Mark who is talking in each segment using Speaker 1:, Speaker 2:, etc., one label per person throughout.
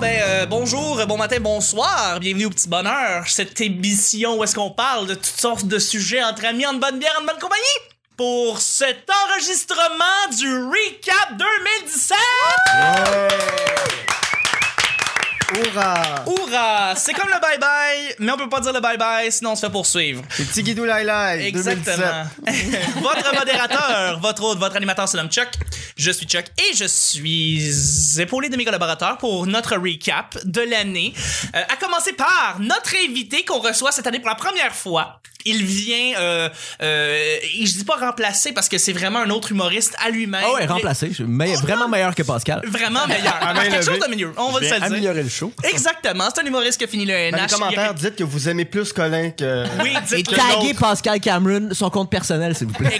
Speaker 1: ben, euh, bonjour, bon matin, bonsoir, bienvenue au Petit Bonheur, cette émission où est-ce qu'on parle de toutes sortes de sujets entre amis, en bonne bière, en bonne compagnie, pour cet enregistrement du Recap 2017!
Speaker 2: Hourra!
Speaker 1: Hourra! C'est comme le bye-bye, mais on peut pas dire le bye-bye, sinon on se fait poursuivre.
Speaker 2: C'est Petit Guidou Lai Lai,
Speaker 1: Exactement.
Speaker 2: 2017.
Speaker 1: votre modérateur, votre hôte, votre animateur se nomme Chuck. Je suis Chuck et je suis épaulé de mes collaborateurs pour notre recap de l'année. Euh, à commencer par notre invité qu'on reçoit cette année pour la première fois. Il vient, euh, euh, et je dis pas remplacer parce que c'est vraiment un autre humoriste à lui-même.
Speaker 3: Ah
Speaker 1: Mais
Speaker 3: ouais, remplacé. Je- mais- vraiment meilleur que Pascal.
Speaker 1: Vraiment meilleur.
Speaker 2: À main
Speaker 1: quelque
Speaker 2: levée.
Speaker 1: chose de mieux. On va
Speaker 3: J'ai
Speaker 1: se le dire.
Speaker 3: amélioré le show.
Speaker 1: Exactement. C'est un humoriste qui a fini le NH.
Speaker 2: Dans les commentaires,
Speaker 1: Il-
Speaker 2: dites que vous aimez plus Colin que.
Speaker 1: Oui,
Speaker 3: Et
Speaker 1: dites
Speaker 3: taguez Pascal Cameron, son compte personnel, s'il vous plaît.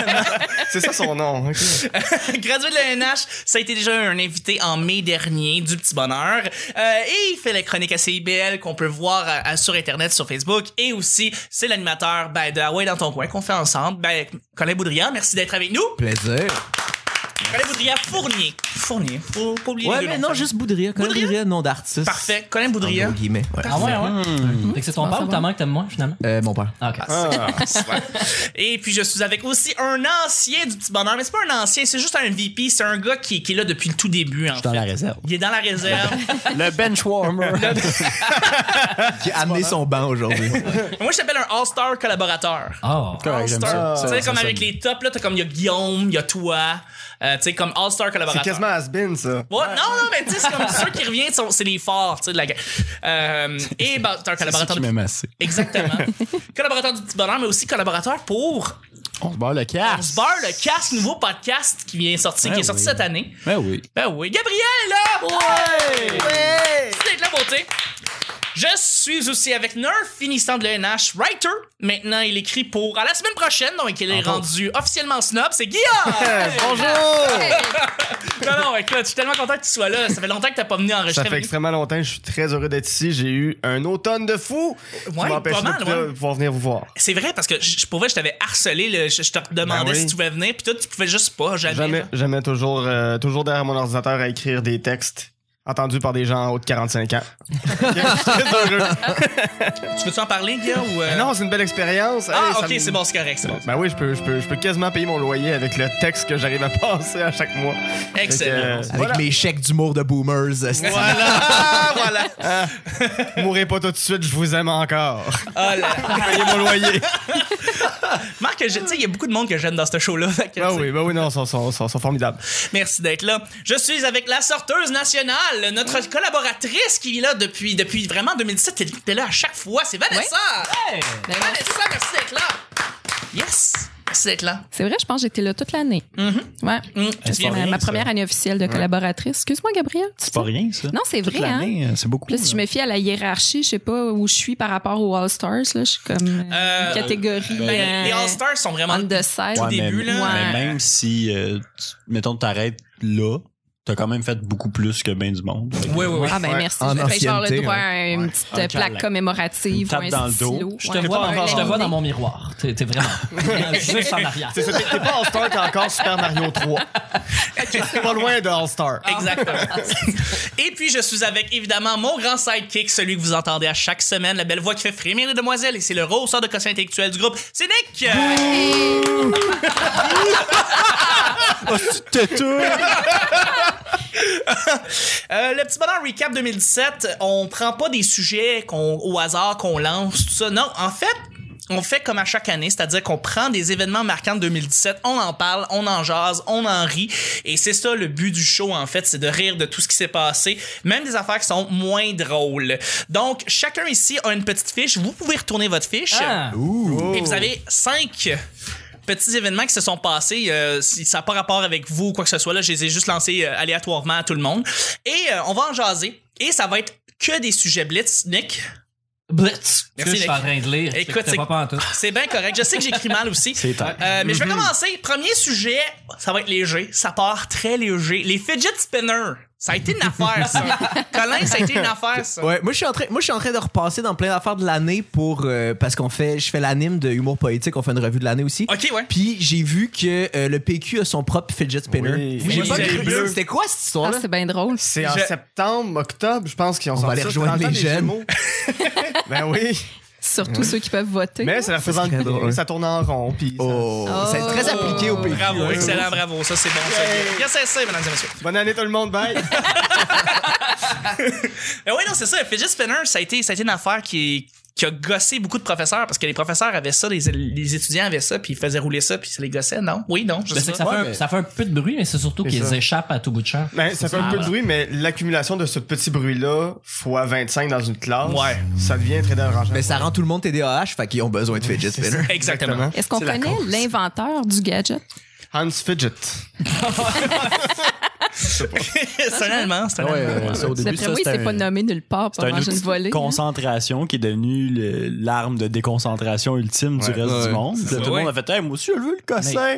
Speaker 2: C'est ça son nom. ok.
Speaker 1: Gradué de la NH, ça a été déjà un invité en mai dernier du Petit Bonheur. Euh, et il fait la chronique à CIBL qu'on peut voir à- à- sur Internet, sur Facebook. Et aussi, c'est l'animateur ben, de Hawaii dans ton coin qu'on fait ensemble. Ben, Colin Boudrian, merci d'être avec nous.
Speaker 3: Plaisir.
Speaker 1: Colin Boudrian Fournier. Fournier. Faut pas oublier
Speaker 3: Ouais,
Speaker 1: les deux
Speaker 3: mais
Speaker 1: noms.
Speaker 3: non, juste Boudria. Colin
Speaker 1: Boudria?
Speaker 3: Boudria, nom d'artiste.
Speaker 1: Parfait. Colin
Speaker 3: En
Speaker 1: Boudrian.
Speaker 3: gros guillemets. Ouais.
Speaker 4: Ah ouais, ouais. Fait que c'est
Speaker 1: Ah,
Speaker 4: ton père ou ta mère que t'aimes moins, finalement?
Speaker 3: Euh, mon père.
Speaker 4: Ah, ok.
Speaker 2: Ah,
Speaker 1: Et puis je suis avec aussi un ancien du petit bonheur, mais c'est pas un ancien, c'est juste un VP, c'est un gars qui, qui est là depuis le tout début en fait.
Speaker 3: réserve.
Speaker 1: Il est dans la réserve.
Speaker 3: Le ben- benchwarmer. Qui a amené son banc aujourd'hui.
Speaker 1: Moi je t'appelle un all-star collaborateur.
Speaker 4: Oh.
Speaker 3: Correct, j'aime
Speaker 1: All-Star.
Speaker 2: ça.
Speaker 1: Tu
Speaker 2: Ça,
Speaker 1: sais, comme avec les tops, là, t'as comme, il y a Guillaume, il y a toi. euh, tu sais, comme All-Star
Speaker 2: c'est
Speaker 1: collaborateur.
Speaker 2: quasiment Asbin, ça.
Speaker 1: Ouais, non, non, mais tu sais, c'est comme ceux qui reviennent, sont- c'est les forts, tu sais, de la gang. Euh, et ben, t'es un collaborateur. de-
Speaker 3: assez.
Speaker 1: Exactement. collaborateur du petit bonheur, mais aussi collaborateur pour
Speaker 3: On se barre le
Speaker 1: On se
Speaker 3: casque.
Speaker 1: barre le casque, nouveau podcast qui vient sortir, qui
Speaker 3: Ouais,
Speaker 1: est sorti
Speaker 3: oui.
Speaker 1: cette année.
Speaker 3: Ben oui.
Speaker 1: Ben oui. Gabriel est là! Ouais! C'est de la beauté. Je suis aussi avec Nerf, finissant de l'ENH, writer. Maintenant, il écrit pour à la semaine prochaine, donc il est rendu officiellement snob. C'est Guillaume!
Speaker 2: Bonjour!
Speaker 1: non, non, écoute, je suis tellement content que tu sois là. Ça fait longtemps que t'as pas venu enregistrer.
Speaker 2: Ça fait extrêmement longtemps, je suis très heureux d'être ici. J'ai eu un automne de fou qui
Speaker 1: Ouais,
Speaker 2: m'a empêché
Speaker 1: pas mal,
Speaker 2: de pouvoir-
Speaker 1: ouais.
Speaker 2: pouvoir venir vous voir.
Speaker 1: C'est vrai, parce que je, pour vrai, je t'avais harcelé, le- je, je te demandais
Speaker 2: Ben oui.
Speaker 1: si tu pouvais venir, puis toi, tu pouvais juste pas, jamais.
Speaker 2: Jamais,
Speaker 1: là.
Speaker 2: jamais, toujours, euh, toujours derrière mon ordinateur à écrire des textes entendus par des gens en haut de 45 ans. je suis très heureux.
Speaker 1: Tu veux-tu en parler, Guillaume? Ou, euh,
Speaker 2: Mais Ben non, c'est une belle expérience. Hey,
Speaker 1: Ah,
Speaker 2: ça
Speaker 1: ok,
Speaker 2: me-
Speaker 1: c'est bon, c'est correct, c'est bon.
Speaker 2: Ben oui, je peux, je peux, je peux quasiment payer mon loyer avec le texte que j'arrive à passer à chaque mois.
Speaker 1: Excellent.
Speaker 2: Fait que,
Speaker 3: Avec
Speaker 2: euh, voilà.
Speaker 3: mes chèques d'humour de boomers. esti. Ah,
Speaker 1: Voilà, voilà.
Speaker 2: Mourrez pas tout de suite, je vous aime encore.
Speaker 1: Oh là là.
Speaker 2: Payez mon loyer.
Speaker 1: Marc, je- tu sais, il y a beaucoup de monde que j'aime dans ce show-là. fait que,
Speaker 2: Ben
Speaker 1: tu sais,
Speaker 2: oui, ben oui, non, ils sont, sont, sont, sont formidables.
Speaker 1: Merci d'être là. Je suis avec la sorteuse nationale, notre collaboratrice qui est là depuis, depuis vraiment 2017. T'es- T'es là à chaque fois. C'est Vanessa!
Speaker 5: Ben,
Speaker 1: Vanessa, merci d'être là! Yes! Merci d'être là.
Speaker 5: C'est vrai, je pense que j'étais là toute l'année. Ouais.
Speaker 1: Hum, je
Speaker 5: C'est
Speaker 1: viens-
Speaker 5: ma, ma première année officielle de collaboratrice. Excuse-moi, Gabriel. tu
Speaker 6: C'est pas
Speaker 5: dis?
Speaker 6: rien, ça.
Speaker 5: Non, c'est
Speaker 6: Toute
Speaker 5: vrai, hein.
Speaker 6: l'année, euh, c'est beaucoup.
Speaker 5: Puis là, si je me fie à la hiérarchie, je sais pas où je suis par rapport aux All-Stars. Là, je suis comme euh,
Speaker 1: Euh,
Speaker 5: catégorie.
Speaker 1: ben,
Speaker 5: euh,
Speaker 1: les All-Stars sont vraiment.
Speaker 5: on the side.
Speaker 1: Ouais. début,
Speaker 6: mais,
Speaker 1: là.
Speaker 6: mais
Speaker 5: Ouais.
Speaker 6: même si, euh, tu- mettons, t'arrêtes là, t'as quand même fait beaucoup plus que ben du monde. Fait que
Speaker 1: Oui, oui, oui.
Speaker 5: Ah ben
Speaker 2: Ouais.
Speaker 5: merci.
Speaker 3: En
Speaker 5: je me fais genre
Speaker 3: ancienneté,
Speaker 5: le droit à
Speaker 3: ouais.
Speaker 5: une
Speaker 6: Ouais.
Speaker 5: petite
Speaker 6: Un
Speaker 5: euh,
Speaker 6: câlin.
Speaker 5: plaque commémorative
Speaker 6: Une
Speaker 5: ou
Speaker 6: tape
Speaker 5: un
Speaker 6: dans le dos.
Speaker 5: stylo.
Speaker 4: Je
Speaker 5: Ouais.
Speaker 4: te vois,
Speaker 2: pas
Speaker 4: dans, je te
Speaker 1: Ah,
Speaker 2: encore
Speaker 4: vois dans mon miroir. T'es t'es vraiment, vraiment juste en arrière.
Speaker 2: C'est ça, t'es- t'es pas All-Star, t'es encore Super Mario 3. T'es pas loin de All-Star.
Speaker 1: Exactement. Et puis, je suis avec, évidemment, mon grand sidekick, celui que vous entendez à chaque semaine, la belle voix qui fait frémir les demoiselles, et c'est le ressort de quotient intellectuel du groupe. C'est Nick! Ah, Euh, le petit bonheur recap 2017, on prend pas des sujets qu'on, au hasard qu'on lance, tout ça. Non, en fait, on fait comme à chaque année, c'est-à-dire qu'on prend des événements marquants de 2017, on en parle, on en jase, on en rit. Et c'est ça le but du show, en fait, c'est de rire de tout ce qui s'est passé, même des affaires qui sont moins drôles. Donc, chacun ici a une petite fiche. Vous pouvez retourner votre fiche.
Speaker 4: Ah.
Speaker 1: Et vous avez cinq petits événements qui se sont passés. euh, si ça n'a pas rapport avec vous ou quoi que ce soit, là, je les ai juste lancés euh, aléatoirement à tout le monde. Et euh, on va en jaser. Et ça va être que des sujets blitz, Nick.
Speaker 4: Blitz.
Speaker 1: Merci,
Speaker 4: Merci, je suis
Speaker 1: Nick.
Speaker 4: en train de lire.
Speaker 1: Écoute,
Speaker 4: Écoute,
Speaker 1: c'est- Ah,
Speaker 4: c'est pas pantoute.
Speaker 1: C'est bien correct. Je sais que j'écris mal aussi.
Speaker 6: C'est tard.
Speaker 1: Euh, mais je vais commencer. Premier sujet, ça va être léger. Ça part très léger. Les fidget spinners. Ça a été une affaire, ça. Colin, ça a été une affaire, ça.
Speaker 3: Ouais, moi je suis en train moi je suis en train de repasser dans plein d'affaires de l'année pour euh, parce qu'on fait je fais l'anime de humour politique, on fait une revue de l'année aussi.
Speaker 1: Ok, ouais.
Speaker 3: Puis j'ai vu que euh, le PQ a son propre fidget spinner.
Speaker 2: Oui.
Speaker 3: J'ai
Speaker 1: Oui,
Speaker 3: pas
Speaker 1: c'est bleu.
Speaker 3: cru. C'était quoi cette histoire
Speaker 5: Ah,
Speaker 3: là
Speaker 5: c'est bien drôle.
Speaker 2: C'est en
Speaker 1: Je-
Speaker 2: septembre, octobre, je pense qu'ils ont
Speaker 3: On va
Speaker 2: sorti
Speaker 3: aller
Speaker 2: ça,
Speaker 3: rejoindre
Speaker 2: c'est dans
Speaker 3: les
Speaker 2: temps des
Speaker 3: jeunes.
Speaker 2: Gémeaux. ben oui.
Speaker 5: Surtout ceux qui peuvent voter.
Speaker 2: Mais ça représente
Speaker 3: serait drôle.
Speaker 2: Ça tourne en rond. Puis ça-
Speaker 3: Oh, c'est très appliqué au PQ.
Speaker 1: Bravo,
Speaker 3: hein.
Speaker 1: excellent, bravo. Ça, c'est bon. ça. Yes, yes, yes, mesdames et messieurs.
Speaker 2: Bonne année tout le monde, bye.
Speaker 1: Mais Ben oui, non, c'est ça. Le fidget spinner, ça a été, ça a été une affaire qui, qui a gossé beaucoup de professeurs parce que les professeurs avaient ça, les, les étudiants avaient ça, puis ils faisaient rouler ça, puis ça les gossait. Non? Oui, non, je
Speaker 4: Ben,
Speaker 1: sais
Speaker 4: c'est que
Speaker 1: pas.
Speaker 4: ça, fait
Speaker 3: Ouais,
Speaker 4: un,
Speaker 3: mais-
Speaker 4: ça fait un peu de bruit, mais c'est surtout
Speaker 2: C'est
Speaker 4: qu'ils
Speaker 2: ça.
Speaker 4: échappent à tout bout de champ.
Speaker 2: Ben, ça fait
Speaker 4: Ah,
Speaker 2: un peu de
Speaker 4: voilà.
Speaker 2: bruit, mais l'accumulation de ce petit bruit-là fois 25 dans une classe,
Speaker 1: Ouais.
Speaker 2: ça devient très dérangeant.
Speaker 3: Mais ça rend tout le monde TDAH, fait qu'ils ont besoin de fidget spinner.
Speaker 1: Exactement.
Speaker 5: Est-ce qu'on
Speaker 2: C'est la
Speaker 5: connaît
Speaker 2: cause.
Speaker 5: l'inventeur du gadget?
Speaker 2: Hans Fidget.
Speaker 1: c'est un Allemand, c'est un
Speaker 6: Ouais,
Speaker 1: Allemand.
Speaker 6: ouais, ça, au début,
Speaker 5: D'après
Speaker 6: ça,
Speaker 5: moi, il
Speaker 6: c'était
Speaker 5: s'est pas
Speaker 6: un-
Speaker 5: nommé nulle part
Speaker 6: c'était un
Speaker 5: pendant une
Speaker 6: outil de
Speaker 5: volée. hein. là.
Speaker 6: concentration qui est devenu le- l'arme de déconcentration ultime du
Speaker 2: Ouais.
Speaker 6: reste
Speaker 3: Ouais.
Speaker 6: du monde. Puis là, tout le
Speaker 1: Ouais.
Speaker 6: monde a fait hey, moi aussi, je veux le cossin.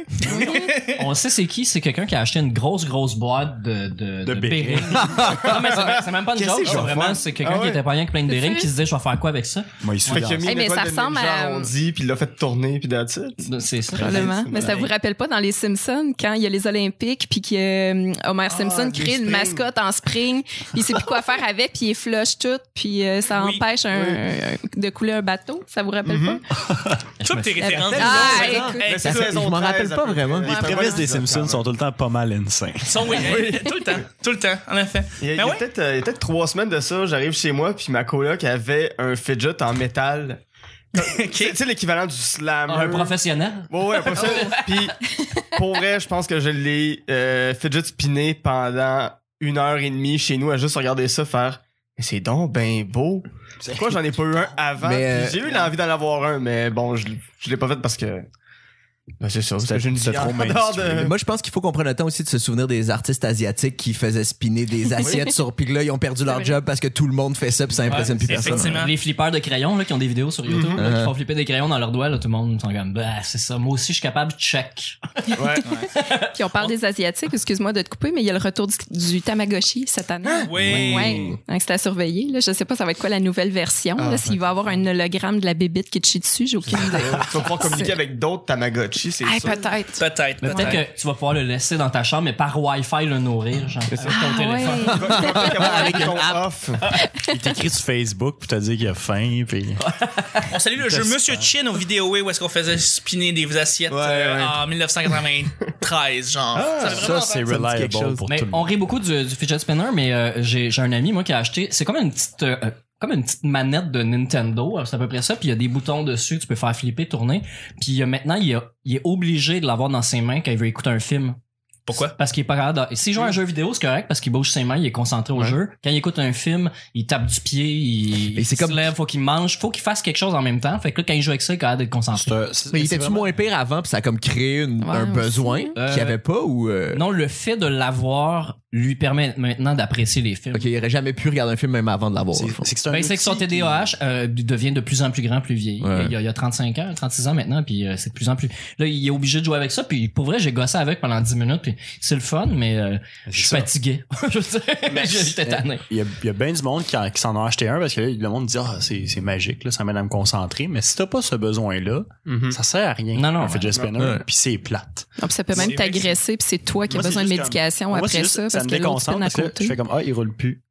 Speaker 4: On sait c'est qui, c'est quelqu'un qui a acheté une grosse, grosse boîte de, de, de
Speaker 6: De Bering.
Speaker 4: Bering. non, mais c'est c'est même pas une
Speaker 3: Qu'est-ce
Speaker 4: joke,
Speaker 3: que je
Speaker 4: c'est
Speaker 3: vais
Speaker 4: vraiment,
Speaker 3: faire?
Speaker 4: c'est quelqu'un
Speaker 2: Ah
Speaker 4: qui
Speaker 2: ouais.
Speaker 4: était pas rien que plein de
Speaker 5: C'est
Speaker 4: Bering
Speaker 5: sûr.
Speaker 4: qui se disait, je vais faire quoi avec ça?
Speaker 6: Moi, il se
Speaker 2: Fait qu'il a mis
Speaker 5: Eh,
Speaker 2: une
Speaker 5: mais
Speaker 2: étoile
Speaker 5: ça
Speaker 2: de
Speaker 5: ressemble
Speaker 2: Ninja
Speaker 5: à-
Speaker 2: arrondie, puis il l'a fait tourner, puis that's it.
Speaker 4: C'est ça.
Speaker 5: Probablement.
Speaker 2: c'est
Speaker 5: Mais ça
Speaker 2: malade.
Speaker 5: vous rappelle pas dans les Simpsons, quand il y a les Olympiques, puis que euh, Homer Simpson
Speaker 2: du
Speaker 5: crée une
Speaker 2: spring.
Speaker 5: mascotte en spring, puis il sait plus quoi faire avec, puis il flush tout, puis euh, ça
Speaker 1: Oui.
Speaker 5: empêche un- un- de couler un bateau. Ça vous rappelle pas?
Speaker 1: Toutes tes références.
Speaker 5: Ah,
Speaker 1: Hey,
Speaker 5: écoute.
Speaker 1: hey,
Speaker 3: Ça fait- je m'en rappelle pas vraiment.
Speaker 6: Les
Speaker 5: Ouais,
Speaker 6: prémices des Simpsons sont tout le temps pas mal insane.
Speaker 1: sont- oui, hey, tout le temps, tout le temps, en effet.
Speaker 2: Il y
Speaker 1: Ben
Speaker 2: a, il y a
Speaker 1: ouais.
Speaker 2: peut-être, euh, il y a peut-être trois semaines de ça, j'arrive chez moi, puis ma coloc avait un fidget en métal. Tu sais- tu sais, l'équivalent du slammer.
Speaker 4: Un professionnel.
Speaker 2: Ouais, ouais, pas ça. Puis, pour vrai, je pense que je l'ai euh, fidget spiné pendant une heure et demie chez nous à juste regarder ça faire. Mais c'est donc ben beau. Pourquoi j'en ai pas eu un avant?
Speaker 3: Mais,
Speaker 2: Puis
Speaker 3: euh,
Speaker 2: j'ai eu l'envie d'en avoir un, mais bon, je, je l'ai pas fait parce que. Ben, c'est sûr, parce que j'ai une vie
Speaker 6: trop
Speaker 2: en dehors de-
Speaker 6: mainstream.
Speaker 3: Moi, je pense qu'il faut qu'on prenne le temps aussi de se souvenir des artistes asiatiques qui faisaient spinner des assiettes sur puis que là, ils ont perdu leur
Speaker 5: vrai.
Speaker 3: job parce que tout le monde fait ça puis ça impressionne plus personne.
Speaker 1: effectivement.
Speaker 4: Les flippeurs de crayons là, qui ont des vidéos sur
Speaker 5: Mhm.
Speaker 4: YouTube là, qui font flipper des crayons dans leurs doigts, là, tout le monde sont comme bah c'est ça, moi aussi je suis capable, check.
Speaker 5: Puis on parle des Asiatiques, excuse-moi de te couper, mais il y a le retour du, du Tamagotchi cette année.
Speaker 1: Ah, Oui.
Speaker 5: Ouais. Donc, c'est à surveiller. Là. Je sais pas, ça va être quoi la nouvelle version. là, S'il va y avoir un hologramme de la bébite qui te chie dessus, j'ai aucune idée.
Speaker 2: Tu vas pouvoir communiquer avec d'autres Tamagotchi, c'est
Speaker 1: Ah,
Speaker 5: Hey,
Speaker 2: sûr.
Speaker 5: peut-être.
Speaker 1: Peut-être,
Speaker 4: Mais
Speaker 1: peut-être.
Speaker 4: peut-être que tu vas pouvoir le laisser dans ta chambre, mais par Wi-Fi le nourrir, genre avec ton
Speaker 5: Ah,
Speaker 4: téléphone.
Speaker 2: Tu
Speaker 5: ouais.
Speaker 2: vas- tu vas pouvoir avoir un bouton off.
Speaker 6: Il t'écrit sur Facebook pour te dire qu'il a faim. Puis...
Speaker 1: On salue le jeu Monsieur Chin au vidéo où est-ce qu'on faisait spinner des assiettes
Speaker 2: Ouais,
Speaker 1: euh,
Speaker 2: ouais.
Speaker 1: en 1993, genre. Ça avait
Speaker 6: Ça,
Speaker 1: vraiment fait-
Speaker 6: c'est
Speaker 3: ça me dit
Speaker 6: reliable
Speaker 3: quelque chose.
Speaker 6: pour
Speaker 4: Mais
Speaker 6: tout le
Speaker 4: on
Speaker 6: monde.
Speaker 4: rit beaucoup du, du fidget spinner, mais euh, j'ai j'ai un ami moi qui a acheté. C'est comme une petite euh, euh, comme une petite manette de Nintendo, euh, c'est à peu près ça. Puis il y a des boutons dessus, tu peux faire flipper, tourner. Puis euh, maintenant il, a- il est obligé de l'avoir dans ses mains quand il veut écouter un film.
Speaker 1: Pourquoi?
Speaker 4: Parce qu'il est pas capable. de- S'il joue à un jeu vidéo, c'est correct parce qu'il bouge ses mains, il est concentré au jeu. Quand il écoute un film, il tape du pied, il,
Speaker 3: Et
Speaker 4: il
Speaker 3: c'est
Speaker 4: se
Speaker 3: comme-
Speaker 4: lève, faut qu'il mange, faut qu'il fasse quelque chose en même temps. Fait que là, quand il joue avec ça, il est capable d'être concentré.
Speaker 6: C'est un- Euh, c'est-
Speaker 3: Mais il
Speaker 6: c'est
Speaker 3: était-tu
Speaker 6: vraiment-
Speaker 3: moins pire avant puis ça a comme créé une-
Speaker 5: Ouais,
Speaker 3: un
Speaker 5: aussi.
Speaker 3: besoin qu'il n'y avait pas ou. euh,
Speaker 4: Non, le fait de l'avoir lui permet maintenant d'apprécier les films.
Speaker 3: Ok, il aurait jamais pu regarder un film même avant de l'avoir. au fond.
Speaker 6: C'est c'est que c'est un
Speaker 4: Ben, c'est que son
Speaker 6: outil qui-
Speaker 4: TDAH euh, devient de plus en plus grand, plus vieilli.
Speaker 3: Ouais.
Speaker 4: Il, y a, il y a 35 ans, 36 ans maintenant, puis euh, c'est de plus en plus. Là, il est obligé de jouer avec ça, puis pour vrai, j'ai gossé avec pendant 10 minutes, puis c'est le fun, mais euh, je suis
Speaker 6: ça.
Speaker 4: fatigué. je veux dire,
Speaker 6: Mais-
Speaker 4: j'étais tanné.
Speaker 6: Il y a, il y a bien du monde qui, en- qui s'en a acheté un parce que là, le monde dit Ah, c'est c'est magique, là, ça m'aide à me concentrer. Mais si t'as pas ce besoin-là, ça sert à rien.
Speaker 4: Non, non,
Speaker 6: Un fidget
Speaker 4: ouais.
Speaker 6: spinner,
Speaker 3: Ouais.
Speaker 6: puis c'est plate.
Speaker 5: Ah, puis ça peut
Speaker 1: C'est
Speaker 5: même
Speaker 1: vrai que
Speaker 5: t'agresser, puis c'est toi qui as
Speaker 6: Moi, c'est
Speaker 5: besoin de
Speaker 6: juste comme-
Speaker 5: médication
Speaker 6: Moi, c'est
Speaker 5: après
Speaker 6: juste-
Speaker 5: ça, parce
Speaker 6: me
Speaker 5: que l'autre
Speaker 6: déconcentre
Speaker 5: spinne à
Speaker 6: parce que là,
Speaker 5: côté.
Speaker 6: je fais comme Ah, il roule plus.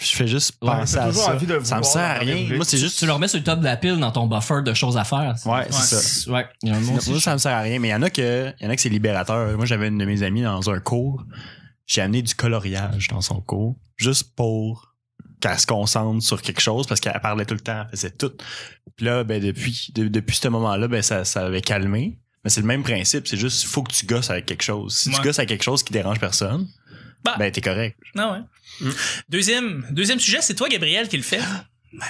Speaker 6: Je fais juste
Speaker 2: Ouais,
Speaker 6: penser
Speaker 2: t'as
Speaker 6: à
Speaker 2: toujours
Speaker 6: ça.
Speaker 2: envie de le
Speaker 6: ça me
Speaker 2: voir
Speaker 6: sert à
Speaker 2: dans la
Speaker 6: rien.
Speaker 2: vraie
Speaker 6: Moi,
Speaker 2: vie.
Speaker 6: c'est juste.
Speaker 4: Tu le remets sur le top de la pile dans ton buffer de choses à faire.
Speaker 6: Ouais, c'est ça.
Speaker 4: C'est- Ouais, il y a un mot
Speaker 6: Moi, ça me sert à rien, mais il y en a que, il y en a que c'est libérateur. Moi, j'avais une de mes amies dans un cours. J'ai amené du coloriage dans son cours, juste pour qu'elle se concentre sur quelque chose, parce qu'elle parlait tout le temps, elle faisait tout. Puis là, ben, depuis, de- depuis ce moment-là, ben, ça, ça avait calmé. Mais c'est le même principe, c'est juste, faut que tu gosses avec quelque chose. Si tu
Speaker 1: Ouais.
Speaker 6: gosses avec quelque chose qui dérange personne,
Speaker 1: Bah.
Speaker 6: ben, t'es correct.
Speaker 1: Non, ouais. Deuxième, deuxième sujet, c'est toi, Gabriel, qui le fait.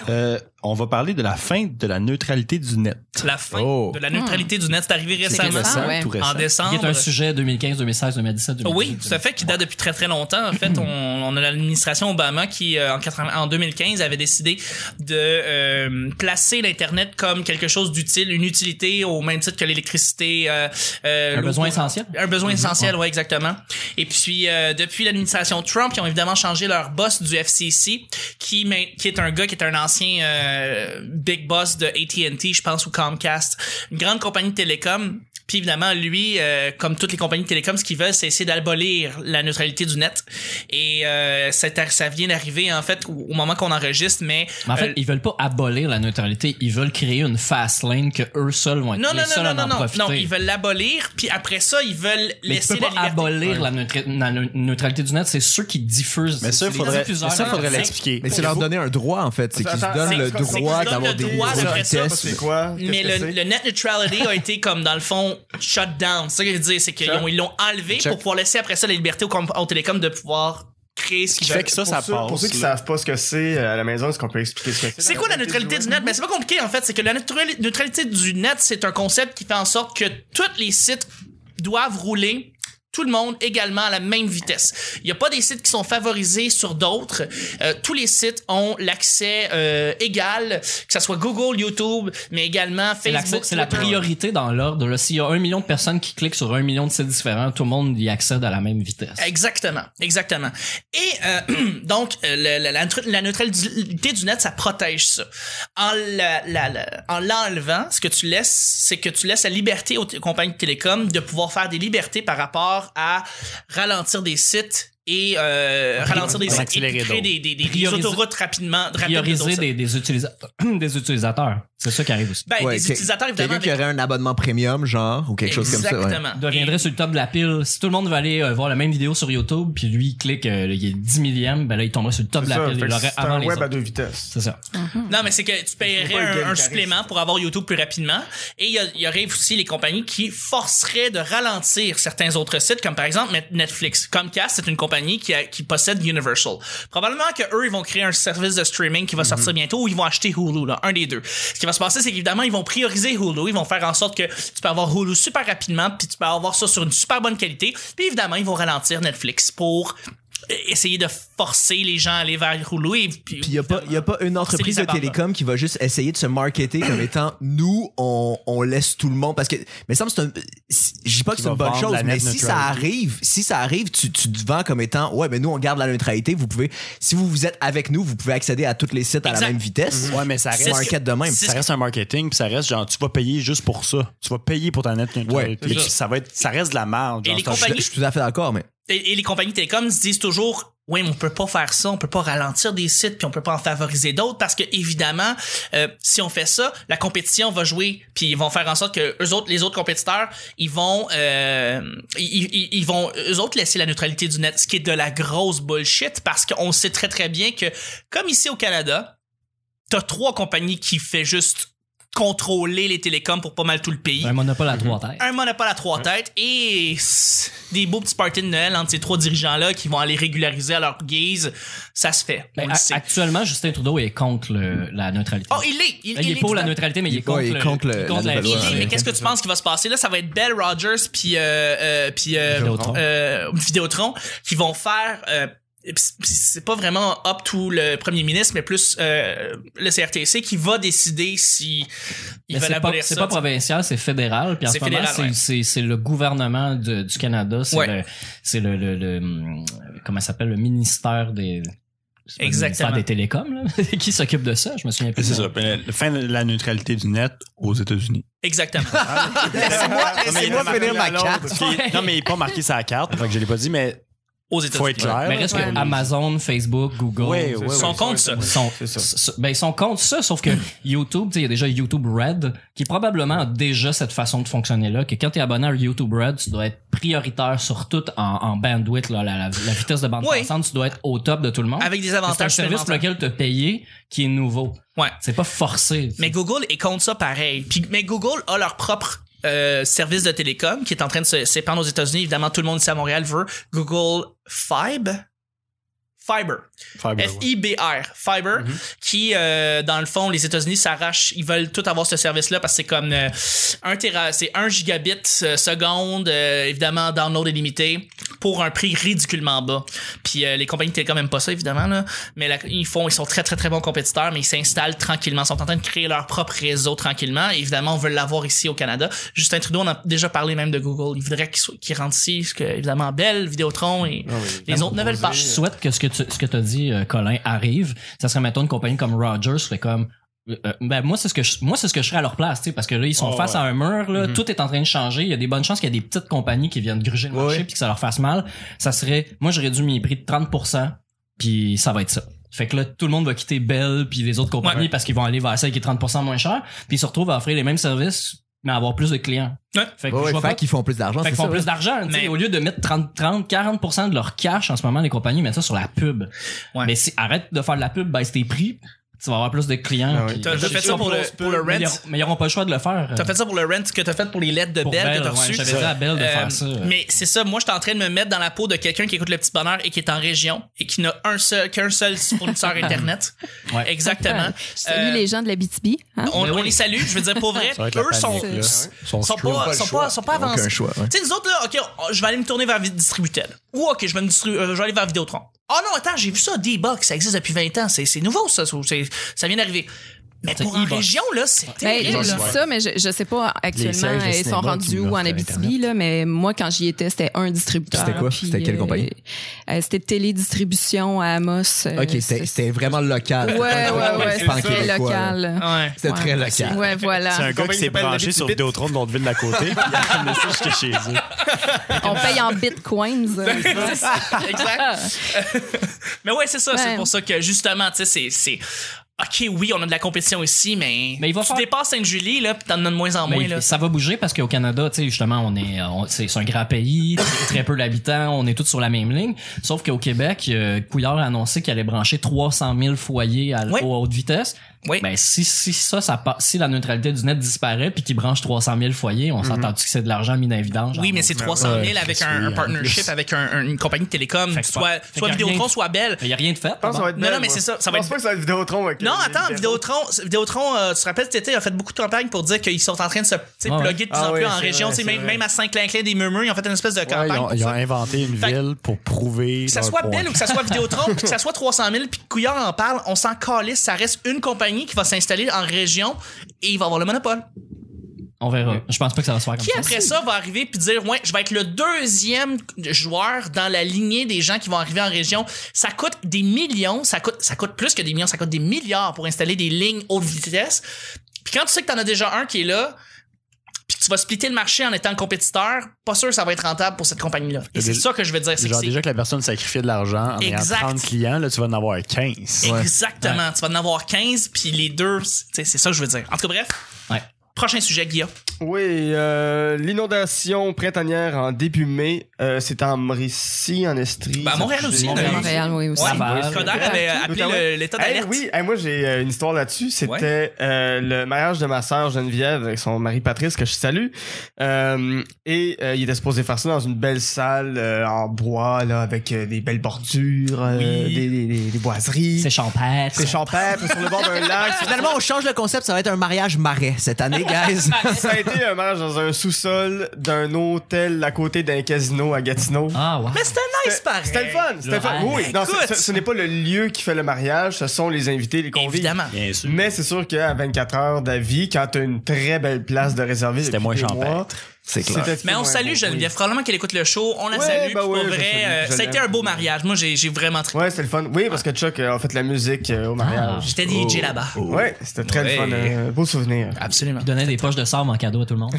Speaker 6: Euh, on va parler de la fin de la neutralité du net.
Speaker 1: La fin
Speaker 2: Oh.
Speaker 1: de la neutralité du net, c'est arrivé
Speaker 5: Hmm. C'est
Speaker 1: récemment.
Speaker 5: récent. ouais.
Speaker 6: tout récent.
Speaker 1: Ah, En décembre.
Speaker 4: Qui est un sujet 2015, 2016, 2017, 2018.
Speaker 1: Oui, tout à fait, qui date depuis très très longtemps. En
Speaker 4: Hmm.
Speaker 1: fait, on, on a l'administration Obama qui, euh, en, 80 en 2015, avait décidé de euh, placer l'Internet comme quelque chose d'utile, une utilité au même titre que l'électricité. euh, euh,
Speaker 4: Un
Speaker 1: l'eau-
Speaker 4: besoin essentiel.
Speaker 1: un besoin
Speaker 4: Ah.
Speaker 1: essentiel, ouais, exactement. Et puis, euh, depuis l'administration Trump, ils ont évidemment changé leur boss du FCC, qui, main- qui est un gars qui est un ancien euh, big boss de AT&T, je pense, ou Comcast, une grande compagnie de télécom. Puis évidemment, lui, euh, comme toutes les compagnies de télécom, ce qu'ils veulent, c'est essayer d'abolir la neutralité du net. Et euh, ça, tar- ça vient d'arriver, en fait, au, au moment qu'on enregistre, mais...
Speaker 4: Mais en fait,
Speaker 1: euh,
Speaker 4: ils veulent pas abolir la neutralité, ils veulent créer une fast lane que eux seuls vont être
Speaker 1: non,
Speaker 4: les
Speaker 1: non, non,
Speaker 4: seuls
Speaker 1: non,
Speaker 4: à
Speaker 1: non,
Speaker 4: en
Speaker 1: non,
Speaker 4: profiter.
Speaker 1: non, ils veulent l'abolir, puis après ça, ils veulent
Speaker 4: mais tu
Speaker 1: laisser
Speaker 4: peux pas
Speaker 1: la liberté.
Speaker 4: abolir la, neutra- la neu- neutralité du net, c'est ceux qui diffusent.
Speaker 6: Mais ça,
Speaker 4: c'est les
Speaker 6: faudrait, mais
Speaker 4: diffuseurs
Speaker 6: ça, faudrait
Speaker 4: d'internet.
Speaker 6: l'expliquer.
Speaker 3: Mais c'est leur donner un droit, en fait. C'est qu'ils se
Speaker 2: Attends,
Speaker 3: donnent
Speaker 2: c'est-
Speaker 3: le
Speaker 2: c'est qu'ils se
Speaker 3: droit
Speaker 1: donnent
Speaker 3: d'avoir
Speaker 1: le
Speaker 3: des
Speaker 1: droit
Speaker 3: grosses
Speaker 1: d'après ça,
Speaker 3: vitesses.
Speaker 2: C'est quoi? Qu'est-ce
Speaker 1: Mais
Speaker 2: que
Speaker 1: le,
Speaker 2: c'est?
Speaker 1: le net neutrality a été comme dans le fond shut down. C'est ça que je veux dire, c'est qu'ils
Speaker 2: Check.
Speaker 1: l'ont- ils l'ont enlevé
Speaker 6: Check.
Speaker 1: pour pouvoir laisser après ça la liberté aux, com- aux télécoms de pouvoir créer ce
Speaker 6: Ce qui
Speaker 1: qu'ils
Speaker 6: fait
Speaker 1: veulent.
Speaker 6: que ça,
Speaker 2: pour
Speaker 6: ça
Speaker 2: ceux-
Speaker 6: passe.
Speaker 2: Pour ceux qui
Speaker 6: là.
Speaker 2: savent pas ce que c'est euh, à la maison, est-ce qu'on peut expliquer ce que c'est?
Speaker 1: C'est quoi la neutralité du net? Ben, c'est pas compliqué en fait. C'est que la neutrali- neutralité du net, c'est un concept qui fait en sorte que tous les sites doivent rouler tout le monde également à la même vitesse. Il n'y a pas des sites qui sont favorisés sur d'autres. Euh, tous les sites ont l'accès euh, égal, que ce soit Google, YouTube, mais également
Speaker 4: C'est l'accès-
Speaker 1: Facebook.
Speaker 4: c'est la
Speaker 1: Twitter.
Speaker 4: priorité dans l'ordre. là. S'il y a un million de personnes qui cliquent sur un million de sites différents, tout le monde y accède à la même vitesse.
Speaker 1: Exactement, exactement. Et euh, donc, euh, le- la, la- la neutralité du net, ça protège ça. En la- la- la- en l'enlevant, ce que tu laisses, c'est que tu laisses la liberté aux t- compagnies de télécom de pouvoir faire des libertés par rapport à ralentir des sites et euh, ralentir des sites et
Speaker 6: Accélérer
Speaker 1: puis créer des, des, des- des
Speaker 4: Prioriser-
Speaker 1: autoroutes rapidement. rapides
Speaker 4: Prioriser
Speaker 1: autoroutes.
Speaker 4: des, des utilisa- des utilisateurs. C'est ça qui arrive aussi.
Speaker 1: Ben,
Speaker 3: Ouais,
Speaker 1: des
Speaker 3: que-
Speaker 1: utilisateurs, évidemment.
Speaker 3: Quelqu'un qui
Speaker 1: avec-
Speaker 3: aurait un abonnement premium, genre, ou quelque chose comme ça. ouais.
Speaker 1: Exactement.
Speaker 4: Il deviendrait sur le top de la pile. Si tout le monde veut aller euh, voir la même vidéo sur YouTube, puis lui, il clique, euh, il est 10 millième, ben là, il tomberait sur le top de la
Speaker 2: Ça,
Speaker 4: pile.
Speaker 2: fait
Speaker 4: Il
Speaker 2: que
Speaker 4: l'aurait
Speaker 2: C'est
Speaker 4: avant
Speaker 2: un
Speaker 4: les
Speaker 2: web à
Speaker 4: autres.
Speaker 2: deux vitesses.
Speaker 4: C'est ça.
Speaker 1: Non, mais c'est que tu
Speaker 2: C'est pas un
Speaker 1: paierais
Speaker 2: game
Speaker 1: un, un
Speaker 2: qui
Speaker 1: supplément pour avoir YouTube plus rapidement. Et il y a- il y, aurait aussi les compagnies qui forceraient de ralentir certains autres sites, comme par exemple Net- Netflix. Comcast, c'est une compagnie qui, a- qui possède Universal. Probablement que eux, ils vont créer un service de streaming qui va sortir
Speaker 3: Mhm.
Speaker 1: bientôt ou ils vont acheter Hulu, là, un des deux. Ce qui va se passer, c'est qu'évidemment, ils vont prioriser Hulu. Ils vont faire en sorte que tu peux avoir Hulu super rapidement, puis tu peux avoir ça sur une super bonne qualité. Puis évidemment, ils vont ralentir Netflix pour euh, essayer de forcer les gens à aller vers Hulu. Et, puis,
Speaker 3: Puis il n'y a, pas- y a pas une entreprise
Speaker 1: les
Speaker 3: de
Speaker 1: abandons.
Speaker 3: télécom qui va juste essayer de se marketer comme étant nous, on, on laisse tout le monde. Parce que, mais ça me semble, c'est un. Je dis pas que
Speaker 6: Qui
Speaker 3: c'est une
Speaker 6: va
Speaker 3: bonne
Speaker 6: vendre
Speaker 3: chose,
Speaker 6: la
Speaker 3: mais
Speaker 6: net
Speaker 3: si ça
Speaker 6: neutrality.
Speaker 3: arrive, si ça arrive, tu, tu te vends comme étant ouais, mais nous, on garde la neutralité. Vous pouvez, si vous, vous êtes avec nous, vous pouvez accéder à tous les sites à la
Speaker 1: Exact.
Speaker 3: même vitesse.
Speaker 4: Mhm.
Speaker 6: Ouais, mais ça
Speaker 1: C'est
Speaker 3: On
Speaker 1: ce
Speaker 6: reste,
Speaker 1: que-
Speaker 3: market de même.
Speaker 1: c'est
Speaker 6: ça reste un marketing, puis ça reste genre, tu vas payer juste pour ça. Tu vas payer pour ta net neutralité.
Speaker 2: Ouais, c'est
Speaker 6: Puis
Speaker 2: ça.
Speaker 6: ça va être, ça reste de la marge.
Speaker 1: Et les
Speaker 3: Je,
Speaker 1: compagnies-
Speaker 3: je suis tout à fait d'accord, mais.
Speaker 1: et, et les compagnies télécoms se disent toujours oui, mais on peut pas faire ça, on peut pas ralentir des sites puis on peut pas en favoriser d'autres parce que évidemment, euh, si on fait ça, la compétition va jouer puis ils vont faire en sorte que eux autres les autres compétiteurs, ils vont euh, ils, ils- ils vont eux autres laisser la neutralité du net, ce qui est de la grosse bullshit parce qu'on sait très très bien que comme ici au Canada, t'as trois compagnies qui fait juste contrôler les télécoms pour pas mal tout le pays
Speaker 4: Un monopole à trois têtes.
Speaker 1: un monopole à trois têtes et s- des beaux petits parties de Noël entre ces trois dirigeants-là qui vont aller régulariser à leur guise, ça se fait. On
Speaker 4: Ben,
Speaker 1: le
Speaker 4: a-
Speaker 1: sait.
Speaker 4: actuellement, Justin Trudeau est contre le- la neutralité.
Speaker 1: Oh, il est!
Speaker 4: Là, il, est pour la hein.
Speaker 1: tout à-
Speaker 4: neutralité, mais
Speaker 3: Il
Speaker 4: il
Speaker 3: est
Speaker 4: est
Speaker 3: pas-
Speaker 4: contre,
Speaker 3: il est
Speaker 4: le-
Speaker 3: contre le- la
Speaker 4: la,
Speaker 3: nouvelle
Speaker 1: Il
Speaker 4: vie.
Speaker 3: loi. hein.
Speaker 1: est, mais qu'est-ce que tu penses qui va se passer là? Ça va être Bell Rogers puis euh, euh, puis euh,
Speaker 4: Vidéotron.
Speaker 1: euh, Vidéotron qui vont faire euh, pis- pis c'est pas vraiment up to le premier ministre, mais plus euh, le CRTC qui va décider si ils
Speaker 4: Mais
Speaker 1: veulent
Speaker 4: c'est pas,
Speaker 1: abolir
Speaker 4: c'est
Speaker 1: ça.
Speaker 4: pas provincial, c'est fédéral. Puis en
Speaker 1: C'est
Speaker 4: ce moment,
Speaker 1: fédéral,
Speaker 4: c'est,
Speaker 1: ouais.
Speaker 4: c'est, c'est le gouvernement de- du Canada. C'est
Speaker 1: Ouais.
Speaker 4: le, c'est le, le, le, hum, comment ça s'appelle, le ministère des, c'est pas le
Speaker 1: Exactement.
Speaker 4: ministère des télécoms, là, qui s'occupe de ça. Je me souviens plus.
Speaker 6: C'est ça. Ben, La fin de la neutralité du net aux États-Unis.
Speaker 1: Exactement.
Speaker 6: Non, mais il
Speaker 3: Laissez-moi
Speaker 6: était marqué
Speaker 3: finir ma
Speaker 6: à l'autre,
Speaker 3: carte.
Speaker 6: parce qu'il- Non, mais il n'est pas marqué sa carte, donc je l'ai pas dit, mais
Speaker 1: Aux
Speaker 6: faut être
Speaker 1: États-Unis.
Speaker 6: clair.
Speaker 4: Mais reste
Speaker 5: Ouais.
Speaker 4: que Amazon, Facebook, Google.
Speaker 6: Ouais, ouais,
Speaker 1: Ils
Speaker 6: ouais.
Speaker 1: sont contre ça.
Speaker 4: sont,
Speaker 2: C'est ça.
Speaker 4: s- ben, ils sont contre ça, sauf que YouTube, tu sais, il y a déjà YouTube Red, qui probablement a déjà cette façon de fonctionner là, que quand t'es abonné à YouTube Red, tu dois être prioritaire sur tout en, en bandwidth, là, la, la- la vitesse de bande
Speaker 1: Oui.
Speaker 4: passante, tu dois être au top de tout le monde.
Speaker 1: Avec des
Speaker 4: Mais C'est un
Speaker 1: avantages
Speaker 4: service pour
Speaker 1: supplémentaires.
Speaker 4: lequel tu as payé qui est nouveau.
Speaker 1: Ouais.
Speaker 4: C'est pas forcé. tu sais.
Speaker 1: Mais Google est contre ça pareil. Puis, mais Google a leur propre euh, service de télécom qui est en train de se s'étendre aux États-Unis. Évidemment, tout le monde ici à Montréal veut Google Fibe. Fiber.
Speaker 6: Fiber, ouais. Mm-hmm.
Speaker 1: F-I-B-R, Fiber, qui, euh, dans le fond, les États-Unis s'arrachent, ils veulent tout avoir ce service-là parce que c'est comme euh, un téra, c'est un gigabit euh, seconde, euh, évidemment, download est limité, pour un prix ridiculement bas. Puis euh, les compagnies de télécom n'aiment pas ça, évidemment, là, mais la- ils font, ils sont très, très, très bons compétiteurs, mais ils s'installent tranquillement, ils sont en train de créer leur propre réseau tranquillement, et évidemment, on veut l'avoir ici au Canada. Justin Trudeau, on a déjà parlé même de Google, il voudrait qu'ils soient- qu'ils rentrent ici, parce que, évidemment, Bell, Vidéotron et les autres ne veulent pas.
Speaker 4: Je souhaite que ce que tu ce que as dit, euh, Colin, arrive. Ça serait, mettons, une compagnie comme Rogers serait comme. euh, euh, ben moi c'est ce que je, moi c'est ce que je serais à leur place tu sais parce que là ils sont
Speaker 3: Ah
Speaker 6: Oh,
Speaker 4: face
Speaker 6: ouais.
Speaker 4: à un mur là
Speaker 3: Mm-hmm.
Speaker 4: tout est en train de changer il y a des bonnes chances qu'il y a des petites compagnies qui viennent gruger le marché
Speaker 3: Ouais.
Speaker 4: puis que ça leur fasse mal ça serait moi je réduis mes prix de 30% puis ça va être ça fait que là tout le monde va quitter Bell puis les autres compagnies
Speaker 1: Ouais.
Speaker 4: parce qu'ils vont aller vers celle qui est 30% moins chère puis ils se retrouvent à offrir les mêmes services mais à avoir plus de clients
Speaker 1: Ouais.
Speaker 4: fait que
Speaker 3: Ouais,
Speaker 4: je vois
Speaker 3: fait
Speaker 4: pas
Speaker 3: qu'ils font plus d'argent.
Speaker 4: fait qu'ils
Speaker 3: c'est ça,
Speaker 4: font plus
Speaker 3: ouais.
Speaker 4: d'argent. tu sais,
Speaker 1: Mais-
Speaker 4: Au lieu de mettre 30, 30, 40% de leur cash en ce moment, les compagnies mettent ça sur la pub.
Speaker 1: Ouais.
Speaker 4: Mais si arrête de faire de la pub, baisse tes prix, tu vas avoir plus de clients.
Speaker 2: Ah oui.
Speaker 4: puis-
Speaker 1: T'as déjà
Speaker 4: Je
Speaker 1: fait
Speaker 4: sais
Speaker 1: ça
Speaker 4: pas,
Speaker 1: pour le-
Speaker 4: mais
Speaker 1: pour le
Speaker 4: ils
Speaker 1: rent?
Speaker 4: auront- Mais ils n'auront pas le choix de le faire.
Speaker 1: T'as fait ça pour le rent que t'as fait pour les lettres de
Speaker 4: Euh. Pour
Speaker 1: Bell, que t'as
Speaker 4: ouais,
Speaker 1: reçues.
Speaker 4: J'avais dit à Belle de
Speaker 1: Euh,
Speaker 4: faire ça.
Speaker 1: Mais c'est ça, moi, je suis en train de me mettre dans la peau de quelqu'un qui écoute le petit bonheur et qui est en région et qui n'a un seul, qu'un seul fournisseur Internet.
Speaker 4: Ouais.
Speaker 1: Exactement.
Speaker 5: Salut
Speaker 1: Euh,
Speaker 5: les gens de la BTB.
Speaker 1: On, on les salue, je veux dire, pour vrai,
Speaker 6: Ça va être la
Speaker 1: eux sont,
Speaker 6: panique, là.
Speaker 1: sont, pas, sont, pas, sont pas avancés.
Speaker 6: Aucun choix. ouais.
Speaker 1: Tu sais, nous autres, là, OK, on- je vais aller me tourner vers Distributel. Ou OK, je vais, me distri- euh, je vais aller vers Vidéotron. Ah non, attends, j'ai vu ça, D-Box, ça existe depuis 20 ans. C'est c'est nouveau, ça. c'est- Ça vient d'arriver. Mais
Speaker 4: C'est
Speaker 1: pour en
Speaker 4: e-box.
Speaker 1: région, là, c'est
Speaker 5: Ben,
Speaker 1: terrible.
Speaker 5: je
Speaker 1: là.
Speaker 5: dis ça, mais je, je sais pas
Speaker 6: Les
Speaker 5: actuellement,
Speaker 6: sièges de
Speaker 5: ils
Speaker 6: cinéma
Speaker 5: sont
Speaker 6: qui
Speaker 5: rendus où
Speaker 6: l'offrent
Speaker 5: en
Speaker 6: à
Speaker 5: Abitibi, là, mais moi, quand j'y étais, c'était un distributeur.
Speaker 3: C'était quoi?
Speaker 5: Puis,
Speaker 3: C'était quelle compagnie?
Speaker 5: euh, c'était Télédistribution à Amos. euh,
Speaker 3: Ok, c'était
Speaker 5: c'est-
Speaker 3: c'était vraiment local.
Speaker 5: Ouais, ouais, ouais,
Speaker 2: C'est
Speaker 5: c'était très
Speaker 3: pan-québécois, là.
Speaker 5: local.
Speaker 1: Ouais.
Speaker 3: C'était
Speaker 5: Ouais.
Speaker 3: très local.
Speaker 5: Ouais,
Speaker 6: Ah, C'est
Speaker 5: voilà.
Speaker 6: un gars qui
Speaker 2: compagnie
Speaker 6: s'est
Speaker 2: s'appelle
Speaker 6: branché sur
Speaker 2: Petit Bit.
Speaker 6: Vidéotron de l'autre ville d'à côté, puis il a amené ça jusqu'à chez eux.
Speaker 5: On paye en bitcoins. euh,
Speaker 1: C'est ça, exact. mais ouais, c'est ça. C'est
Speaker 5: Ouais.
Speaker 1: pour ça que justement, tu sais, c'est- c'est. Ok, oui, on a de la compétition ici, mais.
Speaker 4: Mais il va
Speaker 1: tu
Speaker 4: faire-
Speaker 1: dépasses Sainte-Julie, là, pis t'en as de moins en
Speaker 4: Mais
Speaker 1: moins, là.
Speaker 4: ça va bouger parce qu'au Canada, tu sais, justement, on est, on- c'est c'est un grand pays, très- très peu d'habitants, on est tous sur la même ligne. Sauf qu'au Québec, euh, Couillard a annoncé qu'il allait brancher 300 000 foyers à,
Speaker 1: Oui.
Speaker 4: aux hautes vitesses.
Speaker 1: Oui.
Speaker 4: Ben, si, si ça, ça pa- si la neutralité du net disparaît puis qu'il branche 300 000 foyers, on s'entend que c'est de l'argent mis dans les vidanges?
Speaker 1: Mm-hmm. Oui,
Speaker 4: en
Speaker 1: mais
Speaker 4: gros?
Speaker 1: c'est 300 000 avec
Speaker 6: Chris,
Speaker 1: un, un
Speaker 6: oui, en
Speaker 1: partnership
Speaker 6: plus.
Speaker 1: avec un- un- une compagnie de télécom,
Speaker 4: Fait que
Speaker 1: soit,
Speaker 4: pas- fait
Speaker 1: soit
Speaker 4: qu'il y a
Speaker 1: Vidéotron,
Speaker 4: rien.
Speaker 1: soit Belle.
Speaker 4: Il y a rien de fait.
Speaker 2: Je pense que ça va être
Speaker 1: Non,
Speaker 2: belle,
Speaker 1: non, mais
Speaker 2: moi.
Speaker 1: c'est ça, ça va
Speaker 2: Je pense
Speaker 1: être-
Speaker 2: pas que ça va être Vidéotron. avec,
Speaker 1: Non,
Speaker 2: euh,
Speaker 1: attends,
Speaker 2: les-
Speaker 1: Vidéotron, Vidéotron euh, tu te rappelles, cet été, il a fait beaucoup de campagnes pour dire qu'ils sont en train de se tu sais,
Speaker 4: Ah ouais.
Speaker 1: plugger de plus
Speaker 2: Ah
Speaker 1: en
Speaker 2: ouais,
Speaker 1: plus en
Speaker 2: c'est
Speaker 1: région.
Speaker 2: vrai,
Speaker 1: tu sais,
Speaker 2: c'est
Speaker 1: même,
Speaker 2: vrai.
Speaker 1: même à Saint-Clin-Clin des Murmures, ils ont fait une espèce de
Speaker 6: Ouais,
Speaker 1: campagne.
Speaker 6: ils, ont,
Speaker 1: pour
Speaker 6: ils ont
Speaker 1: ça.
Speaker 6: inventé une
Speaker 1: Fait que-
Speaker 6: ville pour prouver.
Speaker 1: Que ça
Speaker 6: leur
Speaker 1: soit
Speaker 6: point.
Speaker 1: Bell ou que ça soit Vidéotron, puis que ça soit 300 000, puis que Couillard en parle, on s'en calisse. Ça reste une compagnie qui va s'installer en région et il va avoir le monopole.
Speaker 4: On verra. Je pense pas que ça va se faire comme
Speaker 1: Qui
Speaker 4: ça.
Speaker 1: après ça va arriver puis dire ouais, je vais être le deuxième joueur dans la lignée des gens qui vont arriver en région. Ça coûte des millions, ça coûte ça coûte plus que des millions, ça coûte des milliards pour installer des lignes haute vitesse. Puis quand tu sais que t'en as déjà un qui est là, puis que tu vas splitter le marché en étant compétiteur, pas sûr que ça va être rentable pour cette compagnie là. Et c'est
Speaker 6: Déjà-
Speaker 1: ça que je veux dire, c'est que
Speaker 6: Genre,
Speaker 1: c'est-
Speaker 6: déjà que la personne sacrifiait de l'argent en ayant
Speaker 1: Exact.
Speaker 6: 30 clients, là, tu vas en avoir 15.
Speaker 1: Exactement. Tu vas en avoir 15, puis les deux, c'est tu sais, c'est ça que je veux dire. En tout cas, bref.
Speaker 4: Ouais.
Speaker 1: Prochain sujet, Guillaume.
Speaker 2: Oui, euh, l'inondation printanière en début mai, euh, c'est en Mauricie, en Estrie.
Speaker 1: Bah, à Montréal aussi,
Speaker 5: à Montréal, oui, aussi.
Speaker 1: Ouais,
Speaker 4: Laval.
Speaker 1: Coder avait appelé le- l'état
Speaker 2: Hey,
Speaker 1: d'alerte.
Speaker 2: Ben oui, hey, moi j'ai euh, une histoire là-dessus. C'était euh, le mariage de ma sœur Geneviève avec son mari Patrice que je salue. Euh, et euh, il était supposé faire ça dans une belle salle euh, en bois là avec euh, des belles bordures, euh,
Speaker 1: Oui.
Speaker 2: des, des- des- des boiseries.
Speaker 4: C'est champêtre.
Speaker 2: C'est champêtre sur le bord d'un lac.
Speaker 3: Finalement, on change le concept, ça va être un mariage marais cette année, guys.
Speaker 2: Ça a été un mariage dans un sous-sol d'un hôtel à côté d'un casino à Gatineau. Euh,
Speaker 4: Ah, ouais.
Speaker 1: Mais c'était nice pareil.
Speaker 2: C'était le fun, c'était le fun.
Speaker 4: Le-
Speaker 2: Oui,
Speaker 1: Hey,
Speaker 2: non,
Speaker 1: écoute.
Speaker 2: ce, ce- ce n'est pas le lieu qui fait le mariage, ce sont les invités, les convives.
Speaker 1: Évidemment.
Speaker 6: Bien sûr.
Speaker 2: Mais c'est sûr qu'à 24 heures d'avis, quand t'as une très belle place de réservée,
Speaker 6: C'était
Speaker 2: depuis
Speaker 6: moins
Speaker 2: des
Speaker 6: champêtre.
Speaker 2: mois,
Speaker 3: C'est
Speaker 2: c'était
Speaker 1: Mais on
Speaker 2: moins
Speaker 1: salue
Speaker 2: beau,
Speaker 1: Geneviève. Probablement qu'elle écoute le show. On la
Speaker 2: Ouais,
Speaker 1: salue.
Speaker 2: bah
Speaker 1: puis
Speaker 2: ouais,
Speaker 1: pour vrai,
Speaker 2: je salue,
Speaker 1: euh,
Speaker 2: je
Speaker 1: ça a été
Speaker 2: l'aime.
Speaker 1: un beau mariage. Moi, j'ai j'ai vraiment trippé.
Speaker 2: oui. Ouais, c'était le fun. Oui, parce que Chuck euh, a fait de la musique euh, au mariage.
Speaker 1: J'étais DJ là-bas.
Speaker 2: Ouais, c'était très
Speaker 1: Ouais.
Speaker 2: le fun. euh, beau souvenir.
Speaker 1: Absolument.
Speaker 4: Il donnait des poches de sable en cadeau à tout le monde.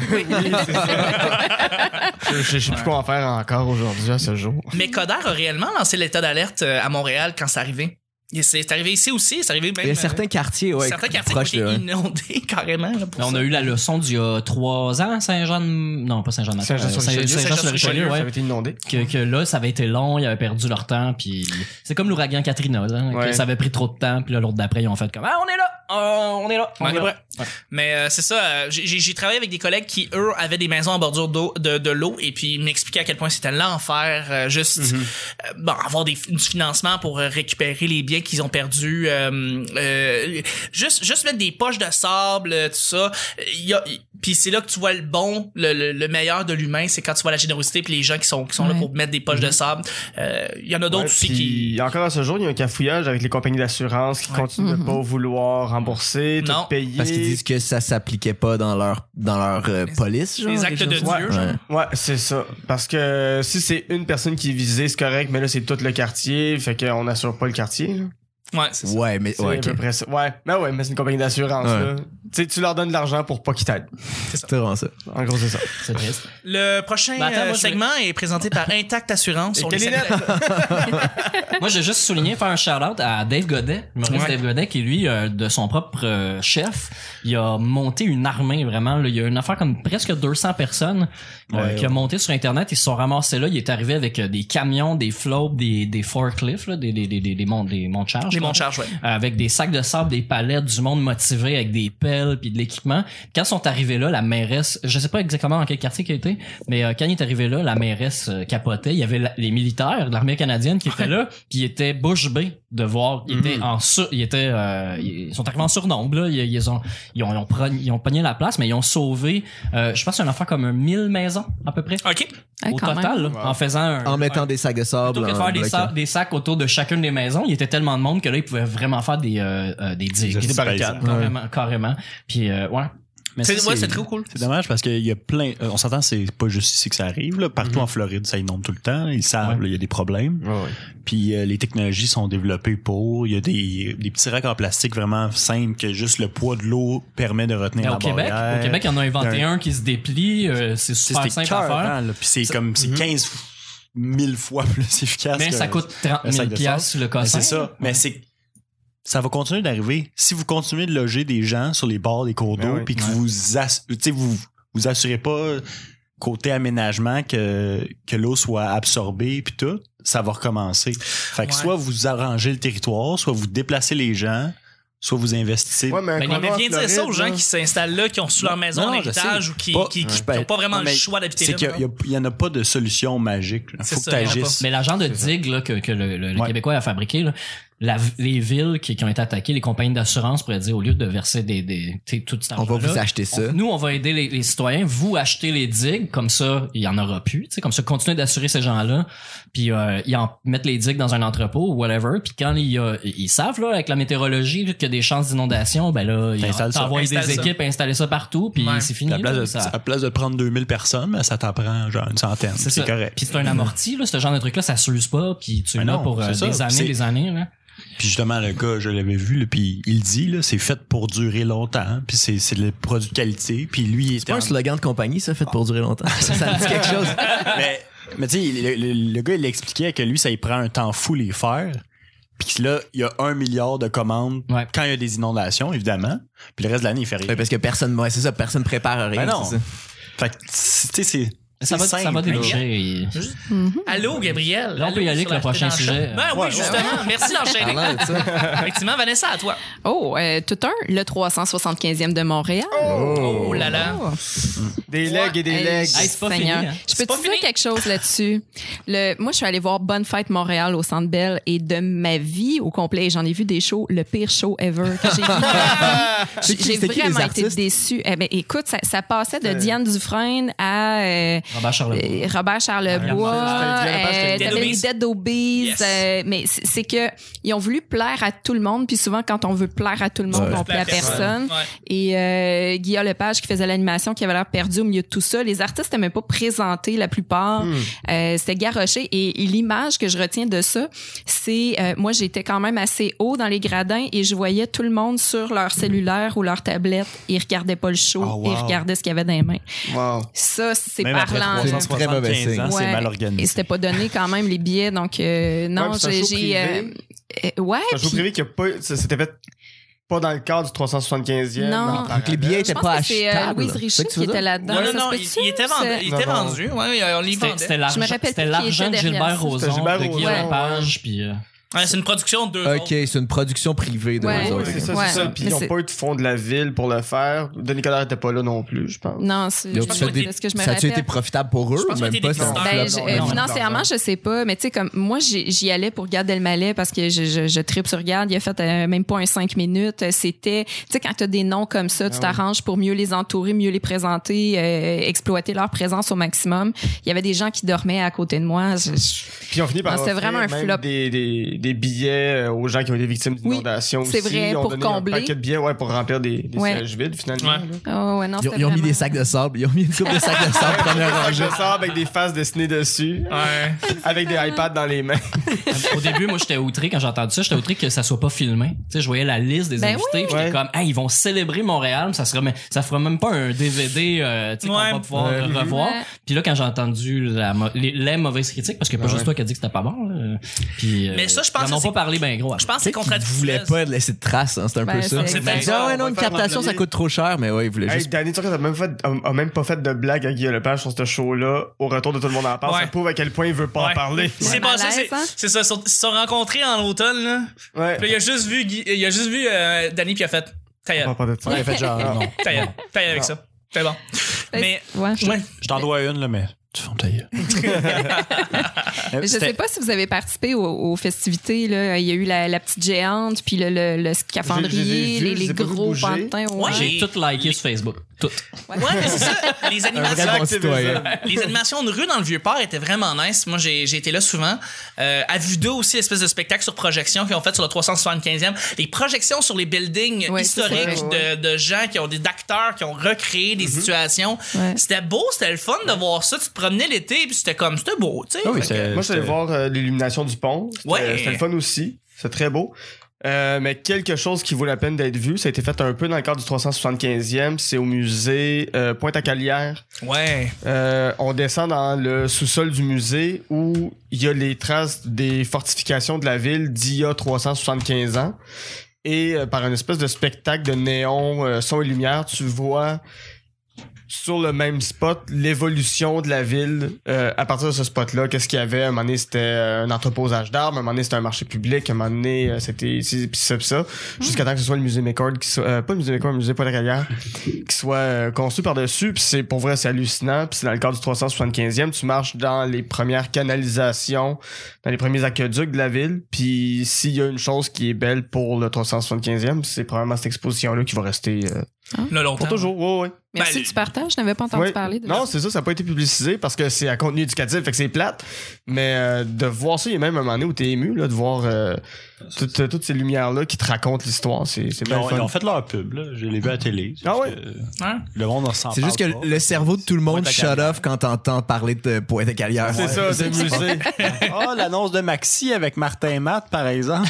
Speaker 2: Je je sais plus quoi en faire encore aujourd'hui à ce jour.
Speaker 1: Mais Coder a réellement lancé l'état d'alerte euh, à Montréal quand c'est arrivé. Et C'est c'est arrivé ici aussi. C'est arrivé même.
Speaker 3: Il y a
Speaker 1: euh,
Speaker 3: certains quartiers, ouais,
Speaker 1: certains quartiers
Speaker 3: proches hein.
Speaker 1: qui ont
Speaker 3: de.
Speaker 1: été inondés carrément. là, pour
Speaker 4: Mais on
Speaker 1: ça.
Speaker 4: a eu la leçon d'il y a trois ans, Saint-Jean. Non, pas Saint-Jean.
Speaker 2: Saint-Jean-sur-Richelieu.
Speaker 4: Saint-Jean-sur-Richelieu,
Speaker 2: Ça
Speaker 4: ouais.
Speaker 2: avait été inondé.
Speaker 4: que, que là, ça avait été long, ils avaient perdu leur temps, puis c'est comme l'ouragan Katrina, là, hein, que
Speaker 2: Ouais.
Speaker 4: ça avait pris trop de temps, puis là, l'autre d'après, ils ont fait comme, ah, on est là, Euh, on est là, on
Speaker 1: Ouais.
Speaker 4: est prêt.
Speaker 1: Mais euh, c'est ça, euh, j'ai- j'ai j'ai travaillé avec des collègues qui, eux, avaient des maisons en bordure d'eau, de, de l'eau, et puis ils m'expliquaient à quel point c'était l'enfer, euh, juste euh, bon, avoir des, du financement pour euh, récupérer les biens qu'ils ont perdus, euh, euh, juste, juste mettre des poches de sable, euh, tout ça. Il y a- Puis c'est là que tu vois le bon, le, le, le meilleur de l'humain, c'est quand tu vois la générosité, puis les gens qui sont, qui sont là
Speaker 5: Ouais.
Speaker 1: pour mettre des poches de sable. Euh, Il y en a d'autres
Speaker 2: Ouais,
Speaker 1: aussi
Speaker 2: puis
Speaker 1: qui...
Speaker 2: Encore à ce jour, il y a un cafouillage avec les compagnies d'assurance qui
Speaker 1: Ouais.
Speaker 2: continuent de
Speaker 5: Mhm.
Speaker 2: pas vouloir rembourser, tout
Speaker 1: Non.
Speaker 2: payer.
Speaker 3: Parce qu'ils disent que ça s'appliquait pas dans leur, dans leur euh, police, genre.
Speaker 1: Les actes
Speaker 3: quelque
Speaker 1: de
Speaker 3: chose.
Speaker 1: Dieu,
Speaker 3: Ouais.
Speaker 1: genre.
Speaker 3: Ouais.
Speaker 2: Ouais, c'est ça. Parce que si c'est une personne qui est visée, c'est correct, mais là, c'est tout le quartier, fait qu'on n'assure pas le quartier. là.
Speaker 1: Ouais, c'est ça.
Speaker 3: Ouais, mais
Speaker 2: C'est
Speaker 3: ouais,
Speaker 2: à
Speaker 3: ok.
Speaker 2: peu près ça. Ouais, mais ouais, mais c'est une compagnie d'assurance.
Speaker 3: Ouais.
Speaker 2: là. Tu sais, tu leur donnes de l'argent pour pas qu'ils t'aident.
Speaker 3: C'est vraiment ça.
Speaker 2: En gros, c'est ça.
Speaker 4: C'est triste.
Speaker 1: Le prochain
Speaker 4: Ben attends,
Speaker 1: euh,
Speaker 4: moi, je
Speaker 1: segment est présenté par Intact Assurance.
Speaker 2: Et
Speaker 1: On les
Speaker 2: quelle
Speaker 1: salue.
Speaker 4: Moi, j'ai juste souligné, faire un shout-out à Dave Godet, humoriste
Speaker 1: Ouais.
Speaker 4: Dave Godet, qui lui, euh, de son propre euh, chef, il a monté une armée vraiment. là. Il y a une affaire comme presque 200 personnes euh,
Speaker 6: Ouais,
Speaker 4: qui a monté sur Internet. Ils se sont ramassés là. Il est arrivé avec euh, des camions, des flops, des, des forklifts, là, des, des, des, des, des, monts- des monts de charge.
Speaker 1: J'ai
Speaker 4: là.
Speaker 1: mon charge, ouais.
Speaker 4: avec des sacs de sable, des palettes, du monde motivé avec des pelles puis de l'équipement. Quand ils sont arrivés là, la mairesse, je sais pas exactement dans quel quartier qu'elle était, mais euh, quand il est arrivé là, la mairesse euh, capotait. Il y avait la- les militaires de l'armée canadienne qui étaient là, puis ils étaient bouche bée de voir. Ils
Speaker 5: Mm.
Speaker 4: étaient en sur, ils étaient, euh, ils sont arrivés en surnombre là. Ils, ils ont, ils ont, ils ont, pogn- ils ont pogné la place, mais ils ont sauvé. euh, je pense un enfant comme 1000 maisons à peu près
Speaker 1: OK.
Speaker 5: Ah,
Speaker 4: au
Speaker 5: quand même.
Speaker 4: total, là, en faisant un,
Speaker 3: En mettant des sacs de sable.
Speaker 6: Ah,
Speaker 4: Plutôt que de
Speaker 3: en
Speaker 4: faire des,
Speaker 3: bloquant.
Speaker 6: hein.
Speaker 4: sa- des sacs autour de chacune des maisons, il y était tellement de monde que là, ils pouvaient vraiment faire des, euh, euh, des digues.
Speaker 6: Des barricades.
Speaker 4: Carrément, carrément. Puis, euh, ouais. Mais
Speaker 1: C'est
Speaker 4: ça,
Speaker 1: ouais, c'est trop cool.
Speaker 6: C'est dommage parce qu'il y a plein. euh, On s'entend, c'est pas juste ici que ça arrive. Là. Partout en Floride, ça inonde tout le temps. Ils
Speaker 4: Mhm.
Speaker 6: savent,
Speaker 4: Ouais.
Speaker 6: là, il y a des problèmes. Puis euh, les technologies sont développées pour. Il y a des, des petits racks en plastique vraiment simples que juste le poids de l'eau permet de retenir
Speaker 4: Mais
Speaker 6: la
Speaker 4: au Québec,
Speaker 6: barrière.
Speaker 4: au Québec, il y en a inventé un qui se déplie. euh, c'est
Speaker 6: Tu sais,
Speaker 4: super
Speaker 6: C'était
Speaker 4: simple à faire.
Speaker 6: cœur, là. Puis c'est
Speaker 4: Ça- Mhm.
Speaker 6: comme c'est 15 000 fois plus efficace.
Speaker 4: Mais
Speaker 6: que-
Speaker 4: ça coûte 30
Speaker 6: un
Speaker 4: 000
Speaker 6: sac de
Speaker 4: piastres le
Speaker 6: Mais
Speaker 4: cossin.
Speaker 6: Ben, c'est ça. Mais c'est. Ça va continuer d'arriver. Si vous continuez de loger des gens sur les bords des cours
Speaker 2: Ben
Speaker 6: d'eau,
Speaker 2: oui.
Speaker 6: puis que
Speaker 4: Ouais.
Speaker 6: vous, ass- tu sais, vous vous assurez pas côté aménagement que, que l'eau soit absorbée puis tout, ça va recommencer. Fait que
Speaker 1: Ouais.
Speaker 6: soit vous arrangez le territoire, soit vous déplacez les gens, soit vous investissez.
Speaker 2: Ouais, mais un
Speaker 4: Mais
Speaker 2: condo
Speaker 1: Mais
Speaker 2: en
Speaker 1: viens dire ça
Speaker 2: Floride,
Speaker 1: aux gens
Speaker 2: là.
Speaker 1: qui s'installent là, qui ont su leur maison
Speaker 6: Non,
Speaker 1: en
Speaker 6: non, je
Speaker 1: héritage
Speaker 6: sais.
Speaker 1: ou qui
Speaker 6: Pas-
Speaker 1: n'ont qui, qui,
Speaker 6: Ouais.
Speaker 1: qui ont pas vraiment
Speaker 6: Non,
Speaker 1: le
Speaker 6: mais
Speaker 1: choix d'habiter
Speaker 6: C'est
Speaker 1: là.
Speaker 6: qu'il
Speaker 1: non?
Speaker 6: n'y en a pas de solution magique. Il
Speaker 1: C'est
Speaker 6: faut que
Speaker 1: ça,
Speaker 6: tu
Speaker 1: il y en a
Speaker 6: agisses.
Speaker 4: Mais l'agent de digue là, que, que le, le- le
Speaker 6: Ouais.
Speaker 4: Québécois a fabriqué, là, la- les villes qui, qui ont été attaquées, les compagnies d'assurance pourraient dire, au lieu de verser des, des, tu sais, tout cet
Speaker 3: On va
Speaker 4: argent-là,
Speaker 3: vous acheter ça.
Speaker 4: On- nous, on va aider les, les citoyens. Vous achetez les digues, comme ça, il y en aura plus. tu sais, Comme ça, continuez d'assurer ces gens-là, puis euh, ils en mettent les digues dans un entrepôt ou whatever. Puis quand il y a- ils savent là, avec la météorologie là, qu'il y a des chances d'inondation, ben là, ils
Speaker 6: T'installes ça.
Speaker 4: t'envoient des
Speaker 1: Installe ça.
Speaker 4: équipes installer ça partout, puis
Speaker 1: Ouais.
Speaker 4: c'est fini.
Speaker 6: à la place,
Speaker 4: là,
Speaker 6: de,
Speaker 4: ça-
Speaker 6: à la place de prendre 2000 personnes, ben, ça t'en prend genre une centaine.
Speaker 4: C'est
Speaker 6: C'est
Speaker 4: ça.
Speaker 6: correct.
Speaker 4: Puis c'est un amorti, là, ce genre de truc-là, ça s'use pas, puis tu
Speaker 6: Mais
Speaker 4: l'as
Speaker 6: non,
Speaker 4: pour euh,
Speaker 6: c'est ça.
Speaker 4: des années,
Speaker 6: C'est-
Speaker 4: des années. Là.
Speaker 6: Puis justement, le gars, je l'avais vu, là, puis il dit, là, c'est fait pour durer longtemps, hein, puis c'est, c'est le produit de qualité, puis lui, il
Speaker 3: C'est
Speaker 6: était...
Speaker 3: pas un
Speaker 6: en-
Speaker 3: slogan de compagnie, ça, fait pour durer longtemps. ça me dit quelque chose.
Speaker 6: Mais, mais tu sais, le, le- le gars, il expliquait que lui, ça y prend un temps fou les faire, puis que là, il y a un milliard de commandes
Speaker 4: Ouais.
Speaker 6: quand il y a des inondations, évidemment, puis le reste de l'année, il fait rien.
Speaker 3: Ouais, parce que personne, ouais, c'est ça, personne prépare rien.
Speaker 6: Ben non.
Speaker 3: c'est ça.
Speaker 6: Eh ben, Fait que, tu sais, c'est...
Speaker 4: Ça
Speaker 6: c'est
Speaker 4: va,
Speaker 6: simple, Ben,
Speaker 4: ça va
Speaker 6: mais-
Speaker 4: déboucher. et-
Speaker 5: Mhm.
Speaker 1: Allô, Gabriel.
Speaker 4: Là, on peut y
Speaker 1: Allô,
Speaker 4: aller
Speaker 1: sur
Speaker 4: avec le
Speaker 1: la
Speaker 4: prochain
Speaker 1: jetée dans
Speaker 4: sujet.
Speaker 1: le champ. Ben oui,
Speaker 6: Ouais,
Speaker 1: justement. Merci d'enchaîner.
Speaker 3: Parlant de ça.
Speaker 1: Effectivement, Vanessa, à toi.
Speaker 5: Oh, euh, tout un, le 375e de Montréal.
Speaker 1: Oh là là.
Speaker 5: Oh.
Speaker 2: Des legs et des
Speaker 5: Hey,
Speaker 2: legs.
Speaker 4: Hey, c'est pas
Speaker 5: Seigneur.
Speaker 4: fini, hein?
Speaker 5: Je
Speaker 1: C'est
Speaker 5: peux
Speaker 1: pas
Speaker 5: te dire
Speaker 1: fini.
Speaker 5: quelque chose là-dessus. Le, moi, je suis allée voir Bonne Fête Montréal au Centre Bell et de ma vie au complet, j'en ai vu des shows, le pire show ever que j'ai vu. de ma vie.
Speaker 3: C'est qui-
Speaker 5: J'ai
Speaker 3: c'était qui, les
Speaker 5: vraiment été
Speaker 3: artistes?
Speaker 5: déçue. Eh ben, écoute, ça, ça passait de Diane Dufresne à euh,
Speaker 4: Robert Charlebois.
Speaker 5: euh, Robert Charlebois,
Speaker 2: C'était Diane Page,
Speaker 5: euh,
Speaker 1: c'était
Speaker 5: t'avais
Speaker 1: Dead
Speaker 5: les Dead Obese,
Speaker 1: Yes.
Speaker 5: euh, mais c'est c'est que ils ont voulu plaire à tout le monde, puis souvent quand on veut plaire à tout le monde, on plaît à personne.
Speaker 1: Ouais.
Speaker 5: Et euh, Guillaume Lepage qui faisait l'animation, qui avait l'air perdu au milieu de tout ça. Les artistes n'aimaient pas présenté la plupart. Euh, C'était garoché. Et, et l'image que je retiens de ça, c'est euh, moi j'étais quand même assez haut dans les gradins et je voyais tout le monde sur leur cellulaire ou leur tablette. Ils regardaient pas le show,
Speaker 6: Oh, wow.
Speaker 5: ils regardaient ce qu'il y avait dans les mains.
Speaker 2: Wow.
Speaker 5: Ça, c'est
Speaker 6: Même après
Speaker 5: parlant. là.
Speaker 6: 375
Speaker 3: très mauvais signe.
Speaker 6: ans,
Speaker 5: Ouais.
Speaker 6: c'est mal
Speaker 5: Et
Speaker 6: organisé.
Speaker 5: c'était pas donné quand même les billets, donc euh, non,
Speaker 2: puis c'est un
Speaker 5: j'ai-
Speaker 2: show
Speaker 5: j'ai euh,
Speaker 2: privé.
Speaker 5: euh, ouais.
Speaker 2: C'est un show
Speaker 5: puis-
Speaker 2: privé qui a pas. ça- C'était fait pas dans le cadre du 375e.
Speaker 5: Non.
Speaker 2: en parallèle.
Speaker 3: Ah, Donc, les billets
Speaker 5: je
Speaker 3: étaient
Speaker 5: pense
Speaker 3: pas
Speaker 5: que c'est euh,
Speaker 3: achetables.
Speaker 5: Louise Richer
Speaker 3: C'est ça que tu
Speaker 5: qui
Speaker 3: veux
Speaker 5: était
Speaker 3: dire?
Speaker 1: Non,
Speaker 5: là-dedans. Ça
Speaker 1: non,
Speaker 5: se
Speaker 1: non, il,
Speaker 5: peut-tu?
Speaker 1: il était vendu.
Speaker 5: C'est-
Speaker 1: Il était
Speaker 2: Non, non.
Speaker 1: vendu. Ouais, on l'y
Speaker 4: C'était
Speaker 1: vendait.
Speaker 4: c'était
Speaker 5: Je me
Speaker 4: l'argent
Speaker 5: rappelle
Speaker 4: c'était
Speaker 5: plus qui
Speaker 4: l'argent
Speaker 5: était
Speaker 4: de
Speaker 5: derrière
Speaker 4: Gilbert
Speaker 5: ça.
Speaker 4: Rozon,
Speaker 2: C'était Gilbert
Speaker 4: de Guy
Speaker 2: Rozon,
Speaker 4: Lepage, puis euh,
Speaker 1: Ouais, c'est une production de deux
Speaker 3: Ok,
Speaker 1: autres.
Speaker 3: c'est une production privée de
Speaker 5: Ouais.
Speaker 2: Ouais,
Speaker 3: eux autres.
Speaker 2: c'est ça,
Speaker 5: Ouais.
Speaker 2: c'est ça. Puis
Speaker 5: Mais
Speaker 2: ils n'ont
Speaker 5: c'est-
Speaker 2: pas eu de fonds de la ville pour le faire. De Nicolas n'était pas là non plus, je pense.
Speaker 5: Non, c'est
Speaker 3: Donc,
Speaker 5: je pense
Speaker 3: ça
Speaker 5: que
Speaker 3: dé-
Speaker 5: de ce que je me
Speaker 3: ça a-tu
Speaker 5: rappelle.
Speaker 3: été profitable pour eux
Speaker 1: Je pense
Speaker 3: ou
Speaker 1: que
Speaker 3: même
Speaker 1: c'était
Speaker 3: pas?
Speaker 1: des
Speaker 3: ça?
Speaker 1: visiteurs.
Speaker 5: Ben,
Speaker 1: Non,
Speaker 5: je-
Speaker 1: non,
Speaker 5: euh,
Speaker 1: non,
Speaker 5: financièrement, je sais pas, mais tu sais, comme moi, j'ai- j'y allais pour Garde Delmalais parce que je, je, je tripe sur Garde. Il a fait euh, même pas un 5 minutes. Euh, C'était, tu sais, quand t'as des noms comme ça, tu t'arranges pour mieux les entourer, mieux les présenter, euh, exploiter leur présence au maximum. Il y avait des gens qui dormaient à côté de moi. Je- je-
Speaker 2: Puis on finit par
Speaker 5: Non, c'était
Speaker 2: offrir
Speaker 5: vraiment un
Speaker 2: même
Speaker 5: flop.
Speaker 2: Des, des, des billets euh, aux gens qui ont été victimes d'inondations
Speaker 5: c'est
Speaker 2: aussi.
Speaker 5: vrai,
Speaker 2: Ils ont
Speaker 5: pour
Speaker 2: donné
Speaker 5: combler.
Speaker 2: Un paquet de billets ouais, pour remplir des, des
Speaker 5: Ouais.
Speaker 2: sièges vides, finalement.
Speaker 1: Ouais.
Speaker 5: Oh, ouais,
Speaker 3: Ils,
Speaker 5: non,
Speaker 3: ont-
Speaker 5: c'était
Speaker 3: ils ont mis
Speaker 5: vraiment-
Speaker 3: des sacs de sable. Ils ont mis une coupe de sacs de sable première rangée.
Speaker 2: Je sors avec des faces dessinées dessus,
Speaker 1: Ouais.
Speaker 2: avec des iPads dans les mains.
Speaker 4: Au début, moi, j'étais outré quand j'ai entendu ça. J'étais outré que ça soit pas filmé. Tu sais, je voyais la liste des
Speaker 5: Ben
Speaker 4: invités.
Speaker 5: oui.
Speaker 4: puis J'étais
Speaker 2: Ouais.
Speaker 4: comme, hey, ils vont célébrer Montréal. mais Ça sera, mais ça fera même pas un DVD, euh, tu sais,
Speaker 1: Ouais.
Speaker 4: qu'on va pouvoir
Speaker 2: Ouais.
Speaker 4: euh, revoir.
Speaker 5: Ouais.
Speaker 4: Puis là, quand j'ai entendu la, mo- les, les mauvaises critiques, parce que pas
Speaker 2: Ben
Speaker 4: juste
Speaker 2: ouais.
Speaker 4: toi qui as dit que c'était pas bon, là, Puis, euh,
Speaker 1: Mais ça, je pense
Speaker 4: Ils en ont
Speaker 1: que c'est-
Speaker 4: pas parlé ben gros.
Speaker 1: Je
Speaker 4: après.
Speaker 1: pense que c'est
Speaker 3: Ils voulaient
Speaker 1: contradictoire.
Speaker 3: pas laisser de traces, hein, c'est un
Speaker 5: Ben,
Speaker 3: peu ça.
Speaker 5: c'est-
Speaker 3: Ils
Speaker 1: ben,
Speaker 3: disaient, ah ouais,
Speaker 2: on
Speaker 3: non,
Speaker 2: va
Speaker 3: une
Speaker 2: le faire
Speaker 3: captation, ça
Speaker 2: remplir.
Speaker 3: coûte trop cher, mais ouais, ils voulaient
Speaker 2: Hey,
Speaker 3: juste.
Speaker 2: Danny Turcotte a même, fait, a, a même pas fait de blague à Guillaume Lepage sur ce show-là. Au retour de Tout le monde en parle,
Speaker 1: Ouais.
Speaker 2: ça prouve à quel point il veut pas
Speaker 1: Ouais.
Speaker 2: en parler.
Speaker 1: C'est
Speaker 5: Ouais,
Speaker 1: passé,
Speaker 5: malaise,
Speaker 1: c'est-
Speaker 5: hein?
Speaker 1: c'est ça. Ils sont- ils se sont rencontrés en automne, là.
Speaker 2: Ouais.
Speaker 1: Puis il a juste vu, Guy- il a juste vu euh, Danny, puis il a fait Ta
Speaker 2: On va
Speaker 1: gueule,
Speaker 2: pas de ça.
Speaker 6: Ouais, fait genre, non.
Speaker 1: ta gueule, ta gueule avec
Speaker 2: Non.
Speaker 1: ça. C'est bon. Mais.
Speaker 5: Ouais.
Speaker 1: Ouais.
Speaker 6: Je t'en dois une, là, mais tu fermes ta gueule. Euh,
Speaker 5: Mais Je
Speaker 6: c'était-
Speaker 5: sais pas si vous avez participé aux, aux festivités. Là. Il y a eu la, la petite géante, puis le, le, le scaphandrier,
Speaker 2: vus,
Speaker 5: les,
Speaker 2: je
Speaker 5: les
Speaker 2: les ai pas vus
Speaker 5: gros
Speaker 2: bouger.
Speaker 5: pantins.
Speaker 1: Ouais, j'ai-
Speaker 4: J'ai tout liké sur Facebook. Tout.
Speaker 1: Ouais, mais c'est ça. Les animations. euh,
Speaker 3: vrai bon
Speaker 2: activisme.
Speaker 3: citoyen.
Speaker 1: Les animations de rue dans le Vieux-Port étaient vraiment nice. Moi, j'ai j'ai été là souvent. Euh, à Vudo aussi, l'espèce de spectacle sur projection qu'ils ont fait sur le 375e. Les projections sur les buildings
Speaker 5: Ouais,
Speaker 1: historiques
Speaker 5: c'est
Speaker 1: de, de gens qui ont des acteurs qui ont recréé des situations.
Speaker 5: Ouais.
Speaker 1: C'était beau, c'était le fun de voir ça. Tu te promenais l'été, puis c'était comme, c'était beau, tu sais.
Speaker 6: Ah oui,
Speaker 1: Fait que-
Speaker 6: c'est-
Speaker 2: Moi, je suis allé
Speaker 6: c'était-
Speaker 2: voir euh, l'illumination du pont. C'était
Speaker 1: Ouais.
Speaker 2: c'était le fun aussi. C'est très beau. Euh, mais quelque chose qui vaut la peine d'être vu, ça a été fait un peu dans le cadre du 375e, c'est au musée euh, Pointe-à-Calière.
Speaker 1: ouais.
Speaker 2: Euh, on descend dans le sous-sol du musée où il y a les traces des fortifications de la ville d'il y a 375 ans. Et euh, par une espèce de spectacle de néon, euh, son et lumière, tu vois sur le même spot l'évolution de la ville euh, à partir de ce spot-là. Qu'est-ce qu'il y avait? Un moment donné, c'était euh, un entreposage d'armes. Un moment donné, c'était un marché public. Un moment donné, euh, c'était ici, pis ça, pis ça. Jusqu'à temps que ce soit le musée McCord, qui soit, euh, pas le musée McCord, le musée Paul Lacalière, qui soit euh, conçu par-dessus. Puis c'est, pour vrai, c'est hallucinant. Puis c'est dans le cadre du 375e. Tu marches dans les premières canalisations, dans les premiers aqueducs de la ville. Puis s'il y a une chose qui est belle pour le 375e, c'est probablement cette exposition-là qui va rester euh,
Speaker 1: Là, longtemps.
Speaker 2: pour toujours. Ouais, ouais.
Speaker 5: Merci
Speaker 1: Ben,
Speaker 5: du partage. Je n'avais pas entendu
Speaker 2: Ouais.
Speaker 5: parler de
Speaker 2: Non, c'est ça, ça n'a pas été publicisé parce que c'est à contenu éducatif, fait que c'est plate. Mais euh, de voir ça, il y a même un moment donné où t'es ému, là, de voir euh, toutes, toutes ces lumières-là qui te racontent l'histoire. C'est c'est
Speaker 6: Ils
Speaker 2: bien
Speaker 6: ont,
Speaker 2: fun.
Speaker 6: ils ont fait leur Hmm. pub, là. Je l'ai vu à la télé. C'est
Speaker 2: Ah
Speaker 6: juste
Speaker 2: ouais?
Speaker 6: que, euh,
Speaker 1: Hein?
Speaker 6: Le monde en s'en
Speaker 3: C'est juste que
Speaker 6: parle pas.
Speaker 3: le cerveau de tout le monde
Speaker 6: Pointe à
Speaker 3: shut
Speaker 6: Calière.
Speaker 3: off quand t'entends parler de Pointe à Calière.
Speaker 2: C'est ça, c'est musée.
Speaker 6: Ah, l'annonce de Maxi avec Martin Matt, par exemple.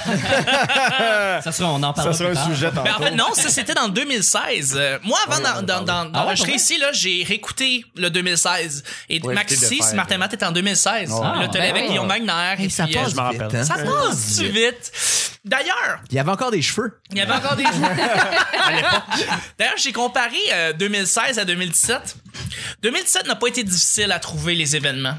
Speaker 4: Ça sera, on en
Speaker 2: Ah. ça
Speaker 4: parlera.
Speaker 2: sera
Speaker 4: plus
Speaker 2: un
Speaker 4: tard.
Speaker 2: sujet
Speaker 1: Ben, en
Speaker 2: tantôt.
Speaker 1: fait, non, ça c'était dans le 2016. Euh, moi, avant d'en- d'en- d'en-
Speaker 4: Ah ouais,
Speaker 1: d'enregistrer
Speaker 4: pour vrai?
Speaker 1: ici, là, j'ai réécouté le 2016. Et
Speaker 6: Ouais,
Speaker 1: Maxi,
Speaker 6: écoutez de
Speaker 1: c'est
Speaker 6: faire,
Speaker 1: Martin
Speaker 6: euh,
Speaker 1: Matt est en 2016.
Speaker 6: Ah,
Speaker 1: là, t'as
Speaker 5: ben
Speaker 1: avec
Speaker 5: ouais.
Speaker 1: Guillaume Magnaire.
Speaker 3: Et ça
Speaker 1: puis, euh,
Speaker 3: passe
Speaker 6: je m'en
Speaker 3: vite,
Speaker 6: rappelle.
Speaker 3: hein.
Speaker 1: Ça passe
Speaker 3: vite.
Speaker 1: vite. D'ailleurs,
Speaker 3: Il y avait encore des cheveux.
Speaker 1: il y avait encore des D'ailleurs, j'ai comparé euh, 2016 à 2017. 2017 n'a pas été difficile à trouver les événements,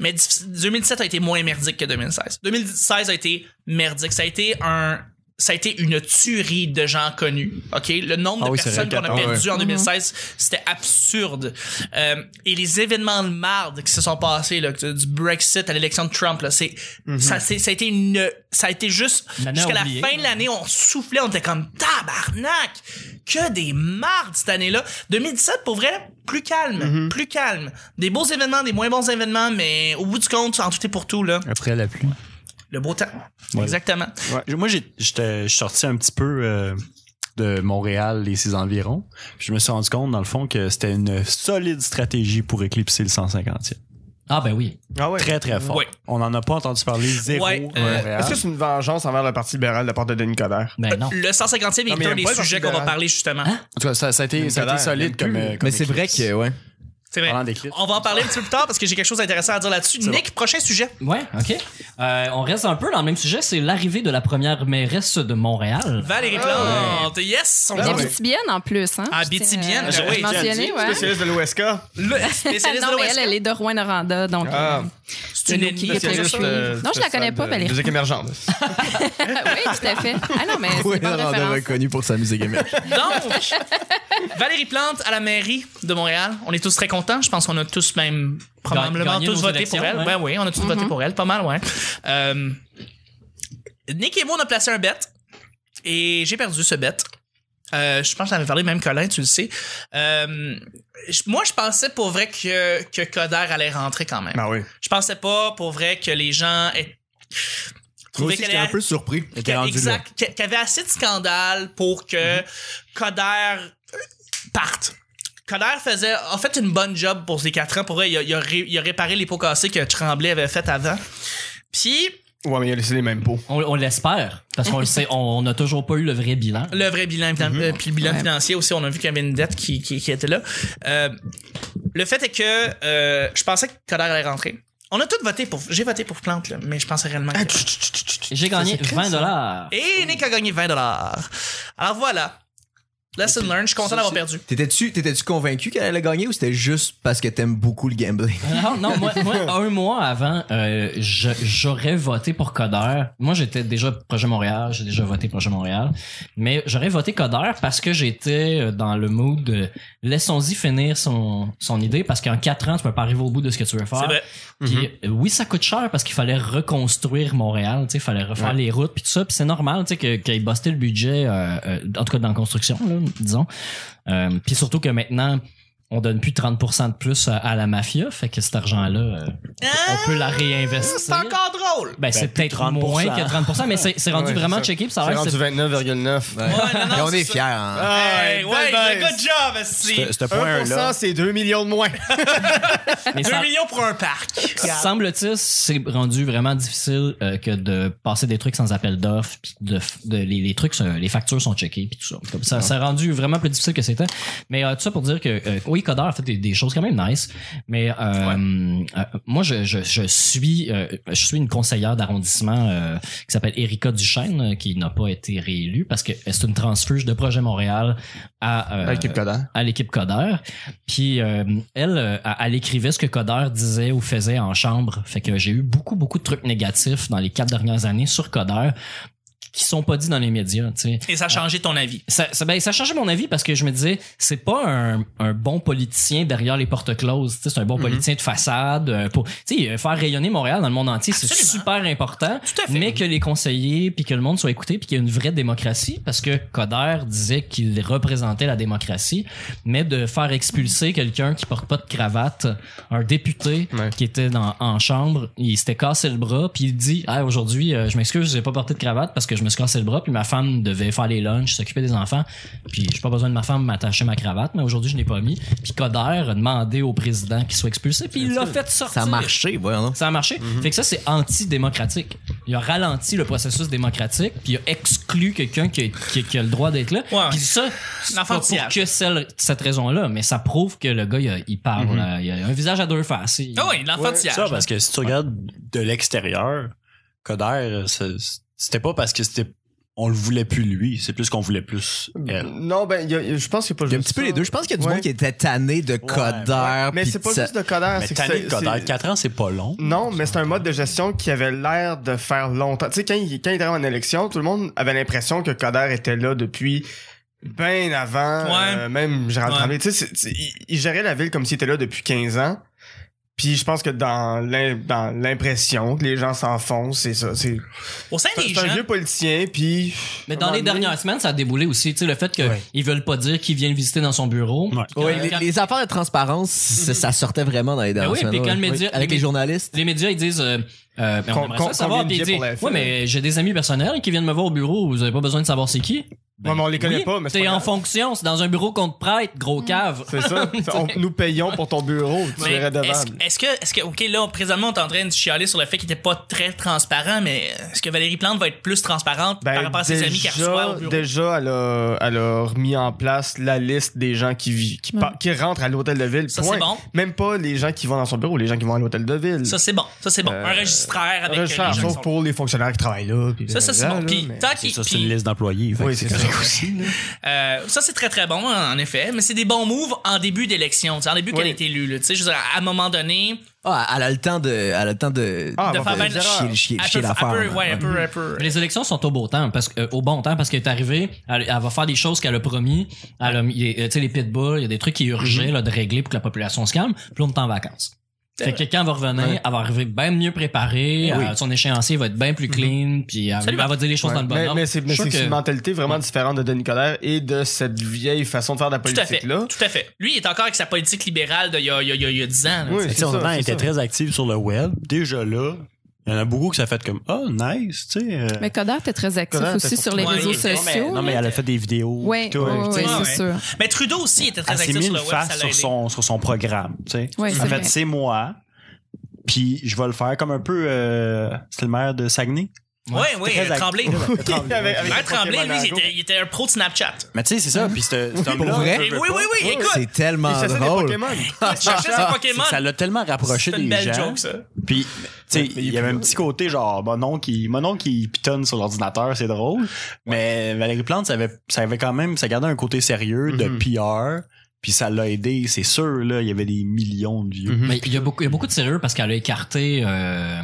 Speaker 1: mais diffi- 2017 a été moins merdique que 2016. 2016 a été merdique. Ça a été un ça a été une tuerie de gens connus. OK, le nombre de
Speaker 6: Ah oui, c'est
Speaker 1: personnes
Speaker 6: vrai,
Speaker 1: qu'on a
Speaker 6: ah ouais.
Speaker 1: perdues en 2016, c'était absurde. Euh, et les événements de marde qui se sont passés là, du Brexit à l'élection de Trump là, c'est
Speaker 6: Mhm.
Speaker 1: ça c'est- ça a été une ça a été juste
Speaker 4: Une année
Speaker 1: jusqu'à la
Speaker 4: oubliée.
Speaker 1: fin de l'année, on soufflait, on était comme tabarnak! Que des mardes cette année-là. 2017, pour vrai, plus calme,
Speaker 2: Mm-hmm.
Speaker 1: plus calme. Des beaux événements, des moins bons événements, mais au bout du compte, en tout et pour tout, là,
Speaker 6: Après la pluie.
Speaker 1: le beau temps.
Speaker 6: Ouais.
Speaker 1: Exactement.
Speaker 6: Ouais. Moi, j'ai- j'étais je suis sorti un petit peu euh, de Montréal et ses environs. Puis Je me suis rendu compte, dans le fond, que c'était une solide stratégie pour éclipser le 150e.
Speaker 4: Ah, ben oui.
Speaker 2: Ah ouais.
Speaker 6: Très, très fort.
Speaker 1: Ouais.
Speaker 6: On n'en a pas entendu parler zéro
Speaker 1: Ouais,
Speaker 6: à
Speaker 1: euh,
Speaker 6: Montréal.
Speaker 2: Est-ce que c'est une vengeance envers le Parti libéral de la part de Denis Coderre?
Speaker 4: Ben non.
Speaker 1: Le 150e
Speaker 2: Non, mais
Speaker 1: est
Speaker 2: il y
Speaker 1: un
Speaker 2: a
Speaker 1: des
Speaker 2: pas de
Speaker 1: sujets qu'on va
Speaker 2: particulier.
Speaker 1: parler justement.
Speaker 6: En tout cas, ça, ça a été, ça a été
Speaker 2: Coderre,
Speaker 6: solide
Speaker 2: même plus.
Speaker 6: comme, euh, comme
Speaker 3: Mais c'est vrai
Speaker 6: éclipse.
Speaker 3: que, ouais.
Speaker 1: C'est vrai.
Speaker 6: Parlant d'éclipse.
Speaker 1: On va en parler un petit peu plus tard parce que j'ai quelque chose d'intéressant à dire là-dessus. Nick, prochain sujet.
Speaker 4: Ouais, ok. Euh, on reste un peu dans le même sujet. C'est l'arrivée de la première mairesse de Montréal.
Speaker 1: Valérie Plante. Yes! On
Speaker 5: la
Speaker 2: Ah
Speaker 1: va-
Speaker 2: ouais.
Speaker 5: Abitibienne en plus. Hein?
Speaker 1: Ah,
Speaker 5: Je tiens
Speaker 1: Abitibienne,
Speaker 5: à-
Speaker 1: j'ai-
Speaker 5: à
Speaker 1: oui, j'ai
Speaker 5: mentionner, ouais.
Speaker 2: Hein?
Speaker 5: Ah.
Speaker 2: Spécialiste de l'OSK.
Speaker 1: Le spécialiste
Speaker 5: non,
Speaker 1: de
Speaker 5: mais elle,
Speaker 1: l'Ouest.
Speaker 5: elle est de Rouen-Noranda, donc.
Speaker 2: Ah.
Speaker 5: euh,
Speaker 1: C'est
Speaker 5: C'est
Speaker 1: Une
Speaker 5: Loki,
Speaker 1: ennemie
Speaker 5: il y a plein de
Speaker 1: spécialiste,
Speaker 5: choses.
Speaker 2: euh,
Speaker 5: Non, je la connais pas,
Speaker 2: de-
Speaker 5: Valérie.
Speaker 2: Musique émergente.
Speaker 5: oui, tout à fait. Ah non, mais c'est
Speaker 3: Oui,
Speaker 5: une bonne
Speaker 3: Laurent Delvaux est
Speaker 5: référence.
Speaker 3: connu pour sa musique émergente.
Speaker 1: Donc, Valérie Plante à la mairie de Montréal. On est tous très contents. Je pense qu'on a tous même probablement
Speaker 4: Gagné nos
Speaker 1: tous voté pour
Speaker 4: élections,
Speaker 1: elle.
Speaker 4: ouais.
Speaker 1: Ouais, oui, on a tous voté pour elle. Pas mal, ouais. Euh, Nick et moi, on a placé un bet. Et j'ai perdu ce bet. Euh, je pense que j'en avais parlé même Colin, tu le sais. Euh, je- moi, je pensais pour vrai que, que Coder allait rentrer quand même.
Speaker 6: Ben oui.
Speaker 1: Je pensais pas pour vrai que les gens aient-
Speaker 7: Moi
Speaker 1: trouvaient
Speaker 7: aussi,
Speaker 1: qu'elle
Speaker 7: j'étais un
Speaker 1: allait-
Speaker 7: peu surpris.
Speaker 1: que- exact, que- qu'il y avait assez de scandales pour que Coder euh, parte. Coder faisait en fait une bonne job pour ses 4 ans. Pour vrai, il a, il a ré- il a réparé les pots cassés que Tremblay avait fait avant. Puis,
Speaker 2: Ouais, mais il a laissé les mêmes pots.
Speaker 4: On, on l'espère, parce qu'on le sait, on n'a toujours pas eu le vrai bilan.
Speaker 1: le vrai bilan, finan- euh, puis le bilan
Speaker 5: Ouais.
Speaker 1: financier aussi, on a vu qu'il y avait une dette qui, qui- qui était là. Euh, le fait est que euh, je pensais que Coder allait rentrer. On a tous voté pour. J'ai voté pour Plante, là, mais je pensais réellement que.
Speaker 4: Et J'ai gagné 20 dollars.
Speaker 1: Et Nick a gagné 20 Alors voilà. Lesson learned, je suis content d'avoir perdu.
Speaker 3: T'étais-tu t'étais-tu convaincu qu'elle allait gagner ou c'était juste parce que t'aimes beaucoup le gambling?
Speaker 4: Non, non, moi, moi, un mois avant, euh, je- j'aurais voté pour Coder. Moi, j'étais déjà Projet Montréal, j'ai déjà voté Projet Montréal. Mais j'aurais voté Coder parce que j'étais euh, dans le mood de laissons-y finir son, son idée parce qu'en quatre ans, tu peux pas arriver au bout de ce que tu veux faire.
Speaker 1: C'est vrai. Mm-hmm.
Speaker 4: Puis, euh, oui, ça coûte cher parce qu'il fallait reconstruire Montréal, tu sais, il fallait refaire les routes puis tout ça, puis c'est normal, tu sais, que- qu'ils bustaient le budget, euh, euh, en tout cas dans la construction, là, disons. Euh, puis surtout que maintenant, on donne plus 30% de plus à, à la mafia, fait que cet argent-là, euh, on peut la réinvestir.
Speaker 1: Hein? C'est encore drôle.
Speaker 4: Ben, c'est
Speaker 7: plus
Speaker 4: peut-être moins que 30%, mais c'est c'est rendu
Speaker 2: Ouais,
Speaker 4: vraiment
Speaker 2: c'est ça.
Speaker 4: checké, puis ça a
Speaker 2: C'est
Speaker 4: l'air que
Speaker 2: rendu
Speaker 4: c'est-
Speaker 2: 29,9.
Speaker 3: Ouais.
Speaker 1: non, non,
Speaker 3: Et on
Speaker 1: c'est
Speaker 3: est
Speaker 1: ça.
Speaker 3: fiers, hein?
Speaker 1: Hey, ouais, ben,
Speaker 2: belle
Speaker 1: good
Speaker 2: base.
Speaker 1: job, esti.
Speaker 7: Ce point-là.
Speaker 2: 1%, c'est 2 millions de moins.
Speaker 4: mais
Speaker 1: 2
Speaker 4: ça-
Speaker 1: millions pour un parc.
Speaker 4: Semble-t-il, c'est rendu vraiment difficile euh, que de passer des trucs sans appel d'offres, puis de, f- de- les, les trucs, euh, les factures sont checkées, puis tout ça. Comme ça, ça a rendu vraiment plus difficile que c'était. Mais euh, tout ça pour dire que euh, oui, Coder a fait des, des choses quand même nice, mais euh, euh, moi, je, je, je suis, euh, je suis une conseillère d'arrondissement euh, qui s'appelle Erika Duchesne, euh, qui n'a pas été réélue parce que euh, c'est une transfuge de Projet Montréal à euh,
Speaker 6: Avec l'équipe Coder.
Speaker 4: à l'équipe Coder. Puis euh, elle, euh, elle écrivait ce que Coder disait ou faisait en chambre. Fait que j'ai eu beaucoup, beaucoup de trucs négatifs dans les quatre dernières années sur Coder qui sont pas dits dans les médias. tu sais.
Speaker 1: Et ça a changé ton avis.
Speaker 4: Ça, ça, ben, ça changeait mon avis parce que je me disais, c'est pas un, un bon politicien derrière les portes closes. tu sais, C'est un bon politicien de façade. euh, pour, tu sais, euh, faire rayonner Montréal dans le monde entier, c'est
Speaker 1: Absolument.
Speaker 4: super important.
Speaker 1: Tout à fait.
Speaker 4: Mais que les conseillers, puis que le monde soit écouté, puis qu'il y ait une vraie démocratie, parce que Coder disait qu'il représentait la démocratie, mais de faire expulser quelqu'un qui porte pas de cravate, un député
Speaker 2: Ouais.
Speaker 4: qui était dans, en chambre, il s'était cassé le bras, puis il dit ah aujourd'hui, euh, je m'excuse, j'ai pas porté de cravate parce que je me suis cassé le bras, puis ma femme devait faire les lunchs, s'occuper des enfants, puis j'ai pas besoin de ma femme m'attacher ma cravate, mais aujourd'hui je l'ai pas mis. Puis Coder a demandé au président qu'il soit expulsé, puis il l'a fait sortir.
Speaker 3: Ça a marché, voyons. donc.
Speaker 4: Ça a marché.
Speaker 1: Mhm.
Speaker 4: Fait que ça, c'est antidémocratique. Il a ralenti le processus démocratique, puis il a exclu quelqu'un qui, qui- qui a le droit d'être là.
Speaker 1: Ouais.
Speaker 4: Puis ça, c'est pas pour
Speaker 1: L'enfantillage.
Speaker 4: que celle- cette raison-là, mais ça prouve que le gars, il, a- il parle. là. Il a un visage à deux faces. Il-
Speaker 1: Mhm. Ah oui, l'enfantillage.
Speaker 6: Ça, parce que si tu regardes de l'extérieur, Coder, c'est- c'était pas parce que c'était on le voulait plus lui, c'est plus qu'on voulait plus elle.
Speaker 2: Non, ben, il y a- il y a- je pense qu'il n'y a pas
Speaker 3: Il y a un petit peu les deux. Je pense qu'il y a du
Speaker 2: Ouais.
Speaker 3: monde qui était tanné de codeur.
Speaker 2: Mais
Speaker 3: pis
Speaker 2: c'est pas
Speaker 3: de ça.
Speaker 2: juste de codeur.
Speaker 6: Mais
Speaker 2: Ah, c'est que
Speaker 6: tanné de
Speaker 2: c'est-
Speaker 6: Coder,
Speaker 2: c'est-
Speaker 6: 4 ans, c'est pas
Speaker 1: Mm.
Speaker 6: long.
Speaker 2: Non, mais c'est un mode de gestion qui avait l'air de faire longtemps. Tu sais, quand il, quand il était en élection, tout le monde avait l'impression que Coder était là depuis bien avant,
Speaker 1: Ouais.
Speaker 2: euh, même Gérald
Speaker 1: Ouais.
Speaker 2: Tremblay. Tu sais, c'est- c'est- il, il gérait la ville comme s'il était là depuis 15 ans. Puis je pense que dans l'im- dans l'impression que les gens s'enfoncent, c'est ça. C'est
Speaker 1: Au sein
Speaker 2: c'est
Speaker 1: des
Speaker 2: un
Speaker 1: gens,
Speaker 2: vieux politicien, puis...
Speaker 4: Mais dans les dernières semaines, ça a déboulé aussi. Tu sais, le fait qu'ils
Speaker 6: Ouais.
Speaker 4: veulent pas dire qu'ils viennent visiter dans son bureau.
Speaker 6: Ouais.
Speaker 4: Quand-
Speaker 3: Ouais, les,
Speaker 4: quand-
Speaker 3: les affaires de transparence, ça- ça sortait vraiment dans les
Speaker 4: Ben
Speaker 3: dernières
Speaker 4: oui, puis
Speaker 3: semaines,
Speaker 4: quand le
Speaker 3: ouais.
Speaker 4: média-
Speaker 3: Avec les journalistes.
Speaker 4: les médias, ils disent. Euh, euh, mais on
Speaker 2: Con-
Speaker 4: aimerait
Speaker 2: con-
Speaker 4: ça savoir.
Speaker 2: combien de
Speaker 4: Puis ils
Speaker 2: billets
Speaker 4: disent,
Speaker 2: pour la F1?
Speaker 4: ouais, mais j'ai des amis personnels qui viennent me voir au bureau. Vous avez pas besoin de savoir c'est qui.
Speaker 1: Ben,
Speaker 2: Ouais, mais on les connaît
Speaker 4: Ben, Oui,
Speaker 2: pas, mais c'est
Speaker 4: T'es
Speaker 2: pas
Speaker 4: en
Speaker 2: grave.
Speaker 4: fonction, c'est dans un bureau contre prêtre, gros cave.
Speaker 2: C'est ça. On- nous payons pour ton bureau, tu
Speaker 1: mais
Speaker 2: es
Speaker 1: est-ce
Speaker 2: redevable.
Speaker 1: est-ce que, est-ce que, ok, là, présentement, on est en train de chialer sur le fait qu'il était pas très transparent, mais est-ce que Valérie Plante va être plus transparente
Speaker 2: Ben,
Speaker 1: par rapport à ses amis qu'elle reçoit au bureau?
Speaker 2: déjà, elle a, elle a remis en place la liste des gens qui, vi- qui, pa- qui rentrent à l'hôtel de ville.
Speaker 1: Ça,
Speaker 2: point.
Speaker 1: c'est bon.
Speaker 2: Même pas les gens qui vont dans son bureau, les gens qui vont à l'hôtel de ville.
Speaker 1: Ça, c'est bon. Ça, c'est bon.
Speaker 2: Euh,
Speaker 1: un registraire avec euh,
Speaker 2: Recherche,
Speaker 1: les gens qui
Speaker 2: sauf
Speaker 1: sont-
Speaker 2: pour les fonctionnaires qui travaillent là. puis
Speaker 1: Ça, ça, c'est
Speaker 2: là,
Speaker 1: bon.
Speaker 2: là,
Speaker 1: Puis,
Speaker 2: mais-
Speaker 1: tant
Speaker 6: C'est
Speaker 1: qu'il-
Speaker 6: ça, c'est
Speaker 1: puis-
Speaker 6: une liste d'employés. fait
Speaker 2: Oui,
Speaker 6: que
Speaker 2: c'est
Speaker 6: c'est
Speaker 2: ça.
Speaker 1: ouais. Euh, ça, c'est très, très bon, en en effet. Mais c'est des bons moves en début d'élection, tu sais, en début qu'elle a été élue. là. Tu sais, je veux dire, à un moment donné,
Speaker 3: Ah, elle a le temps de, elle a le temps de,
Speaker 2: Ah,
Speaker 3: de
Speaker 2: bon,
Speaker 1: faire
Speaker 2: ben,
Speaker 1: bien-
Speaker 3: chier, chier, chier,
Speaker 1: elle peut-
Speaker 3: l'affaire.
Speaker 1: elle peut-
Speaker 3: là.
Speaker 1: ouais, elle peut- elle peut-
Speaker 4: Mais Les élections sont au beau temps, parce que, euh, au bon temps, parce qu'elle est arrivée, elle, elle va faire des choses qu'elle a promis. Elle a mis- il y a, euh, tu sais, les pitbulls, il y a des trucs qui urgeaient
Speaker 2: Mhm.
Speaker 4: là, de régler pour que la population se calme. Puis là, on est en vacances. Fait que quand elle va revenir, elle va arriver bien mieux
Speaker 2: Eh
Speaker 4: préparée, euh, son échéancier va être bien plus clean, puis elle,
Speaker 1: Absolument.
Speaker 4: elle va dire les choses
Speaker 2: Mhm. Ouais.
Speaker 4: dans le bon
Speaker 2: mais,
Speaker 4: ordre.
Speaker 2: mais c'est
Speaker 4: Je
Speaker 2: mais
Speaker 4: suis
Speaker 2: c'est
Speaker 4: sûr
Speaker 2: une
Speaker 4: que-
Speaker 2: mentalité vraiment différente de Denis Coderre et de cette vieille façon de faire de la
Speaker 1: Tout à fait.
Speaker 2: politique-là.
Speaker 1: Tout à fait. Lui, il est encore avec sa politique libérale d'il y a, il y a- il y a- il y a 10 ans. là,
Speaker 2: Oui,
Speaker 1: tu sais.
Speaker 6: Mais
Speaker 2: c'est
Speaker 6: tu sais, en
Speaker 2: ça,
Speaker 6: même temps, elle
Speaker 2: c'est
Speaker 6: était
Speaker 2: ça.
Speaker 6: très active sur le web. Déjà là, il y en a beaucoup qui ça a fait comme Ah, nice, tu sais. euh,
Speaker 5: Mais Coder, t'es très actif
Speaker 2: Coderre,
Speaker 5: aussi
Speaker 2: t'es
Speaker 5: sur les
Speaker 1: Ouais,
Speaker 5: réseaux
Speaker 1: il est-
Speaker 5: sociaux.
Speaker 6: non, mais elle a fait des vidéos.
Speaker 5: Oui,
Speaker 6: pis tout, tu sais.
Speaker 1: ouais.
Speaker 5: c'est sûr.
Speaker 1: Mais Trudeau aussi était très
Speaker 6: Elle s'est
Speaker 1: actif
Speaker 6: mis
Speaker 1: sur
Speaker 6: une
Speaker 1: le web. ça
Speaker 6: face
Speaker 1: l'a
Speaker 6: sur
Speaker 1: aidé.
Speaker 6: son, sur son programme, tu sais.
Speaker 5: Ouais, c'est
Speaker 6: en
Speaker 5: vrai.
Speaker 6: fait, c'est moi. Puis je vais le faire comme un peu. euh, C'était le maire de Saguenay.
Speaker 1: Oui, oui, euh,
Speaker 6: Très actif.
Speaker 1: Tremblay.
Speaker 6: Ouais, Tremblay.
Speaker 2: Avec- avec
Speaker 1: Maire
Speaker 2: le Pokémon
Speaker 1: Tremblay, lui, il
Speaker 2: Go.
Speaker 1: était, il était un pro de Snapchat.
Speaker 6: Mais tu sais, c'est ça. Puis c'est
Speaker 3: pour vrai?
Speaker 1: Oui, oui, oui, écoute,
Speaker 3: C'est tellement
Speaker 2: Il chassait des
Speaker 3: drôle.
Speaker 2: Pokémon.
Speaker 1: il cherchait ses Pokémon.
Speaker 6: Ah, Ça l'a tellement rapproché
Speaker 1: C'est
Speaker 6: des
Speaker 1: une belle
Speaker 6: gens.
Speaker 1: joke, ça.
Speaker 6: Puis, tu sais, il y avait un petit côté genre, mon oncle, il, mon oncle, il pitonne sur l'ordinateur, c'est drôle. Mais Valérie Plante, ça avait, ça avait quand même, ça gardait un côté sérieux
Speaker 2: Mhm.
Speaker 6: de PR. Puis ça l'a aidé, c'est sûr, là. Il y avait des millions de views.
Speaker 4: Mais il y a beaucoup, il y a beaucoup de sérieux parce qu'elle a écarté euh,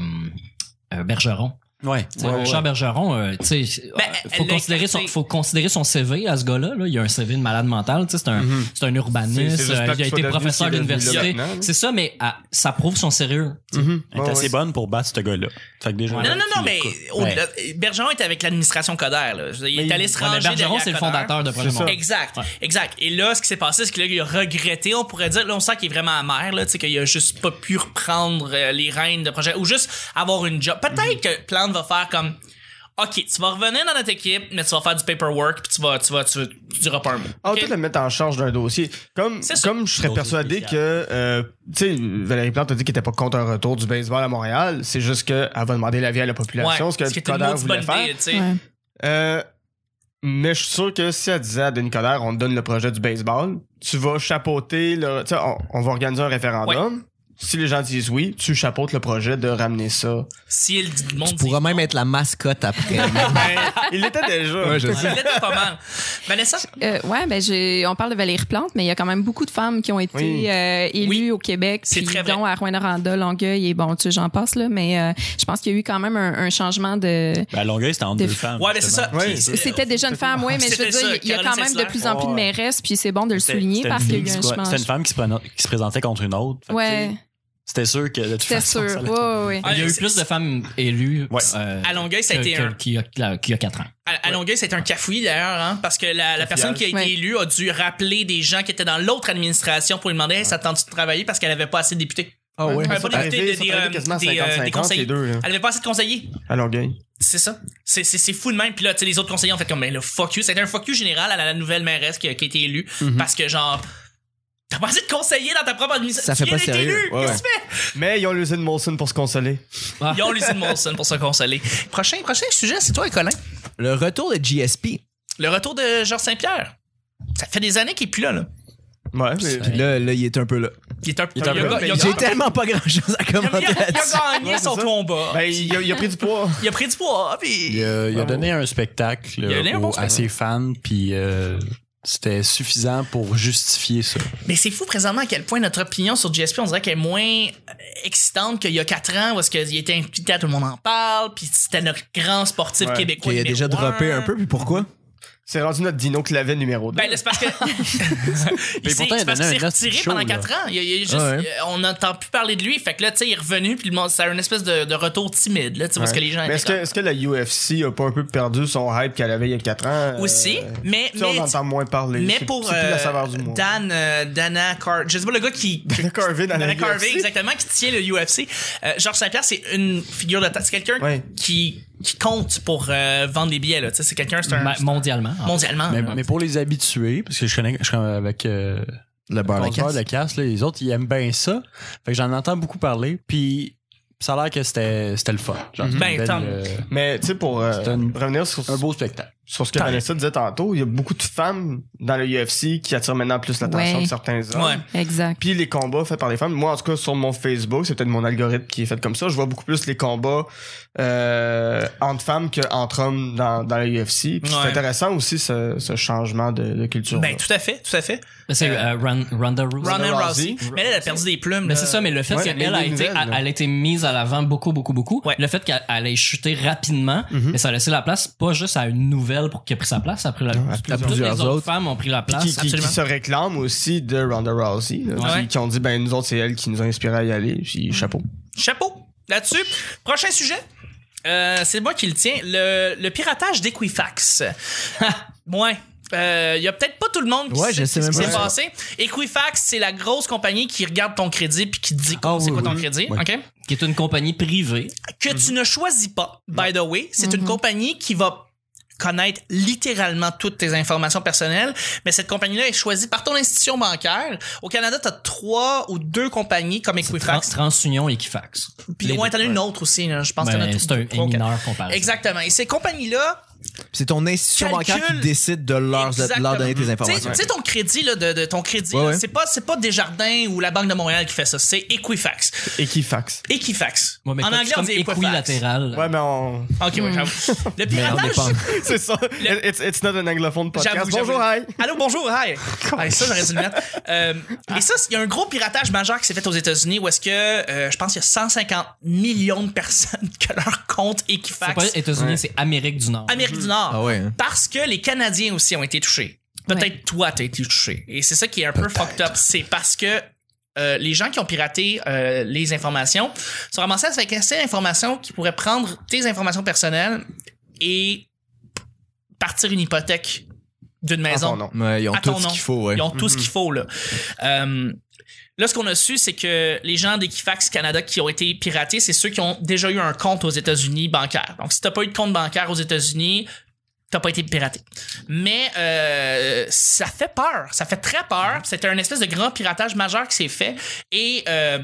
Speaker 4: euh, Bergeron.
Speaker 1: Mhm.
Speaker 6: Ouais.
Speaker 4: Tu sais, Richard Bergeron, euh, tu sais,
Speaker 1: Ben,
Speaker 4: euh,
Speaker 1: elle
Speaker 4: faut
Speaker 1: l'a
Speaker 4: considérer son,
Speaker 1: écarté.
Speaker 4: faut considérer son CV à ce gars-là. là. Il y a un CV de malade mental. tu sais, C'est un,
Speaker 2: Mhm.
Speaker 4: c'est un urbaniste.
Speaker 2: C'est- c'est juste
Speaker 4: euh,
Speaker 2: plate
Speaker 4: il a
Speaker 2: qu'il soit
Speaker 4: été
Speaker 2: devenu
Speaker 4: professeur
Speaker 2: ce qu'il est devenu
Speaker 4: d'université.
Speaker 2: là maintenant, là.
Speaker 4: C'est ça, mais ah, ça prouve son sérieux.
Speaker 2: Mhm.
Speaker 6: Elle
Speaker 2: Ouais,
Speaker 6: était assez
Speaker 2: ouais.
Speaker 6: bonne pour battre ce gars-là. Fait que déjà.
Speaker 4: Ouais.
Speaker 1: Non, non, non, non,
Speaker 6: tu
Speaker 1: mais
Speaker 6: l'écoutes.
Speaker 1: au-delà- Bergeron était avec l'administration Coderre. là. Je veux dire, Il est allé se
Speaker 4: Ouais, mais
Speaker 1: ranger
Speaker 4: Bergeron,
Speaker 1: derrière
Speaker 4: c'est le
Speaker 1: Coderre.
Speaker 4: fondateur de Projet
Speaker 2: C'est
Speaker 4: Monde.
Speaker 2: ça.
Speaker 1: Exact,
Speaker 4: Ouais.
Speaker 1: exact. Et là, ce qui s'est passé, c'est que là, il a regretté. On pourrait dire, là, on sent qu'il est vraiment amer, là, tu sais, qu'il a juste pas pu reprendre euh, les rênes de projet ou juste avoir une job. Peut-être que Plante va faire comme, ok, tu vas revenir dans notre équipe, mais tu vas faire du paperwork, puis tu vas, tu vas, tu, tu diras pas un mot.
Speaker 2: Ah,
Speaker 1: Ok?
Speaker 2: peut-être le mettre en charge d'un dossier. Comme,
Speaker 1: C'est ça.
Speaker 2: comme je serais
Speaker 6: Dossier
Speaker 2: persuadé
Speaker 6: spécial.
Speaker 2: que, euh, tu sais, Valérie Plante a dit qu'elle était pas contre un retour du baseball à Montréal. C'est juste qu'elle va demander l'avis à la population,
Speaker 1: Ouais,
Speaker 2: ce que
Speaker 1: était une
Speaker 2: Coderre
Speaker 1: maudite
Speaker 2: voulait
Speaker 1: bonne
Speaker 2: faire.
Speaker 1: idée, tu sais.
Speaker 5: Ouais.
Speaker 2: Euh, mais je suis sûr que si elle disait à Denis Coderre, on te donne le projet du baseball, tu vas chapeauter le. Tu sais, on, on va organiser un référendum. Si les gens disent oui, tu chapeautes le projet de ramener ça.
Speaker 1: Si il dit- le
Speaker 3: Tu
Speaker 1: monde dit,
Speaker 3: pourras même être la mascotte après.
Speaker 2: Ben,
Speaker 1: Ah.
Speaker 2: il l'était déjà.
Speaker 3: Ouais, je
Speaker 1: il était pas mal. Vanessa,
Speaker 5: Euh, ouais, ben j'ai- on parle de Valérie Plante, mais il y a quand même beaucoup de femmes qui ont été
Speaker 2: Oui.
Speaker 5: euh, élues
Speaker 1: Oui.
Speaker 5: au Québec,
Speaker 1: C'est
Speaker 5: puis
Speaker 1: très vrai.
Speaker 5: dont à Rouen-Noranda, Longueuil et bon, tu sais, j'en passe là, mais euh, je pense qu'il y a eu quand même un, un changement de.
Speaker 6: Ben, à Longueuil, c'était entre
Speaker 5: Des-
Speaker 6: deux femmes.
Speaker 1: ouais, mais c'est
Speaker 6: justement.
Speaker 1: ça.
Speaker 2: Ouais.
Speaker 1: Puis c'est-
Speaker 5: C'était déjà une femme, oui, mais je
Speaker 1: C'était
Speaker 5: veux
Speaker 1: ça,
Speaker 5: dire, il y a quand
Speaker 1: Caroline
Speaker 5: même de
Speaker 1: Sexler.
Speaker 5: plus en plus de
Speaker 6: Ouais.
Speaker 5: mairesses, puis c'est bon de le
Speaker 6: C'était-
Speaker 5: souligner
Speaker 6: c'était
Speaker 5: parce
Speaker 6: une
Speaker 5: qu'il y a eu
Speaker 6: fille
Speaker 5: un
Speaker 6: qui se-
Speaker 5: changement.
Speaker 6: C'était une femme qui se, préno- qui se présentait contre une autre. Fait que, tu
Speaker 5: Ouais,
Speaker 6: sais, C'était sûr que de toute
Speaker 5: c'était
Speaker 6: façon.
Speaker 5: sûr.
Speaker 6: ça allait-
Speaker 5: Ouais, ouais,
Speaker 1: Ah,
Speaker 4: Il y a eu
Speaker 1: c'est-
Speaker 4: plus de femmes élues
Speaker 6: Ouais.
Speaker 4: euh,
Speaker 1: À Longueuil, ça a
Speaker 4: que-
Speaker 1: été
Speaker 4: que-
Speaker 1: un-
Speaker 4: qui, a, la- qui a 4 ans.
Speaker 1: À, à Longueuil, c'était un cafouillis d'ailleurs, hein, parce que la, la personne qui a été
Speaker 5: Ouais.
Speaker 1: élue a dû rappeler des gens qui étaient dans l'autre administration pour lui demander hey, ça te tente de travailler parce qu'elle avait pas assez de députés.
Speaker 3: Ah ouais.
Speaker 1: Ouais,
Speaker 2: Ils sont
Speaker 1: pas députés,
Speaker 2: arrivés-
Speaker 1: des-
Speaker 2: ils sont
Speaker 1: des,
Speaker 2: arrivés
Speaker 1: euh,
Speaker 2: quasiment à
Speaker 1: des, euh,
Speaker 2: 50-50,
Speaker 1: des conseillers.
Speaker 2: les deux, là,
Speaker 1: Elle avait pas assez de conseillers.
Speaker 2: à Longueuil.
Speaker 1: C'est ça. C'est, c'est, c'est fou de même. Puis là, tu sais, les autres conseillers ont fait comme, mais le fuck you. C'était un fuck you général à la nouvelle mairesse qui a, qui a été élue. Parce que, genre, t'as pas assez de conseillers dans ta propre administration.
Speaker 3: Ça fait
Speaker 1: Tu
Speaker 3: pas
Speaker 1: viens d'être
Speaker 3: sérieux.
Speaker 1: élu.
Speaker 3: Ouais,
Speaker 1: Qu'est-ce que tu fais?
Speaker 2: Mais ils ont l'usine Molson pour se consoler.
Speaker 1: Ils ont l'usine Molson pour se consoler. Prochain, prochain sujet, c'est toi, Colin.
Speaker 3: Le retour de GSP.
Speaker 1: Le retour de Georges Saint-Pierre. Ça fait des années qu'il est plus là, là.
Speaker 2: Ouais, mais.
Speaker 3: Puis là, là, il est un peu là.
Speaker 1: Il est un peu.
Speaker 6: Il est un
Speaker 1: il a-
Speaker 6: peu-
Speaker 1: il a- il a-
Speaker 3: J'ai tellement pas grand chose à
Speaker 1: Il a,
Speaker 3: commenter
Speaker 1: il a- il
Speaker 3: là-dessus.
Speaker 1: a gagné
Speaker 2: Ouais,
Speaker 1: son
Speaker 2: c'est ça.
Speaker 1: combat.
Speaker 2: Ben, il a, il a pris du poids.
Speaker 1: il a pris du poids, puis.
Speaker 6: Il a, il a donné un spectacle euh,
Speaker 1: Il a donné un bon
Speaker 6: aux- à
Speaker 1: spectacle.
Speaker 6: ses fans, puis euh, c'était suffisant pour justifier ça.
Speaker 1: Mais c'est fou présentement à quel point notre opinion sur GSP, on dirait qu'elle est moins euh, excitante qu'il y a 4 ans, parce qu'il était invité à tout le monde en parle, puis c'était notre grand sportif
Speaker 2: Ouais,
Speaker 1: québécois.
Speaker 3: Qu'il a
Speaker 1: numéro
Speaker 3: déjà droppé
Speaker 1: un.
Speaker 3: un peu, puis pourquoi?
Speaker 2: C'est rendu notre Dino Clavet numéro 2.
Speaker 1: Ben là, c'est parce que. il s'est
Speaker 6: pourtant, il
Speaker 1: c'est parce
Speaker 6: a donné
Speaker 1: qu'il s'est
Speaker 6: un nasty
Speaker 1: retiré
Speaker 6: show,
Speaker 1: pendant
Speaker 6: là.
Speaker 1: 4 ans. Il, il- il- juste-
Speaker 3: Ah ouais.
Speaker 1: euh, on n'entend plus parler de lui. Fait que là, tu sais, il est revenu, puis le monde- ça a une espèce de, de retour timide, là, tu sais, parce que les gens.
Speaker 2: Mais est-ce que,
Speaker 1: étaient
Speaker 2: est-ce que la UFC a pas un peu perdu son hype qu'elle avait il y a 4 ans? euh,
Speaker 1: comme- Aussi, mais.
Speaker 2: Tu sais, on
Speaker 1: mais-
Speaker 2: entend moins parler.
Speaker 1: Mais
Speaker 2: C'est-
Speaker 1: pour
Speaker 2: C'est plus
Speaker 1: euh,
Speaker 2: la saveur du monde.
Speaker 1: Dan, euh, Dana Carvey, je sais pas le gars qui,
Speaker 2: Dana Carvey dans la
Speaker 1: Dana Carvey,
Speaker 2: UFC.
Speaker 1: exactement, qui tient le UFC. Euh, Georges Saint-Pierre, c'est une figure de ta- c'est quelqu'un
Speaker 2: Ouais.
Speaker 1: qui qui compte pour euh, vendre des billets là. Tu sais, c'est quelqu'un, c'est un
Speaker 4: Ma- mondialement. en
Speaker 1: mondialement.
Speaker 6: Mais,
Speaker 1: là.
Speaker 6: mais pour les habitués, parce que je connais, je connais avec euh,
Speaker 3: Le bar
Speaker 6: le de casse, là, les autres, ils aiment bien ça. Fait que j'en entends beaucoup parler, puis ça a l'air que c'était c'était le fun. Genre,
Speaker 1: Ben,
Speaker 6: c'était une
Speaker 1: tant-
Speaker 6: belle, euh,
Speaker 2: Mais tu sais, pour euh,
Speaker 6: C'est un-
Speaker 2: revenir sur
Speaker 6: un beau spectacle.
Speaker 2: sur ce que Vanessa disait tantôt, il y a beaucoup de femmes dans le UFC qui attirent maintenant plus l'attention
Speaker 5: Ouais.
Speaker 2: de certains hommes.
Speaker 1: Ouais.
Speaker 5: Exact.
Speaker 2: Puis les combats faits par les femmes. Moi, en tout cas, sur mon Facebook, c'est peut-être mon algorithme qui est fait comme ça. Je vois beaucoup plus les combats euh, entre femmes qu'entre hommes dans, dans le UFC. Puis
Speaker 1: Ouais.
Speaker 2: c'est intéressant aussi ce, ce changement de, de culture.
Speaker 1: Ben, tout à fait, tout à fait.
Speaker 4: C'est euh, Ron- Ronda Rousey.
Speaker 1: Ronda
Speaker 2: Rousey.
Speaker 1: Rousey. Mais elle, elle a perdu des plumes.
Speaker 4: Mais
Speaker 1: là.
Speaker 4: c'est ça, mais le fait
Speaker 2: Ouais,
Speaker 4: qu'elle
Speaker 2: mais
Speaker 4: elle a
Speaker 2: les
Speaker 4: été,
Speaker 2: nouvelles,
Speaker 4: elle,
Speaker 2: là.
Speaker 4: elle a été mise à l'avant beaucoup, beaucoup, beaucoup.
Speaker 1: Ouais.
Speaker 4: Le fait qu'elle elle ait chuté rapidement,
Speaker 2: Mhm.
Speaker 4: mais ça a laissé la place pas juste à une nouvelle pour qui a pris sa place, après la,
Speaker 2: à
Speaker 4: toutes
Speaker 3: plusieurs
Speaker 4: les autres,
Speaker 3: autres.
Speaker 4: femmes ont pris la
Speaker 2: Puis
Speaker 4: place.
Speaker 2: qui, qui- qui
Speaker 1: absolument.
Speaker 2: se réclament aussi de Ronda Rousey, là,
Speaker 1: Ouais.
Speaker 2: qui, qui ont dit ben nous autres c'est elle qui nous a inspiré à y aller, puis chapeau.
Speaker 1: Chapeau là-dessus. Prochain sujet. Euh, c'est moi qui le tiens. Le, le piratage d'Equifax. ouais. Euh, Il y a peut-être pas tout le monde qui
Speaker 3: Ouais,
Speaker 1: sait
Speaker 3: je sais
Speaker 1: ce
Speaker 3: même
Speaker 1: qui
Speaker 3: pas
Speaker 1: s'est
Speaker 3: ça.
Speaker 1: passé. Equifax, c'est la grosse compagnie qui regarde ton crédit puis qui te dit
Speaker 3: Ah,
Speaker 1: c'est
Speaker 3: oui,
Speaker 1: quoi ton
Speaker 3: oui.
Speaker 1: crédit.
Speaker 6: Ouais.
Speaker 1: OK?
Speaker 4: qui est une compagnie privée.
Speaker 1: que tu
Speaker 4: Mhm.
Speaker 1: ne choisis pas, by the way. C'est une compagnie qui va connaître littéralement toutes tes informations personnelles, mais cette compagnie-là est choisie par ton institution bancaire. Au Canada, tu as trois ou deux compagnies comme
Speaker 4: Trans-
Speaker 1: Equifax.
Speaker 4: TransUnion et Equifax.
Speaker 1: Puis
Speaker 4: Les
Speaker 1: loin,
Speaker 4: deux.
Speaker 1: t'en as une autre aussi, là. je pense que t'en as
Speaker 4: Ben,
Speaker 1: tout-
Speaker 4: C'est un
Speaker 1: trois, quatre.
Speaker 4: mineur comparé.
Speaker 1: Exactement. Et ces compagnies-là,
Speaker 3: C'est ton institution
Speaker 1: Calcul.
Speaker 3: bancaire qui décide de leur, de
Speaker 1: Exactement.
Speaker 3: leur donner tes
Speaker 1: Tu sais-
Speaker 3: informations.
Speaker 1: tu sais ton crédit là, de, de ton crédit,
Speaker 3: Ouais,
Speaker 1: là,
Speaker 3: ouais.
Speaker 1: c'est pas c'est pas Desjardins ou la Banque de Montréal qui fait ça, c'est Equifax.
Speaker 2: Equifax.
Speaker 1: Equifax.
Speaker 4: Ouais, mais
Speaker 1: en
Speaker 4: toi,
Speaker 1: anglais
Speaker 4: c'est
Speaker 1: on dit
Speaker 4: comme
Speaker 1: Equifax.
Speaker 4: équilatéral. Hmm.
Speaker 2: Ouais mais on
Speaker 1: OK, ouais, j'avoue. Le
Speaker 3: Merde,
Speaker 1: piratage,
Speaker 3: dépend.
Speaker 2: c'est ça. It's, it's not an anglophone podcast.
Speaker 1: J'avoue,
Speaker 2: Bonjour
Speaker 1: j'avoue.
Speaker 2: hi.
Speaker 1: Allô, bonjour, hi. Ouais, ça, j'aurais dû le mettre. Euh, et ça, il y a un gros piratage majeur qui s'est fait aux États-Unis où est-ce que, euh, je pense qu'il y a 150 millions de personnes que leur compte
Speaker 4: C'est pas
Speaker 1: Equifax,
Speaker 4: États-Unis,
Speaker 2: Ouais.
Speaker 4: c'est Amérique du Nord.
Speaker 1: Amérique du Nord.
Speaker 3: Ah ouais. hein.
Speaker 1: Parce que les Canadiens aussi ont été touchés. Peut-être toi, t'as été touché. Et c'est ça qui est un peu fucked up. C'est parce que euh, les gens qui ont piraté euh, les informations sont ramassés avec assez d'informations qui pourraient prendre tes informations personnelles et p- partir une hypothèque d'une maison.
Speaker 2: Enfin, non.
Speaker 3: Ouais, ils ont
Speaker 1: À
Speaker 3: tout
Speaker 1: ton
Speaker 3: ce
Speaker 1: nom.
Speaker 3: qu'il faut. Ouais.
Speaker 1: Ils ont tout
Speaker 4: Mhm.
Speaker 1: ce qu'il faut, là. Euh, là, ce qu'on a su, c'est que les gens d'Equifax Canada qui ont été piratés, c'est ceux qui ont déjà eu un compte aux États-Unis bancaire. Donc, si t'as pas eu de compte bancaire aux États-Unis, t'as pas été piraté. Mais euh, ça fait peur. Ça fait très
Speaker 4: Mhm.
Speaker 1: peur. C'était un espèce de grand piratage majeur qui s'est fait. Et... euh,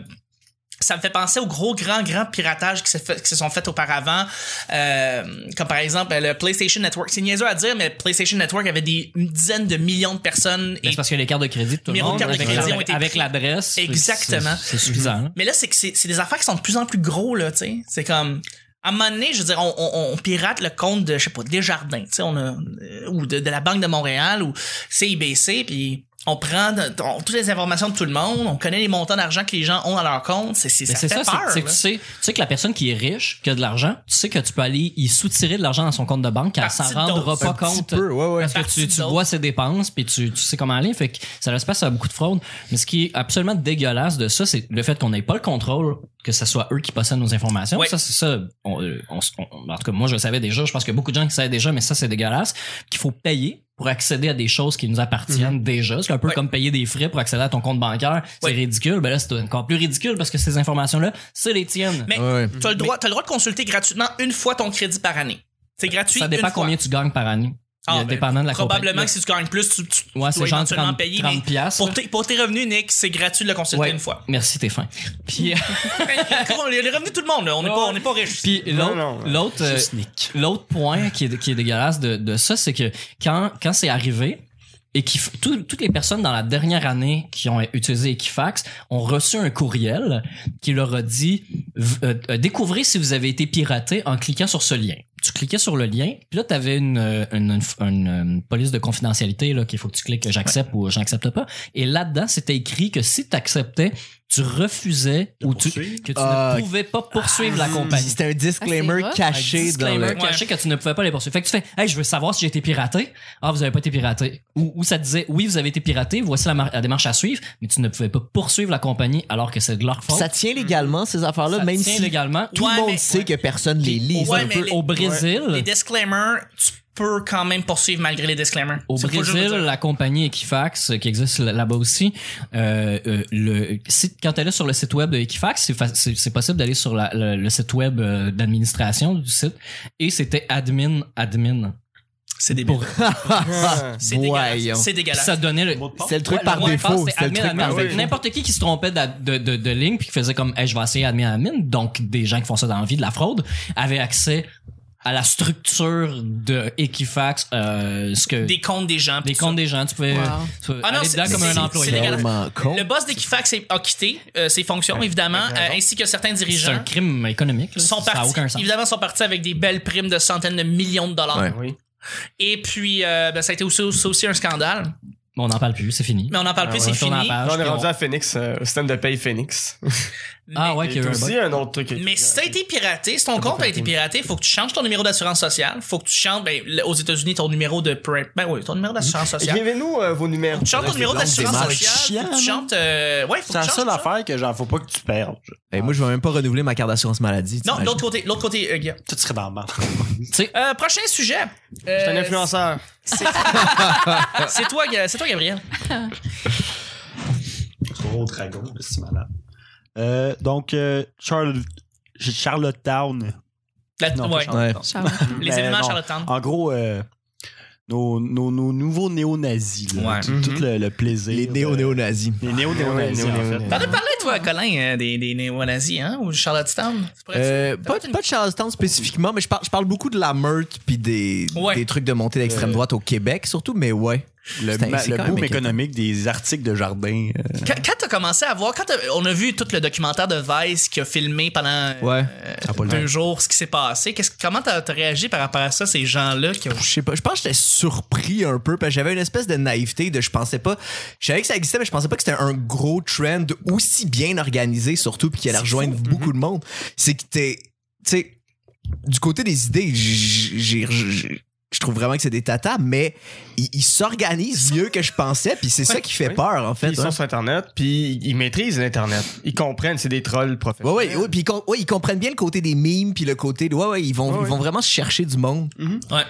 Speaker 1: ça me fait penser aux gros, grands, grands piratages qui se, fait- qui se sont faits auparavant. Euh, comme par exemple le PlayStation Network. C'est niaiseux à dire, mais PlayStation Network avait des une dizaine de millions de personnes.
Speaker 4: Mais
Speaker 1: et
Speaker 4: C'est parce que les cartes de crédit de tout le
Speaker 1: Numéro de
Speaker 4: monde,
Speaker 1: carte de
Speaker 4: avec
Speaker 1: crédit
Speaker 4: la-
Speaker 1: ont été
Speaker 4: avec
Speaker 1: pris.
Speaker 4: l'adresse, c'est-
Speaker 1: Exactement.
Speaker 4: c'est c'est suffisant. là.
Speaker 1: Mais là, c'est que c'est c'est des affaires qui sont de plus en plus gros, là, tu sais. C'est comme. À un moment donné, je veux dire, on, on- on pirate le compte de, je sais pas, Desjardins, tu sais, on a. euh, ou de, de la Banque de Montréal, ou CIBC, puis on prend de- on- toutes les informations de tout le monde, on connaît les montants d'argent que les gens ont dans leur compte, c'est c'est- ça
Speaker 4: Mais Ben, c'est
Speaker 1: fait
Speaker 4: ça, c'est-
Speaker 1: peur.
Speaker 4: c'est que
Speaker 1: là.
Speaker 4: tu sais, tu sais que la personne qui est riche, qui a de l'argent, tu sais que tu peux aller y soutirer de l'argent dans son compte de banque, qu'elle
Speaker 1: Partie
Speaker 4: s'en
Speaker 1: de
Speaker 4: rendra
Speaker 1: dose.
Speaker 4: pas
Speaker 3: Un petit
Speaker 4: compte.
Speaker 3: peu, ouais, ouais.
Speaker 4: Parce que
Speaker 1: Partie
Speaker 4: tu,
Speaker 1: de
Speaker 4: tu
Speaker 1: dose.
Speaker 4: vois ses dépenses, puis tu, tu sais comment aller. Fait que ça laisse place à beaucoup de fraude. Mais ce qui est absolument dégueulasse de ça, c'est le fait qu'on n'ait pas le contrôle, que ce soit eux qui possèdent nos informations.
Speaker 1: Ouais.
Speaker 4: Ça, c'est ça. On, euh, on s- on- en tout cas, moi, je le savais déjà. Je pense qu'il y a beaucoup de gens qui savaient déjà, mais ça, c'est dégueulasse. Qu'il faut payer pour accéder à des choses qui nous appartiennent déjà. C'est un peu
Speaker 1: Ouais.
Speaker 4: comme payer des frais pour accéder à ton compte bancaire. C'est
Speaker 1: Ouais.
Speaker 4: ridicule. Ben là, c'est encore plus ridicule parce que ces informations-là, c'est les tiennes.
Speaker 1: Mais
Speaker 3: Ouais, ouais.
Speaker 1: t'as le droit, t'as le droit de consulter gratuitement une fois ton crédit par année. C'est gratuit.
Speaker 4: ça dépend
Speaker 1: une fois.
Speaker 4: combien tu gagnes par année.
Speaker 1: Ah,
Speaker 4: Il y a
Speaker 1: ben,
Speaker 4: dépendant de la
Speaker 1: Probablement
Speaker 4: compagnie.
Speaker 1: que si tu gagnes plus, tu, tu- tu
Speaker 4: Ouais,
Speaker 1: dois
Speaker 4: c'est genre
Speaker 1: éventuellement
Speaker 4: 30,
Speaker 1: payer.
Speaker 4: 30
Speaker 1: mais
Speaker 4: piastres,
Speaker 1: pour,
Speaker 4: là.
Speaker 1: tes, pour tes revenus, Nick, c'est gratuit de le consulter
Speaker 4: Ouais.
Speaker 1: une fois.
Speaker 4: Merci, t'es fin. Puis, euh,
Speaker 1: on, les revenus de tout le monde, là. On n'est pas, on n'est pas riche.
Speaker 4: puis
Speaker 2: non,
Speaker 4: l'autre,
Speaker 2: ouais.
Speaker 4: l'autre, euh,
Speaker 6: Juste Nick.
Speaker 4: l'autre point qui est, qui est dégueulasse de, de ça, c'est que quand, quand c'est arrivé, et qui toutes les personnes dans la dernière année qui ont utilisé Equifax ont reçu un courriel qui leur a dit v- euh, euh, découvrez si vous avez été piraté en cliquant sur ce lien. Tu cliquais sur le lien, puis là tu avais une, euh, une, une- une, euh, une police de confidentialité là qu'il faut que tu cliques j'accepte ou j'accepte pas et là-dedans c'était écrit que si tu acceptais, tu refusais ou tu
Speaker 6: poursuivre.
Speaker 4: que tu
Speaker 3: Ah,
Speaker 4: ne pouvais pas poursuivre la compagnie
Speaker 3: C'était Mmh. un disclaimer
Speaker 5: Ah, c'est
Speaker 4: un
Speaker 3: caché
Speaker 4: disclaimer
Speaker 3: dans le.
Speaker 4: caché que tu ne pouvais pas les poursuivre. Fait que tu fais, hey, je veux savoir si j'ai été piraté. Ah, vous avez pas été piraté. Ou, ou ça te disait, oui, vous avez été piraté, voici la, mar- la démarche à suivre, mais tu ne pouvais pas poursuivre la compagnie alors que c'est de leur faute.
Speaker 3: Ça
Speaker 1: Mmh.
Speaker 3: tient légalement, ces affaires-là,
Speaker 4: Ça
Speaker 3: même
Speaker 4: tient
Speaker 3: si
Speaker 4: légalement.
Speaker 3: tout
Speaker 1: Ouais,
Speaker 3: le monde
Speaker 1: mais-
Speaker 3: sait que personne les lit.
Speaker 1: Ouais,
Speaker 3: ça.
Speaker 1: mais
Speaker 4: Peu-
Speaker 1: les-
Speaker 4: au Brésil,
Speaker 1: Les disclaimers, tu peux quand même poursuivre malgré les disclaimers.
Speaker 4: au
Speaker 1: C'est pas juste de
Speaker 4: Brésil,
Speaker 1: dire-
Speaker 4: la compagnie Equifax euh, qui existe là- là-bas aussi, euh, euh, le site, quand elle est sur le site web de Equifax, c'est fa- c'est c'est possible d'aller sur la- le, le site web euh, d'administration du site et c'était admin admin.
Speaker 1: C'est débile.
Speaker 4: Pour,
Speaker 1: C'est dégueulasse.
Speaker 3: Voyons.
Speaker 1: C'est
Speaker 4: Puis
Speaker 1: dégueulasse.
Speaker 4: ça donnait le,
Speaker 3: C'est le truc
Speaker 4: Ouais,
Speaker 3: par
Speaker 4: le mot de passe,
Speaker 3: défaut.
Speaker 4: c'était
Speaker 3: C'est le
Speaker 4: admin,
Speaker 3: truc
Speaker 4: admin.
Speaker 1: Ah
Speaker 3: par
Speaker 4: Fait que
Speaker 3: défaut.
Speaker 4: N'importe qui qui se trompait de, de, de, de ligne puis qui faisait comme hey, je vais essayer admin admin donc des gens qui font ça dans la vie de la fraude avaient accès à la structure de Equifax, euh, ce que
Speaker 1: Des comptes des gens.
Speaker 4: des
Speaker 1: pis tout
Speaker 4: comptes des gens, tu pouvais,
Speaker 5: Wow.
Speaker 4: tu pouvais
Speaker 1: Ah non,
Speaker 4: aller
Speaker 1: c'est-
Speaker 4: dedans comme
Speaker 1: c'est-
Speaker 4: un
Speaker 1: c'est-
Speaker 4: employé.
Speaker 1: c'est légal.
Speaker 3: Tellement
Speaker 1: ça.
Speaker 3: con.
Speaker 1: Le boss d'Equifax a quitté euh, ses fonctions, évidemment, euh, ainsi que certains
Speaker 4: C'est un
Speaker 1: dirigeants.
Speaker 4: crime économique. là.
Speaker 1: Sont
Speaker 4: ça n'a
Speaker 1: partis,
Speaker 4: aucun sens.
Speaker 1: évidemment, sont partis avec des belles primes de centaines de millions de dollars.
Speaker 7: Ouais.
Speaker 2: Oui.
Speaker 1: Et puis, euh, ben, ça a été aussi, ça aussi un scandale.
Speaker 4: Bon, on n'en parle plus, c'est fini.
Speaker 1: Mais on n'en parle plus,
Speaker 4: Ah On
Speaker 1: c'est
Speaker 4: retourne à la
Speaker 1: fini.
Speaker 4: page,
Speaker 2: Là, on est
Speaker 4: puis on-
Speaker 2: rendu à Phoenix, euh, au système de paye Phoenix.
Speaker 4: Ah ouais, qu'il y a eu
Speaker 2: C'est
Speaker 4: un bug.
Speaker 2: aussi un autre truc.
Speaker 1: Mais si t'as été piraté, si ton compte a été piraté, faut que tu changes ton numéro d'assurance sociale. Faut que tu changes, ben, le- aux États-Unis, ton numéro de, pre- ben oui, ton numéro d'assurance
Speaker 6: Mm-hmm.
Speaker 1: sociale.
Speaker 2: Écrivez-nous euh, vos numéros.
Speaker 1: Tu changes ton numéro
Speaker 7: longues
Speaker 1: d'assurance
Speaker 7: démarches.
Speaker 1: sociale. Faut que tu
Speaker 6: Chiant,
Speaker 1: changes, euh, ouais, faut
Speaker 6: hein. C'est
Speaker 1: que
Speaker 6: la
Speaker 1: tu changes.
Speaker 6: seule
Speaker 1: tout ça.
Speaker 6: affaire que genre, faut pas que tu perdes.
Speaker 3: Et moi, je vais même pas renouveler ma carte d'assurance maladie.
Speaker 1: Non,
Speaker 3: t'imagines?
Speaker 1: l'autre côté, l'autre côté, euh, Guillaume.
Speaker 6: Tout serait dans le marbre.
Speaker 1: Euh, prochain sujet. Euh,
Speaker 2: C'est un influenceur.
Speaker 1: C'est c'est toi, Ga- c'est toi, Gabriel.
Speaker 6: Gros dragon, c'est malade. Euh, donc, euh, Charl- Charlottetown.
Speaker 1: La-
Speaker 6: Non, pas
Speaker 1: ouais.
Speaker 6: Charlottetown.
Speaker 5: Charles.
Speaker 1: Les
Speaker 6: Ben
Speaker 1: événements à
Speaker 6: non.
Speaker 1: Charlottetown.
Speaker 6: En gros, euh, nos, nos, nos nouveaux néo-nazis. là.
Speaker 1: Ouais.
Speaker 6: Tout, tout le, le plaisir.
Speaker 3: Les
Speaker 6: de-
Speaker 3: néo-néo-nazis.
Speaker 6: Mm-hmm. Les néo-néo-nazis.
Speaker 2: Ouais,
Speaker 6: en fait.
Speaker 2: néo-néo-nazis.
Speaker 1: T'en as parlé, toi, Colin, euh, des, des néo-nazis, hein, ou de Charlottetown? C'est pour être-
Speaker 3: Euh, pas, pas de Charlestown spécifiquement, mais je parle, je parle beaucoup de la meute puis des,
Speaker 1: Ouais. Euh.
Speaker 3: des trucs de montée d'extrême droite au Québec, surtout, mais ouais.
Speaker 6: Le,
Speaker 3: C'est-
Speaker 6: ma-
Speaker 3: c'est
Speaker 6: le
Speaker 3: quand même
Speaker 6: boom
Speaker 3: inquiétant.
Speaker 6: économique des articles de jardin. euh,
Speaker 1: Quand, quand t'as commencé à voir, quand t'as- on a vu tout le documentaire de Vice qui a filmé pendant euh,
Speaker 3: Ouais.
Speaker 6: Ah, pas le
Speaker 1: deux
Speaker 6: temps.
Speaker 1: jours ce qui s'est passé, qu'est-ce, comment t'as, t'as réagi par rapport à ça, ces gens-là qui ont.
Speaker 3: Je sais pas, je pense que j'étais surpris un peu parce que j'avais une espèce de naïveté de je pensais pas, je savais que ça existait mais je pensais pas que c'était un gros trend aussi bien organisé surtout puis qui allait rejoindre beaucoup de monde. C'est que t'es tu sais du côté des idées, j- j- j- j- je trouve vraiment que c'est des tatas mais ils ils s'organisent mieux que je pensais puis c'est ça qui fait
Speaker 2: oui.
Speaker 3: peur en fait. hein.
Speaker 2: Ils sont sur Internet, puis ils maîtrisent l'Internet. Ils comprennent, c'est des trolls
Speaker 3: Ouais,
Speaker 2: professionnels.
Speaker 3: ouais, ouais, puis ils com- ouais, ils comprennent bien le côté des mimes, puis le côté. de- Ouais, ouais, ils vont,
Speaker 2: Ouais,
Speaker 3: ils vont vraiment se chercher du monde.
Speaker 1: Ouais.
Speaker 3: Ouais,
Speaker 1: Ouais,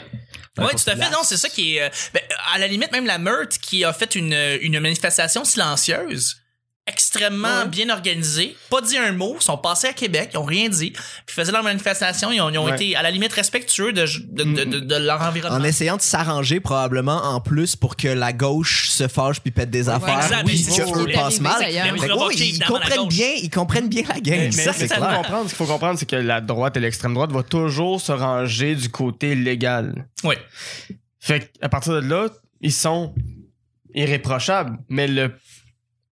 Speaker 3: pour
Speaker 1: tout à fait.
Speaker 3: place.
Speaker 1: Non, c'est ça qui est. euh, ben, à la limite, même la meute qui a fait une, une manifestation silencieuse, extrêmement bien organisée, pas dit un mot, sont passés à Québec, ils ont rien dit, puis faisaient leur manifestation, ils ont, ils ont
Speaker 2: Ouais.
Speaker 1: été à la limite respectueux de, de, de, de- de leur environnement.
Speaker 3: En essayant de s'arranger probablement en plus pour que la gauche se fâche puis pète des affaires,
Speaker 1: exact, mais
Speaker 3: oui,
Speaker 1: c'est ce
Speaker 3: que
Speaker 1: qui
Speaker 3: eux
Speaker 1: voulait
Speaker 3: passent
Speaker 5: arriver,
Speaker 3: mal.
Speaker 5: d'ailleurs.
Speaker 3: Fait
Speaker 1: Mais
Speaker 3: que,
Speaker 1: oui,
Speaker 3: ouais,
Speaker 1: provoquer,
Speaker 3: ils
Speaker 1: évidemment, la
Speaker 3: comprennent
Speaker 1: gauche.
Speaker 3: bien, ils comprennent bien la game.
Speaker 2: Mais
Speaker 3: ça
Speaker 2: ce qu'il
Speaker 3: c'est
Speaker 2: faut
Speaker 3: clair.
Speaker 2: comprendre, ce qu'il faut comprendre, c'est que la droite et l'extrême droite vont toujours se ranger du côté légal.
Speaker 1: Oui.
Speaker 2: Fait qu'à partir de là, ils sont irréprochables. Mais le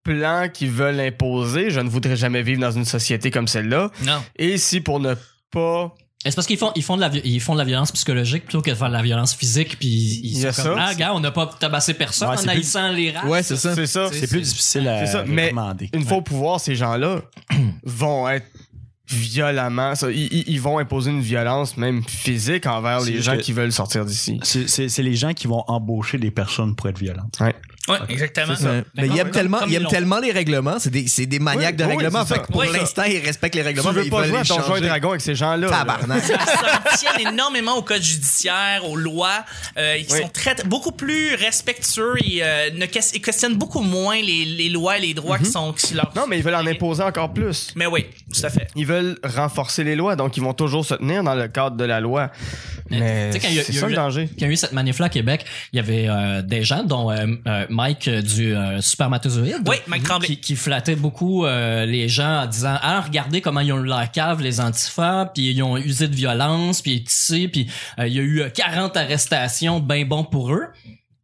Speaker 2: plan qu'ils veulent imposer, je ne voudrais jamais vivre dans une société comme celle-là.
Speaker 1: Non.
Speaker 2: Et si pour ne pas.
Speaker 4: Et C'est parce qu'ils font, ils font de la, vi- ils font de la violence psychologique plutôt que de faire de la violence physique, puis ils, ils
Speaker 2: Il y a
Speaker 4: sont
Speaker 2: ça.
Speaker 4: comme, ah, gars, on n'a pas tabassé personne
Speaker 6: Ouais,
Speaker 4: en
Speaker 6: c'est plus-
Speaker 4: haïssant les races.
Speaker 3: Ouais, c'est ça.
Speaker 2: C'est ça.
Speaker 6: C'est plus difficile à
Speaker 2: C'est ça, mais-
Speaker 6: recommander.
Speaker 2: Une fois au pouvoir, ces gens-là vont être violemment. ça, ils, ils- ils vont imposer une violence même physique envers
Speaker 6: C'est
Speaker 2: les
Speaker 6: juste
Speaker 2: gens
Speaker 6: que-
Speaker 2: qui veulent sortir d'ici.
Speaker 6: C'est- C'est c'est les gens qui vont embaucher des personnes pour être violentes.
Speaker 1: Ouais, exactement.
Speaker 3: Ouais. Mais ils aiment tellement,
Speaker 1: Comme
Speaker 3: ils aiment
Speaker 1: ils l'ont.
Speaker 3: tellement les règlements, c'est des, c'est des maniaques de
Speaker 2: oui,
Speaker 3: règlements.
Speaker 2: c'est
Speaker 3: Fait
Speaker 2: ça.
Speaker 3: que pour
Speaker 1: Oui.
Speaker 3: l'instant, ils respectent les
Speaker 2: Tu
Speaker 3: règlements, mais
Speaker 2: veux
Speaker 3: ils
Speaker 2: pas
Speaker 3: veulent
Speaker 2: jouer à
Speaker 3: les
Speaker 2: Donjons et
Speaker 3: changer.
Speaker 2: Dragons avec ces gens-là. là.
Speaker 3: Tabarnak.
Speaker 1: Ils s'en tiennent énormément au code judiciaire, aux lois. Euh, ils
Speaker 2: Oui.
Speaker 1: sont très, beaucoup plus respectueux et euh, ne ques- ils questionnent beaucoup moins les, les lois et les droits qui sont qui leur.
Speaker 2: Mhm. Non, mais ils veulent en imposer encore plus.
Speaker 1: Mais oui, tout à fait.
Speaker 2: Ils veulent renforcer les lois, donc ils vont toujours se tenir dans le cadre de la loi. Mais
Speaker 4: Tu sais, quand il y a-
Speaker 2: c'est
Speaker 4: il y a
Speaker 2: ça
Speaker 4: eu
Speaker 2: le
Speaker 4: la-
Speaker 2: danger.
Speaker 4: Quand il y a eu cette manif-là à Québec, il y avait euh, des gens, dont euh, euh, Mike euh, du euh, Supermatozoïde,
Speaker 1: Oui, Mike Tremblay.
Speaker 4: qui, qui flattait beaucoup euh, les gens en disant « Ah, regardez comment ils ont eu la cave, les antifas, puis ils ont usé de violence, puis tissé, puis euh, il y a eu euh, 40 arrestations, ben bon pour eux. »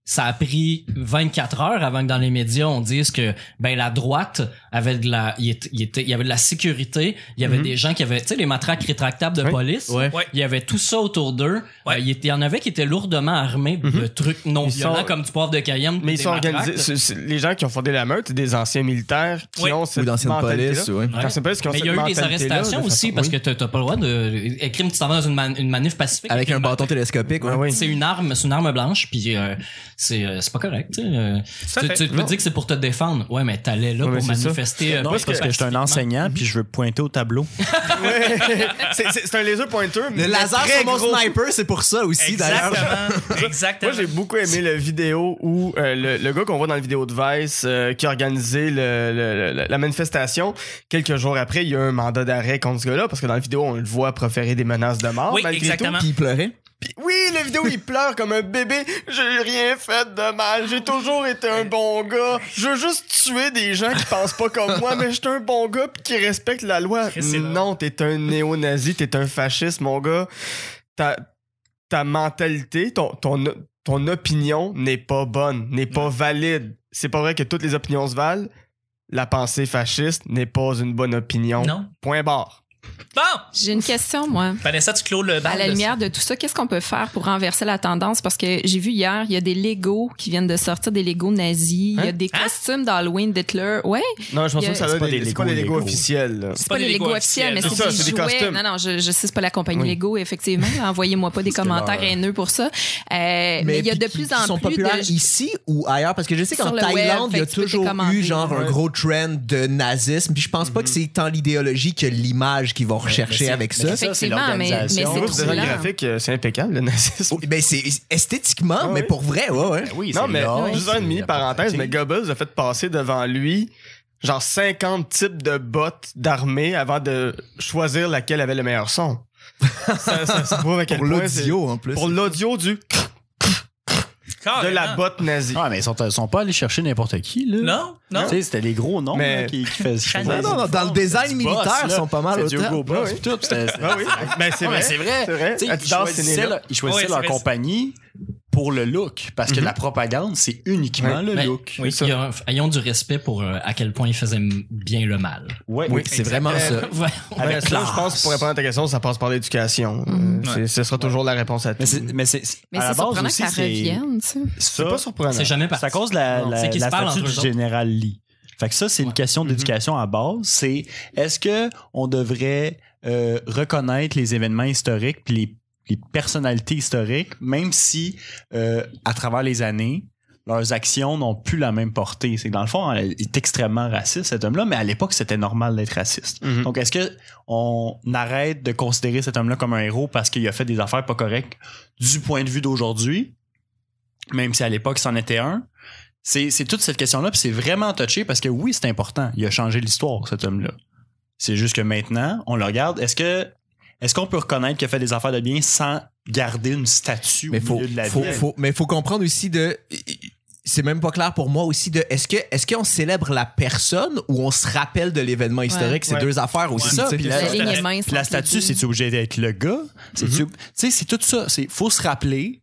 Speaker 4: Ça a pris 24 heures avant que dans les médias on dise que ben la droite avait de la il était, il était- il y avait de la sécurité, il y avait
Speaker 2: Mhm.
Speaker 4: des gens qui avaient tu sais les matraques rétractables de
Speaker 2: Oui.
Speaker 4: police.
Speaker 3: Ouais.
Speaker 1: Ouais.
Speaker 4: Il y avait tout ça autour d'eux.
Speaker 1: Ouais.
Speaker 4: Euh, il était- il y en avait qui étaient lourdement armés de trucs non
Speaker 2: Ils
Speaker 4: violents
Speaker 2: sont-
Speaker 4: comme du poivre de Cayenne.
Speaker 2: Mais ils
Speaker 4: des
Speaker 2: sont
Speaker 4: matraques.
Speaker 2: organisés. c'est- c'est- les gens qui ont fondé la meute, c'est des anciens militaires qui
Speaker 1: Oui.
Speaker 2: ont
Speaker 3: Ou
Speaker 2: cette
Speaker 3: d'anciennes
Speaker 2: mentalité-là.
Speaker 3: polices, ouais.
Speaker 4: Ouais.
Speaker 2: D'anciennes polices qui ont
Speaker 4: Mais il y
Speaker 2: cette
Speaker 4: a eu des
Speaker 2: mentalité-là,
Speaker 4: arrestations
Speaker 2: de
Speaker 4: aussi
Speaker 2: façon-
Speaker 4: parce
Speaker 2: oui.
Speaker 4: que t'as t'as pas le droit de. Un crime, tu t'en vas dans une, man- une manif pacifique.
Speaker 3: Avec
Speaker 4: une
Speaker 3: un
Speaker 4: ma-
Speaker 3: bâton télescopique, ouais.
Speaker 2: Ouais, oui.
Speaker 4: C'est une arme, c'est une arme blanche, puis euh, c'est euh, c'est pas correct. tu sais, euh,
Speaker 1: Ça
Speaker 4: tu
Speaker 1: fait.
Speaker 4: tu peux
Speaker 2: Non.
Speaker 4: dire que c'est pour te défendre. Ouais, mais t'allais là
Speaker 2: Ouais,
Speaker 4: pour
Speaker 2: mais c'est ça.
Speaker 4: manifester. euh,
Speaker 6: Non, parce que,
Speaker 4: pacifiquement.
Speaker 6: je suis un enseignant puis je veux pointer au tableau.
Speaker 2: C'est- C'est c'est un laser pointeur.
Speaker 3: Le
Speaker 2: mais
Speaker 3: laser
Speaker 2: très
Speaker 3: sur mon
Speaker 2: gros.
Speaker 3: sniper, c'est pour ça aussi, d'ailleurs.
Speaker 1: Exactement. Exactement.
Speaker 2: Moi, j'ai beaucoup aimé la vidéo où euh, le, le gars qu'on voit dans la vidéo de Vice euh, qui a organisé le- le- le- la manifestation, quelques jours après, il y a un mandat d'arrêt contre ce gars-là parce que dans la vidéo, on le voit proférer des menaces de mort.
Speaker 1: Oui,
Speaker 2: malgré
Speaker 1: exactement.
Speaker 3: Puis il pleurait.
Speaker 2: tout. Oui, la vidéo, il pleure comme un bébé. J'ai rien fait de mal. J'ai toujours été un bon gars. Je veux juste tuer des gens qui pensent pas comme moi, mais je suis un bon gars pis qui respecte la loi.
Speaker 1: C'est là.
Speaker 2: Non, t'es un néo-nazi, t'es un fasciste, mon gars. ta, ta mentalité, ton, ton, ton opinion n'est pas bonne, n'est pas valide. C'est pas vrai que toutes les opinions se valent. La pensée fasciste n'est pas une bonne opinion.
Speaker 1: Non.
Speaker 2: Point barre.
Speaker 1: Bon!
Speaker 5: J'ai une question, moi.
Speaker 1: Vanessa, tu clôt le bal
Speaker 5: À la
Speaker 1: de-
Speaker 5: lumière de tout ça, qu'est-ce qu'on peut faire pour renverser la tendance? Parce que j'ai vu hier, il y a des Legos qui viennent de sortir, des Legos nazis. Il y a des
Speaker 1: Hein?
Speaker 5: costumes d'Halloween d'Hitler. Ouais,
Speaker 2: Non, je pense
Speaker 5: Il y a-
Speaker 2: pas que ça
Speaker 6: C'est
Speaker 2: a
Speaker 6: pas
Speaker 2: des,
Speaker 6: des
Speaker 2: c'est pas
Speaker 6: Lego,
Speaker 2: des Lego
Speaker 6: Lego.
Speaker 2: officiels. là.
Speaker 5: c'est pas, les Legos officiels, mais
Speaker 1: officiels.
Speaker 5: c'est
Speaker 2: C'est ça, c'est
Speaker 5: des
Speaker 2: des
Speaker 5: jouets.
Speaker 2: costumes.
Speaker 5: Non, non, je, je sais, c'est pas la compagnie
Speaker 2: Oui.
Speaker 5: Lego, effectivement. Envoyez-moi pas des commentaires
Speaker 6: leur-
Speaker 5: haineux pour ça. Euh, mais il y a
Speaker 3: puis
Speaker 5: de
Speaker 3: qui-
Speaker 5: plus
Speaker 3: qui
Speaker 5: en
Speaker 3: sont
Speaker 5: plus
Speaker 3: populaires
Speaker 5: de
Speaker 3: ici ou ailleurs parce que je sais qu'en
Speaker 5: Sur le web,
Speaker 3: Thaïlande il y
Speaker 5: fait
Speaker 3: a
Speaker 5: que tu peux
Speaker 3: toujours eu
Speaker 5: télécommander.
Speaker 3: genre un
Speaker 2: Ouais.
Speaker 3: gros trend de nazisme puis je pense pas que c'est tant l'idéologie que l'image qu'ils vont rechercher
Speaker 6: c'est-
Speaker 3: avec
Speaker 6: Mhm. mais
Speaker 3: ça.
Speaker 6: c'est
Speaker 5: Effectivement, mais-
Speaker 6: l'organisation.
Speaker 5: mais
Speaker 2: On
Speaker 5: c'est
Speaker 2: voit
Speaker 5: trop
Speaker 2: que le design
Speaker 5: lent.
Speaker 2: graphique, euh, c'est impeccable, le nazisme.
Speaker 3: Oui, ben c'est esthétiquement
Speaker 2: Ah
Speaker 3: mais
Speaker 2: oui.
Speaker 3: pour vrai ouais ouais.
Speaker 6: Ben oui,
Speaker 2: Non,
Speaker 6: c'est
Speaker 2: mais
Speaker 6: large,
Speaker 2: juste une
Speaker 6: c'est
Speaker 2: mini-parenthèse,
Speaker 6: apporté.
Speaker 2: mais Goebbels a fait passer devant lui genre 50 types de bottes d'armée avant de choisir laquelle avait le meilleur son. ça, ça, ça prouve à quel
Speaker 3: Pour
Speaker 2: point c'est-
Speaker 3: l'audio en plus.
Speaker 2: Pour l'audio du de
Speaker 1: Carrément.
Speaker 2: la botte nazie.
Speaker 6: Ah, mais ils sont, ils sont pas allés chercher n'importe qui, là.
Speaker 1: Non, non.
Speaker 6: Tu sais, c'était les gros noms
Speaker 2: Mais-
Speaker 6: là, qui, qui faisaient ça.
Speaker 1: Non,
Speaker 3: non, non, dans le design militaire ils sont pas mal au
Speaker 6: C'est Diogo Boss,
Speaker 2: Ouais, ouais.
Speaker 6: pis tout, pis c'était- c'était-
Speaker 2: Ah oui, mais c'est
Speaker 6: Ouais,
Speaker 2: vrai.
Speaker 6: mais c'est vrai.
Speaker 2: C'est vrai.
Speaker 6: Tu sais, Ils
Speaker 2: Adidas, c'est né
Speaker 6: choisissaient,
Speaker 2: là.
Speaker 6: leur, ils
Speaker 1: Ouais,
Speaker 6: choisissaient
Speaker 1: c'est
Speaker 6: leur
Speaker 1: vrai, c'est-
Speaker 6: compagnie pour le look, parce que
Speaker 2: Mhm.
Speaker 6: la propagande, c'est uniquement
Speaker 2: Ouais.
Speaker 6: le
Speaker 4: Mais-
Speaker 6: look.
Speaker 4: Oui,
Speaker 2: ça.
Speaker 4: il y a- ayons du respect pour euh, à quel point il faisait m- bien le mal.
Speaker 6: Ouais.
Speaker 3: Oui, c'est vraiment ça.
Speaker 4: Ouais.
Speaker 2: Avec ça, je pense, pour répondre à ta question, ça passe par l'éducation. Euh, c'est- Ce sera toujours la réponse à tout.
Speaker 6: Mais c'est, mais c'est,
Speaker 5: Mais c'est
Speaker 6: à la base
Speaker 5: surprenant que
Speaker 6: aussi,
Speaker 5: ça
Speaker 6: c'est-
Speaker 5: revienne, tu sais.
Speaker 6: ça,
Speaker 2: C'est pas surprenant.
Speaker 4: C'est jamais parti.
Speaker 6: C'est à cause de la,
Speaker 4: Non.
Speaker 6: la,
Speaker 4: C'est qu'ils
Speaker 6: la
Speaker 4: se parlent
Speaker 6: statue
Speaker 4: entre
Speaker 6: du
Speaker 4: eux autres. Mm-hmm.
Speaker 6: général Lee. Fait que ça, c'est une question d'éducation à base. C'est est-ce que on devrait euh, reconnaître les événements historiques puis les, les personnalités historiques, même si euh, à travers les années, leurs actions n'ont plus la même portée. C'est que dans le fond, il est extrêmement raciste, cet homme-là, mais à l'époque, c'était normal d'être raciste.
Speaker 3: Mm-hmm.
Speaker 2: Mhm.
Speaker 6: Donc, est-ce que on arrête de considérer cet homme-là comme un héros parce qu'il a fait des affaires pas correctes du point de vue d'aujourd'hui, même si à l'époque c'en était un? C'est, c'est toute cette question-là, puis c'est vraiment touché parce que oui, c'est important. Il a changé l'histoire, cet homme-là. C'est juste que maintenant, on le regarde. Est-ce que est-ce qu'on peut reconnaître qu'il a fait des affaires de bien sans garder une statue
Speaker 3: Mais
Speaker 6: au
Speaker 3: faut,
Speaker 6: milieu de la
Speaker 3: faut,
Speaker 6: ville?
Speaker 3: faut- mais faut comprendre aussi de. C'est même pas clair pour moi aussi de. Est-ce que est-ce qu'on célèbre la personne ou on se rappelle de l'événement historique C'est
Speaker 2: Ouais.
Speaker 3: deux affaires aussi.
Speaker 6: C'est ça,
Speaker 3: tu sais.
Speaker 6: puis
Speaker 5: La
Speaker 6: là-
Speaker 5: ligne est mince.
Speaker 6: Puis la
Speaker 5: entre les
Speaker 6: statue,
Speaker 5: deux.
Speaker 6: c'est-tu obligé d'être le gars?
Speaker 1: Mm-hmm.
Speaker 6: C'est-tu- Tu sais, c'est tout ça. Il faut se rappeler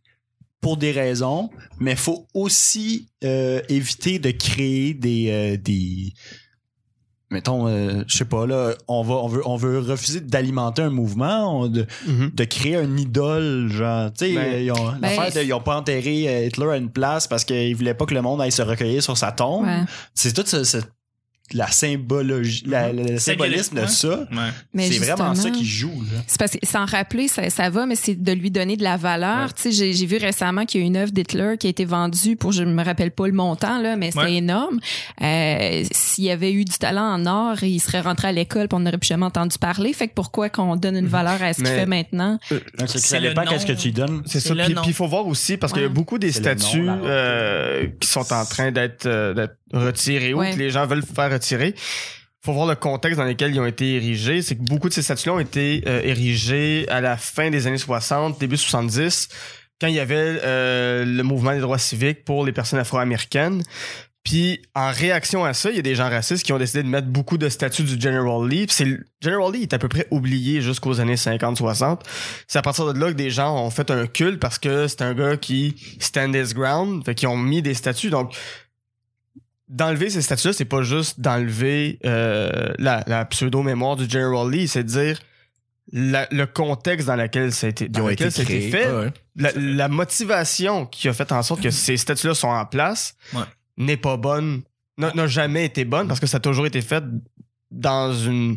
Speaker 6: pour des raisons, mais faut aussi euh, éviter de créer des. euh, des mettons, euh, je sais pas, là, on, va, on, veut, on veut refuser d'alimenter un mouvement, on- de,
Speaker 2: Mhm.
Speaker 6: de créer un idole, genre. Tu sais,
Speaker 2: Ben-
Speaker 6: euh, ils ont l'affaire de- ils ont pas enterré euh, Hitler à une place parce qu'ils voulaient pas que le monde aille se recueillir sur sa tombe.
Speaker 5: Ouais.
Speaker 6: C'est toute la symbologie, la- la- le
Speaker 1: Symbolique,
Speaker 6: symbolisme de
Speaker 1: ouais.
Speaker 6: ça.
Speaker 1: Ouais.
Speaker 5: Mais
Speaker 6: C'est vraiment ça
Speaker 5: justement-
Speaker 6: qui joue. Là.
Speaker 5: C'est parce que s'en rappeler, ça, ça va, mais c'est de lui donner de la valeur. Tu sais, j'ai- j'ai vu récemment qu'il y a une œuvre d'Hitler qui a été vendue pour, je me rappelle pas le montant, là, mais c'était
Speaker 1: Ouais.
Speaker 5: énorme. Euh, S'il y avait eu du talent en or, il serait rentré à l'école puis on n'aurait plus jamais entendu parler. Fait que pourquoi qu'on donne une valeur à ce qu'il
Speaker 2: Mais-
Speaker 5: fait maintenant?
Speaker 2: Euh,
Speaker 6: Donc, c'est que
Speaker 1: C'est
Speaker 6: ça
Speaker 1: le
Speaker 6: dépend
Speaker 1: nom.
Speaker 6: qu'est-ce que tu lui donnes.
Speaker 2: C'est
Speaker 1: C'est
Speaker 2: ça.
Speaker 1: le
Speaker 2: Puis
Speaker 1: nom.
Speaker 2: il faut voir aussi, parce qu'il y a
Speaker 5: Ouais.
Speaker 2: beaucoup des
Speaker 6: C'est le nom,
Speaker 2: statues
Speaker 6: la langue.
Speaker 2: euh, qui sont en train d'être euh, d'être retirées
Speaker 5: Ouais.
Speaker 2: ou que les gens veulent faire retirer. faut voir le contexte dans lequel ils ont été érigés. C'est que beaucoup de ces statues-là ont été euh, érigées à la fin des années 60, début 70, quand il y avait euh, le mouvement des droits civiques pour les personnes afro-américaines. Puis en réaction à ça, il y a des gens racistes qui ont décidé de mettre beaucoup de statues du General Lee. Puis c'est le- General Lee est à peu près oublié jusqu'aux années 50-60. C'est à partir de là que des gens ont fait un culte parce que c'est un gars qui stand his ground, fait qu'ils ont mis des statues. Donc d'enlever ces statues-là, c'est pas juste d'enlever euh, la, la pseudo-mémoire du General Lee, c'est de dire la- le contexte dans lequel ça a été, dans lequel ça a été
Speaker 3: créés.
Speaker 2: fait,
Speaker 3: Ouais, ouais.
Speaker 2: la, la motivation qui a fait en sorte que ces statuts-là sont en place
Speaker 1: Ouais.
Speaker 2: n'est pas bonne, n'a n'a jamais été bonne parce que ça a toujours été fait dans une,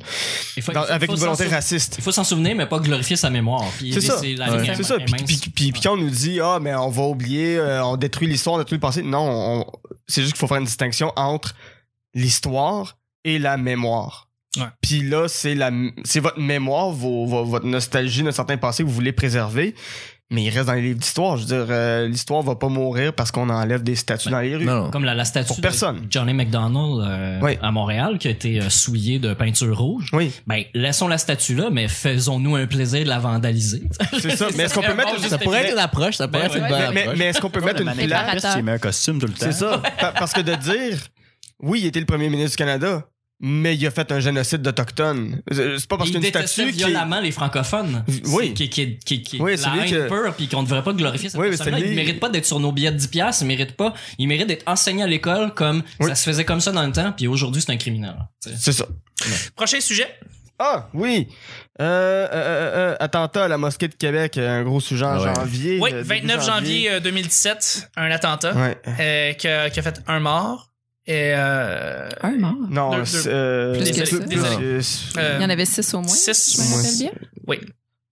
Speaker 4: Il faut-
Speaker 2: dans-
Speaker 4: il faut-
Speaker 2: avec
Speaker 4: faut
Speaker 2: une volonté
Speaker 4: s'en sou-
Speaker 2: raciste.
Speaker 4: Il faut s'en souvenir, mais pas glorifier sa mémoire. Puis
Speaker 2: C'est ça.
Speaker 4: la
Speaker 2: Ouais.
Speaker 4: ligne est-
Speaker 2: C'est ça.
Speaker 4: est
Speaker 2: Puis,
Speaker 4: mince.
Speaker 2: puis- puis- puis quand on nous dit, ah, mais on va oublier, euh, on détruit l'histoire, on détruit le passé. Non, on- c'est juste qu'il faut faire une distinction entre l'histoire et la mémoire.
Speaker 1: Ouais.
Speaker 2: Puis là, c'est la, c'est votre mémoire, vos- vos- votre nostalgie d'un certain passé que vous voulez préserver. Mais il reste dans les livres d'histoire. Je veux dire, euh, l'histoire va pas mourir parce qu'on enlève des statues dans les rues.
Speaker 3: Non, non.
Speaker 4: Comme la, la statue
Speaker 2: Pour
Speaker 4: de
Speaker 2: personne.
Speaker 4: Johnny McDonald euh,
Speaker 2: Oui.
Speaker 4: à Montréal qui a été euh, souillée de peinture rouge.
Speaker 2: Oui,
Speaker 4: Ben, laissons la statue là, mais faisons-nous un plaisir de la vandaliser.
Speaker 2: c'est ça. mais est-ce qu'on peut mettre,
Speaker 3: Ça pourrait être une approche. Ça pourrait
Speaker 4: Ben
Speaker 3: être une
Speaker 4: ouais.
Speaker 3: bonne
Speaker 2: mais,
Speaker 3: approche.
Speaker 2: mais- mais est-ce qu'on peut
Speaker 6: Comme
Speaker 2: mettre
Speaker 6: le
Speaker 2: une
Speaker 6: mannequin
Speaker 2: place?
Speaker 5: place?
Speaker 2: Hein?
Speaker 6: qui met un costume tout le temps.
Speaker 2: C'est ça. Pa- parce que de dire, oui, il était le premier ministre du Canada, mais il a fait un génocide d'Autochtones. C'est c'est pas parce
Speaker 4: il
Speaker 2: qu'une
Speaker 4: détestait
Speaker 2: statue qui...
Speaker 4: violemment les francophones.
Speaker 2: Oui.
Speaker 4: C'est- Qui, qui, qui, qui,
Speaker 2: Oui, c'est
Speaker 4: la
Speaker 2: lui
Speaker 4: haine
Speaker 2: que-
Speaker 4: pure, puis qu'on ne devrait pas glorifier cette
Speaker 2: Oui, mais
Speaker 4: personne-là.
Speaker 2: c'est lui-
Speaker 4: Il mérite pas d'être sur nos billets de 10 piastres, il mérite pas, il mérite d'être enseigné à l'école comme
Speaker 2: Oui.
Speaker 4: ça se faisait comme ça dans le temps, puis aujourd'hui c'est un criminel. tu sais.
Speaker 2: C'est ça.
Speaker 1: Prochain sujet.
Speaker 2: Ah, oui. Euh, euh, euh, euh, attentat à la mosquée de Québec, un gros sujet en
Speaker 3: Ah ouais.
Speaker 2: janvier.
Speaker 1: Oui,
Speaker 2: euh, début
Speaker 1: 29 janvier euh, 2017, un attentat
Speaker 2: Ouais.
Speaker 1: euh, qui, a, qui a fait un mort. Et euh,
Speaker 5: Un mort.
Speaker 2: Non,
Speaker 1: Deux-
Speaker 2: c'est,
Speaker 1: deux-
Speaker 2: euh,
Speaker 5: Plus
Speaker 2: c'est-
Speaker 5: que ça.
Speaker 1: Désolé.
Speaker 2: c'est-
Speaker 1: euh,
Speaker 5: Il y en avait six au moins.
Speaker 1: six,
Speaker 5: si je me rappelle bien.
Speaker 1: Oui.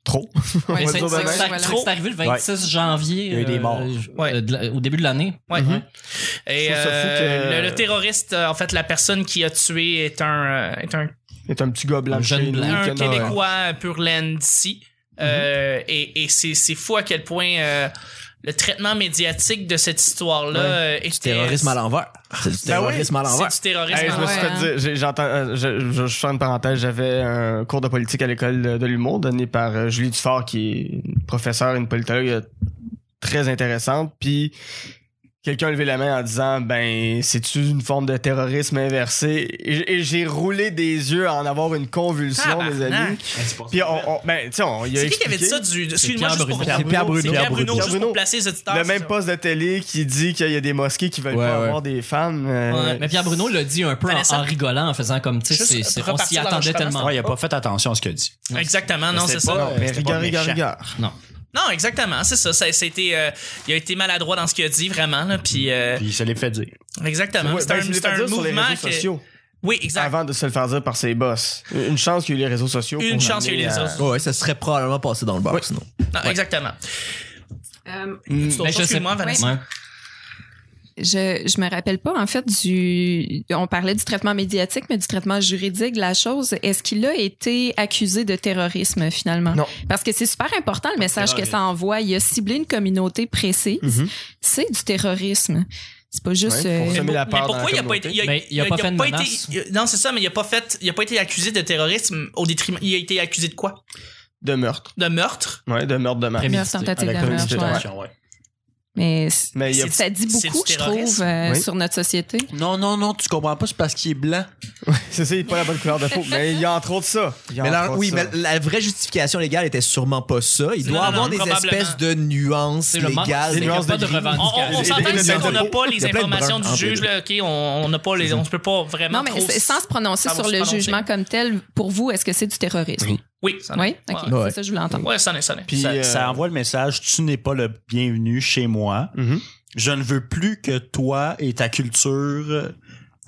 Speaker 6: Trop.
Speaker 5: Ouais,
Speaker 2: va
Speaker 4: C'est
Speaker 2: dire
Speaker 4: c'est-
Speaker 2: demain.
Speaker 4: c'est- c'est arrivé le 26 janvier.
Speaker 6: Il y a eu des
Speaker 4: euh,
Speaker 6: morts.
Speaker 1: Ouais.
Speaker 4: euh, de la- au début de l'année.
Speaker 1: Ouais.
Speaker 2: Mhm.
Speaker 1: Et
Speaker 2: Je trouve ça fou
Speaker 1: euh,
Speaker 2: que-
Speaker 1: le, le terroriste, euh, en fait, la personne qui a tué est un, euh, est un,
Speaker 2: C'est un petit gobelin
Speaker 4: Un
Speaker 2: de
Speaker 4: jeune
Speaker 2: chez nous,
Speaker 4: blanc.
Speaker 1: un
Speaker 2: que non, ouais. Mm-hmm.
Speaker 1: Québécois pur laine d'ici. Euh, et et c'est c'est fou à quel point euh, le traitement médiatique de cette histoire-là euh, était...
Speaker 3: Du terrorisme à l'envers. C'est du terrorisme à l'envers.
Speaker 1: C'est du terrorisme
Speaker 2: Hey,
Speaker 1: à
Speaker 2: je me
Speaker 1: l'envers.
Speaker 2: suis
Speaker 5: Ouais,
Speaker 2: fait
Speaker 5: hein.
Speaker 2: dire, j'ai- j'entends, euh, je, je, je fais une parenthèse, j'avais un cours de politique à l'école de, de l'humour donné par euh, Julie Dufort, qui est une professeure et une politologue euh, très intéressante. Puis quelqu'un a levé la main en disant Ben, c'est-tu une forme de terrorisme inversé Et j- Et j'ai roulé des yeux à en avoir une convulsion, mes amis.
Speaker 1: Tabarnak. Ben,
Speaker 2: Puis on, on- ben, tu sais, on il a
Speaker 1: C'est qui qui avait dit
Speaker 2: expliqué.
Speaker 1: ça du... Excuse-moi,
Speaker 4: Pierre
Speaker 1: juste pour...
Speaker 4: Bruno.
Speaker 1: C'est
Speaker 3: C'est Pierre Bruno.
Speaker 1: Pierre Bruno,
Speaker 2: Pierre
Speaker 1: juste
Speaker 2: Bruno.
Speaker 1: pour placer les auditeurs.
Speaker 2: Le
Speaker 1: c'est
Speaker 2: même
Speaker 1: ça.
Speaker 2: poste de télé qui dit qu'il y a des mosquées qui veulent
Speaker 3: Ouais,
Speaker 2: pas
Speaker 3: ouais.
Speaker 2: avoir des femmes. euh,
Speaker 1: Ouais,
Speaker 4: Mais Pierre Bruno l'a dit un peu en,
Speaker 1: Vanessa-
Speaker 4: en rigolant, en faisant comme, tu sais,
Speaker 1: Juste
Speaker 4: c'est- c'est- on
Speaker 1: repartir
Speaker 4: s'y
Speaker 1: dans
Speaker 4: attendait
Speaker 1: le
Speaker 4: tellement.
Speaker 6: Ouais, il a pas fait attention à ce qu'il a dit.
Speaker 1: Exactement, non, c'est
Speaker 6: C'était
Speaker 1: ça.
Speaker 6: pas-
Speaker 2: mais
Speaker 6: c'était pas
Speaker 2: rigueur, rigueur,
Speaker 6: méchant.
Speaker 2: rigueur.
Speaker 1: Non, exactement, c'est ça. ça, ça a été, euh, il a été maladroit dans ce qu'il a dit, vraiment. Là, puis, euh,
Speaker 6: Puis il se l'est fait dire.
Speaker 1: exactement.
Speaker 2: Ouais,
Speaker 1: Hein? c'est
Speaker 2: ben,
Speaker 1: un,
Speaker 2: je l'ai
Speaker 1: c'est
Speaker 2: fait
Speaker 1: un
Speaker 2: dire sur les
Speaker 1: mouvement.
Speaker 2: réseaux
Speaker 1: que-
Speaker 2: sociaux
Speaker 1: Oui, exact.
Speaker 2: avant de se le faire dire par ses boss. Une chance qu'il y ait eu les réseaux sociaux.
Speaker 1: Une
Speaker 2: pour
Speaker 1: chance qu'il y ait eu les
Speaker 2: l'amener
Speaker 1: réseaux
Speaker 2: à-
Speaker 1: sociaux.
Speaker 3: Ouais, ça serait probablement passé dans le bar, sinon.
Speaker 1: Non, Exactement.
Speaker 3: Hmm.
Speaker 5: Euh,
Speaker 4: Mais je sais-
Speaker 1: Excuse-moi, Vanessa.
Speaker 4: Ouais.
Speaker 5: Je, je me rappelle pas, en fait, du. On parlait du traitement médiatique, mais du traitement juridique de la chose. Est-ce qu'il a été accusé de terrorisme, finalement?
Speaker 2: Non.
Speaker 5: Parce que c'est super important le message que ça envoie. Il a ciblé une communauté précise.
Speaker 2: Mhm.
Speaker 5: C'est du terrorisme. C'est pas juste.
Speaker 2: Ouais, pour
Speaker 5: euh,
Speaker 2: semer la
Speaker 1: Mais
Speaker 2: part dans la
Speaker 1: pourquoi il a pas été.
Speaker 2: communauté.
Speaker 1: Il a,
Speaker 4: Mais il a pas fait de menace.
Speaker 1: été- non, c'est ça, mais il a pas fait. Il a pas été accusé de terrorisme au détriment. Il a été accusé de quoi
Speaker 2: De meurtre.
Speaker 1: De meurtre.
Speaker 2: Ouais, de meurtre de meurtre.
Speaker 4: Prémédité.
Speaker 5: meurtre, tentative de
Speaker 6: Avec
Speaker 2: la
Speaker 5: meurtre,
Speaker 2: communauté,
Speaker 5: ouais.
Speaker 2: ouais.
Speaker 6: ouais.
Speaker 5: Mais c-
Speaker 2: Mais il y a-
Speaker 5: ça
Speaker 1: c'est
Speaker 5: dit
Speaker 1: du
Speaker 5: beaucoup, je trouve,
Speaker 1: terrorisme.
Speaker 5: euh,
Speaker 2: Oui.
Speaker 5: sur notre société.
Speaker 6: Non, non, non, tu comprends pas, c'est parce qu'il est blanc.
Speaker 2: c'est ça, il n'est pas la bonne couleur de peau. Mais il y a entre autres ça. Il y a
Speaker 3: Mais
Speaker 2: entre
Speaker 3: la,
Speaker 2: autres
Speaker 3: oui,
Speaker 2: ça.
Speaker 3: mais la vraie justification légale était sûrement pas ça. Il
Speaker 1: Non,
Speaker 3: doit
Speaker 1: non,
Speaker 3: avoir
Speaker 1: non,
Speaker 3: des
Speaker 1: probablement.
Speaker 3: espèces de nuances
Speaker 4: C'est le manque,
Speaker 3: légales.
Speaker 4: c'est
Speaker 2: des
Speaker 4: qu'il y a
Speaker 2: nuances
Speaker 4: pas
Speaker 2: de
Speaker 4: de
Speaker 2: gris.
Speaker 1: On, on, on
Speaker 4: revendication.
Speaker 1: s'entend
Speaker 2: Et- et-
Speaker 1: ici
Speaker 2: et-
Speaker 1: qu'on n'a pas
Speaker 3: Il
Speaker 1: les
Speaker 3: y a plein de
Speaker 1: informations
Speaker 3: bruns
Speaker 1: du
Speaker 3: en
Speaker 1: juge,
Speaker 3: bleu.
Speaker 1: là, OK? On on n'a pas les. On ne peut pas vraiment.
Speaker 5: Non, mais
Speaker 1: trop-
Speaker 5: c'est- sans se prononcer
Speaker 1: ça va
Speaker 5: sur
Speaker 1: se
Speaker 5: le
Speaker 1: prononcer.
Speaker 5: jugement comme tel, pour vous, est-ce que c'est du terrorisme?
Speaker 1: Oui, ça en est.
Speaker 5: Oui? OK.
Speaker 1: Ouais.
Speaker 3: Ouais.
Speaker 5: C'est ça, que je voulais entendre.
Speaker 1: Ouais, ça en est, ça en est.
Speaker 2: Puis,
Speaker 6: ça,
Speaker 2: euh,
Speaker 6: ça envoie le message tu n'es pas le bienvenu chez moi.
Speaker 2: Mhm.
Speaker 6: Je ne veux plus que toi et ta culture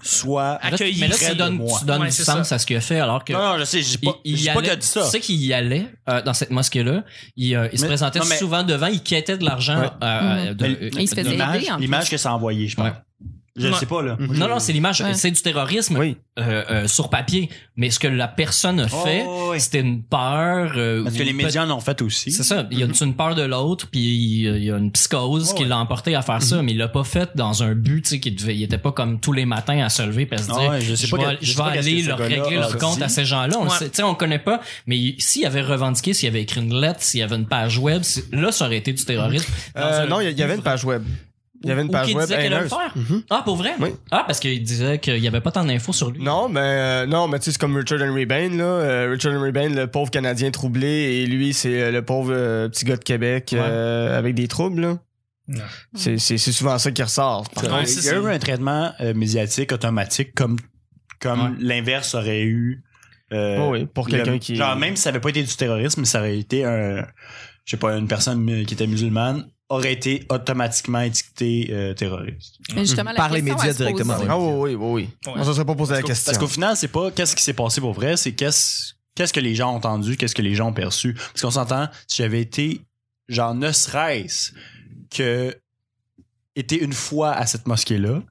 Speaker 6: soient
Speaker 1: Accueillis. accueilli
Speaker 4: Mais là,
Speaker 6: près
Speaker 4: tu
Speaker 6: de
Speaker 4: donnes,
Speaker 6: moi.
Speaker 4: tu donnes
Speaker 1: Ouais,
Speaker 4: du
Speaker 1: c'est
Speaker 4: sens à ce qu'il a fait, alors que.
Speaker 6: Ah, Non, non, je sais, je dis pas,
Speaker 4: il,
Speaker 6: je
Speaker 4: il
Speaker 6: dis pas
Speaker 4: allait,
Speaker 6: qu'il a dit ça.
Speaker 4: Tu sais qu'il y allait euh, dans cette mosquée-là. Il, euh, il se
Speaker 6: Mais-
Speaker 4: présentait
Speaker 6: non, mais-
Speaker 4: souvent devant, il quêtait de l'argent.
Speaker 2: Ouais.
Speaker 4: euh, euh, de-
Speaker 6: Mais
Speaker 4: euh,
Speaker 5: Mhm. il se faisait
Speaker 4: de-
Speaker 6: l'image,
Speaker 5: aider, en plus.
Speaker 6: l'image que ça a envoyé, je pense.
Speaker 4: Ouais.
Speaker 6: Je
Speaker 1: Ouais.
Speaker 6: sais pas, là.
Speaker 4: Non, non, c'est l'image.
Speaker 5: Ouais.
Speaker 4: C'est du terrorisme
Speaker 2: Oui.
Speaker 4: euh, euh, sur papier. Mais ce que la personne a
Speaker 6: Oh,
Speaker 4: fait,
Speaker 6: ouais, ouais.
Speaker 4: c'était une peur. euh,
Speaker 6: Parce
Speaker 4: ou
Speaker 6: que les
Speaker 4: peut-
Speaker 6: médias l'ont fait aussi.
Speaker 4: C'est ça. Il y a une peur de l'autre, puis il y a- il y a une psychose
Speaker 6: Ouais,
Speaker 4: qui
Speaker 6: Mm-hmm. Oh, ouais. Mm-hmm.
Speaker 4: l'a emporté à faire ça, mais il l'a pas fait dans un but, tu sais, qu'il devait, il était pas comme tous les matins à se lever et à se
Speaker 6: Ah
Speaker 4: dire,
Speaker 6: ouais,
Speaker 4: je,
Speaker 6: je sais pas
Speaker 4: vais,
Speaker 6: que- je
Speaker 4: je
Speaker 6: sais
Speaker 4: vais
Speaker 6: pas qu'est-ce
Speaker 4: aller
Speaker 6: que ce
Speaker 4: leur
Speaker 6: gars-là
Speaker 4: régler leur
Speaker 6: a
Speaker 4: compte
Speaker 6: dit.
Speaker 4: à ces gens-là. On le
Speaker 1: Ouais.
Speaker 4: sait, tu sais, on connaît pas, mais il- s'il avait revendiqué, s'il avait écrit une lettre, s'il y avait une page web, c'est- là, ça aurait été du terrorisme. Dans
Speaker 2: Euh,
Speaker 4: un
Speaker 2: non, il y a- il y avait une
Speaker 4: livre.
Speaker 2: page web. Il y avait une
Speaker 4: Ou
Speaker 2: page
Speaker 4: qu'il
Speaker 2: web
Speaker 4: disait qu'elle allait le
Speaker 2: haineuse.
Speaker 4: faire.
Speaker 2: Mhm.
Speaker 4: Ah, pour vrai?
Speaker 2: Oui.
Speaker 4: Ah, parce qu'il disait qu'il y avait pas tant d'infos sur lui.
Speaker 2: Non, mais euh, non, mais tu sais, c'est comme Richard Henry Bain, là. Euh, Richard Henry Bain, le pauvre Canadien troublé, et lui, c'est euh, le pauvre euh, petit gars de Québec euh, avec des troubles, là.
Speaker 1: Non.
Speaker 2: C'est c'est- c'est souvent ça qui ressort. Par
Speaker 1: Ouais,
Speaker 2: contre,
Speaker 1: c'est
Speaker 6: il y a
Speaker 1: ça.
Speaker 6: eu un traitement euh, médiatique automatique comme, comme
Speaker 4: Ouais.
Speaker 6: l'inverse aurait eu. euh,
Speaker 1: Oh
Speaker 2: Oh oui, oui, pour quelqu'un
Speaker 6: le-
Speaker 2: qui.
Speaker 6: Genre, même si ça avait pas été du terrorisme, ça aurait été un. Je sais pas, une personne euh, qui était musulmane aurait été automatiquement étiquetée euh, terroriste.
Speaker 5: Mais justement, la
Speaker 3: Par les
Speaker 5: question
Speaker 3: médias
Speaker 5: à se poser-
Speaker 3: directement, oui.
Speaker 2: Ah oui, oui, oui. oui.
Speaker 1: Ouais.
Speaker 2: On se serait pas posé la question.
Speaker 6: Parce qu'au final, c'est pas qu'est-ce qui s'est passé pour vrai, c'est qu'est-ce qu'est-ce que les gens ont entendu, qu'est-ce que les gens ont perçu. Parce qu'on s'entend, si j'avais été, genre, ne serait-ce que été une fois à cette mosquée-là,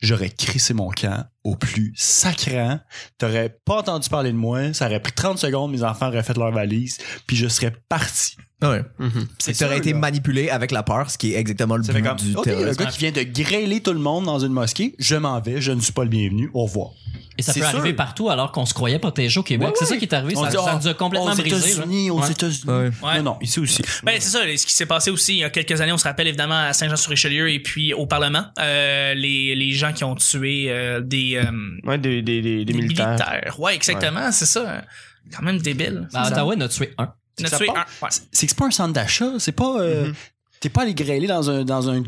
Speaker 6: j'aurais crissé mon camp au plus sacrant. T'aurais pas entendu parler de moi, ça aurait pris 30 secondes, mes enfants auraient fait leur valise, puis je serais parti.
Speaker 3: Ouais.
Speaker 6: Mhm.
Speaker 3: C'est que t'aurais été manipulé avec la peur, ce qui est exactement le
Speaker 6: Ça
Speaker 3: but
Speaker 6: fait comme,
Speaker 3: du
Speaker 6: OK, le
Speaker 3: terrorisme.
Speaker 6: gars qui vient de grêler tout le monde dans une mosquée, je m'en vais, je ne suis pas le bienvenu, au revoir.
Speaker 4: Et ça
Speaker 6: C'est
Speaker 4: peut
Speaker 6: sûr.
Speaker 4: arriver partout alors qu'on se croyait protégé au Québec.
Speaker 6: Ouais,
Speaker 4: C'est
Speaker 6: ouais.
Speaker 4: ça qui est arrivé.
Speaker 6: On
Speaker 4: Ça,
Speaker 6: dit,
Speaker 4: ça
Speaker 6: ah,
Speaker 4: nous a complètement
Speaker 6: aux
Speaker 4: brisé. là.
Speaker 6: États-Unis, aux
Speaker 4: Ouais.
Speaker 6: États-Unis.
Speaker 3: Ouais.
Speaker 1: Ouais.
Speaker 6: Non, non, ici aussi.
Speaker 1: Ben, c'est ça, ce qui s'est passé aussi il y a quelques années, on se rappelle évidemment à Saint-Jean-sur-Richelieu et puis au Parlement, euh, les, les gens qui ont tué euh, des, euh,
Speaker 2: Ouais, des, des, des,
Speaker 1: des
Speaker 2: des militaires.
Speaker 1: Ouais, exactement, c'est ça. Quand même débile.
Speaker 4: Ben, à Ottawa, il en a tué un.
Speaker 1: On a
Speaker 6: ça
Speaker 1: tué
Speaker 6: part.
Speaker 1: un, ouais.
Speaker 6: C'est que c'est pas un centre d'achat, c'est pas. euh,
Speaker 4: Mm-hmm.
Speaker 6: T'es pas allé grêler dans un, dans un,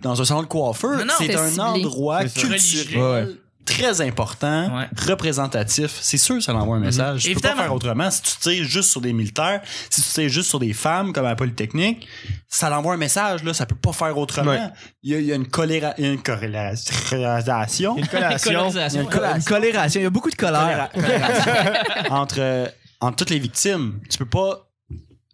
Speaker 6: dans un salon de coiffeur.
Speaker 1: Non, non.
Speaker 6: c'est
Speaker 5: C'est
Speaker 6: un
Speaker 5: ciblé.
Speaker 6: endroit
Speaker 2: C'est ça.
Speaker 6: culturel.
Speaker 3: Ouais.
Speaker 6: Très important,
Speaker 1: Ouais.
Speaker 6: représentatif. C'est sûr que ça l'envoie un
Speaker 4: Mm-hmm.
Speaker 6: message. Tu peux pas
Speaker 1: Évidemment.
Speaker 6: faire autrement. Si tu tires juste sur des militaires, si tu tires juste sur des femmes comme à la Polytechnique, ça l'envoie un message. Là, ça peut pas faire autrement.
Speaker 2: Ouais.
Speaker 6: Il, y a, il y a une, coléra- une corrélation
Speaker 2: Une collation.
Speaker 4: Colonisation.
Speaker 6: Il y a une colonisation.
Speaker 3: Une colération, il y a beaucoup de colère.
Speaker 6: entre, euh, entre toutes les victimes. Tu peux pas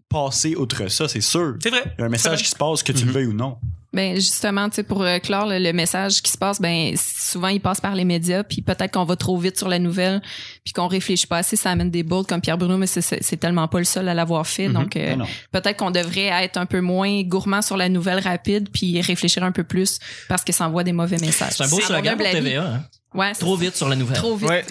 Speaker 6: passer outre ça, c'est sûr.
Speaker 1: C'est vrai.
Speaker 6: Il y a un message qui se passe que tu le veuilles ou non.
Speaker 5: Ben justement, tu sais, pour euh, clore le, le message qui se passe, ben souvent il passe par les médias, puis peut-être qu'on va trop vite sur la nouvelle, puis qu'on réfléchit pas assez, ça amène des boules comme Pierre Bruno, mais c'est- c'est c'est tellement pas le seul à l'avoir
Speaker 3: Mm-hmm.
Speaker 5: fait, donc euh,
Speaker 6: Non, non.
Speaker 5: peut-être qu'on devrait être un peu moins gourmand sur la nouvelle rapide, puis réfléchir un peu plus parce que ça envoie des mauvais messages.
Speaker 4: C'est un beau
Speaker 5: À mon
Speaker 4: slogan
Speaker 5: humble
Speaker 4: pour
Speaker 5: avis.
Speaker 4: TVA. hein.
Speaker 5: Ouais, c'est
Speaker 4: Trop vite sur la nouvelle.
Speaker 5: trop vite.
Speaker 2: Ouais.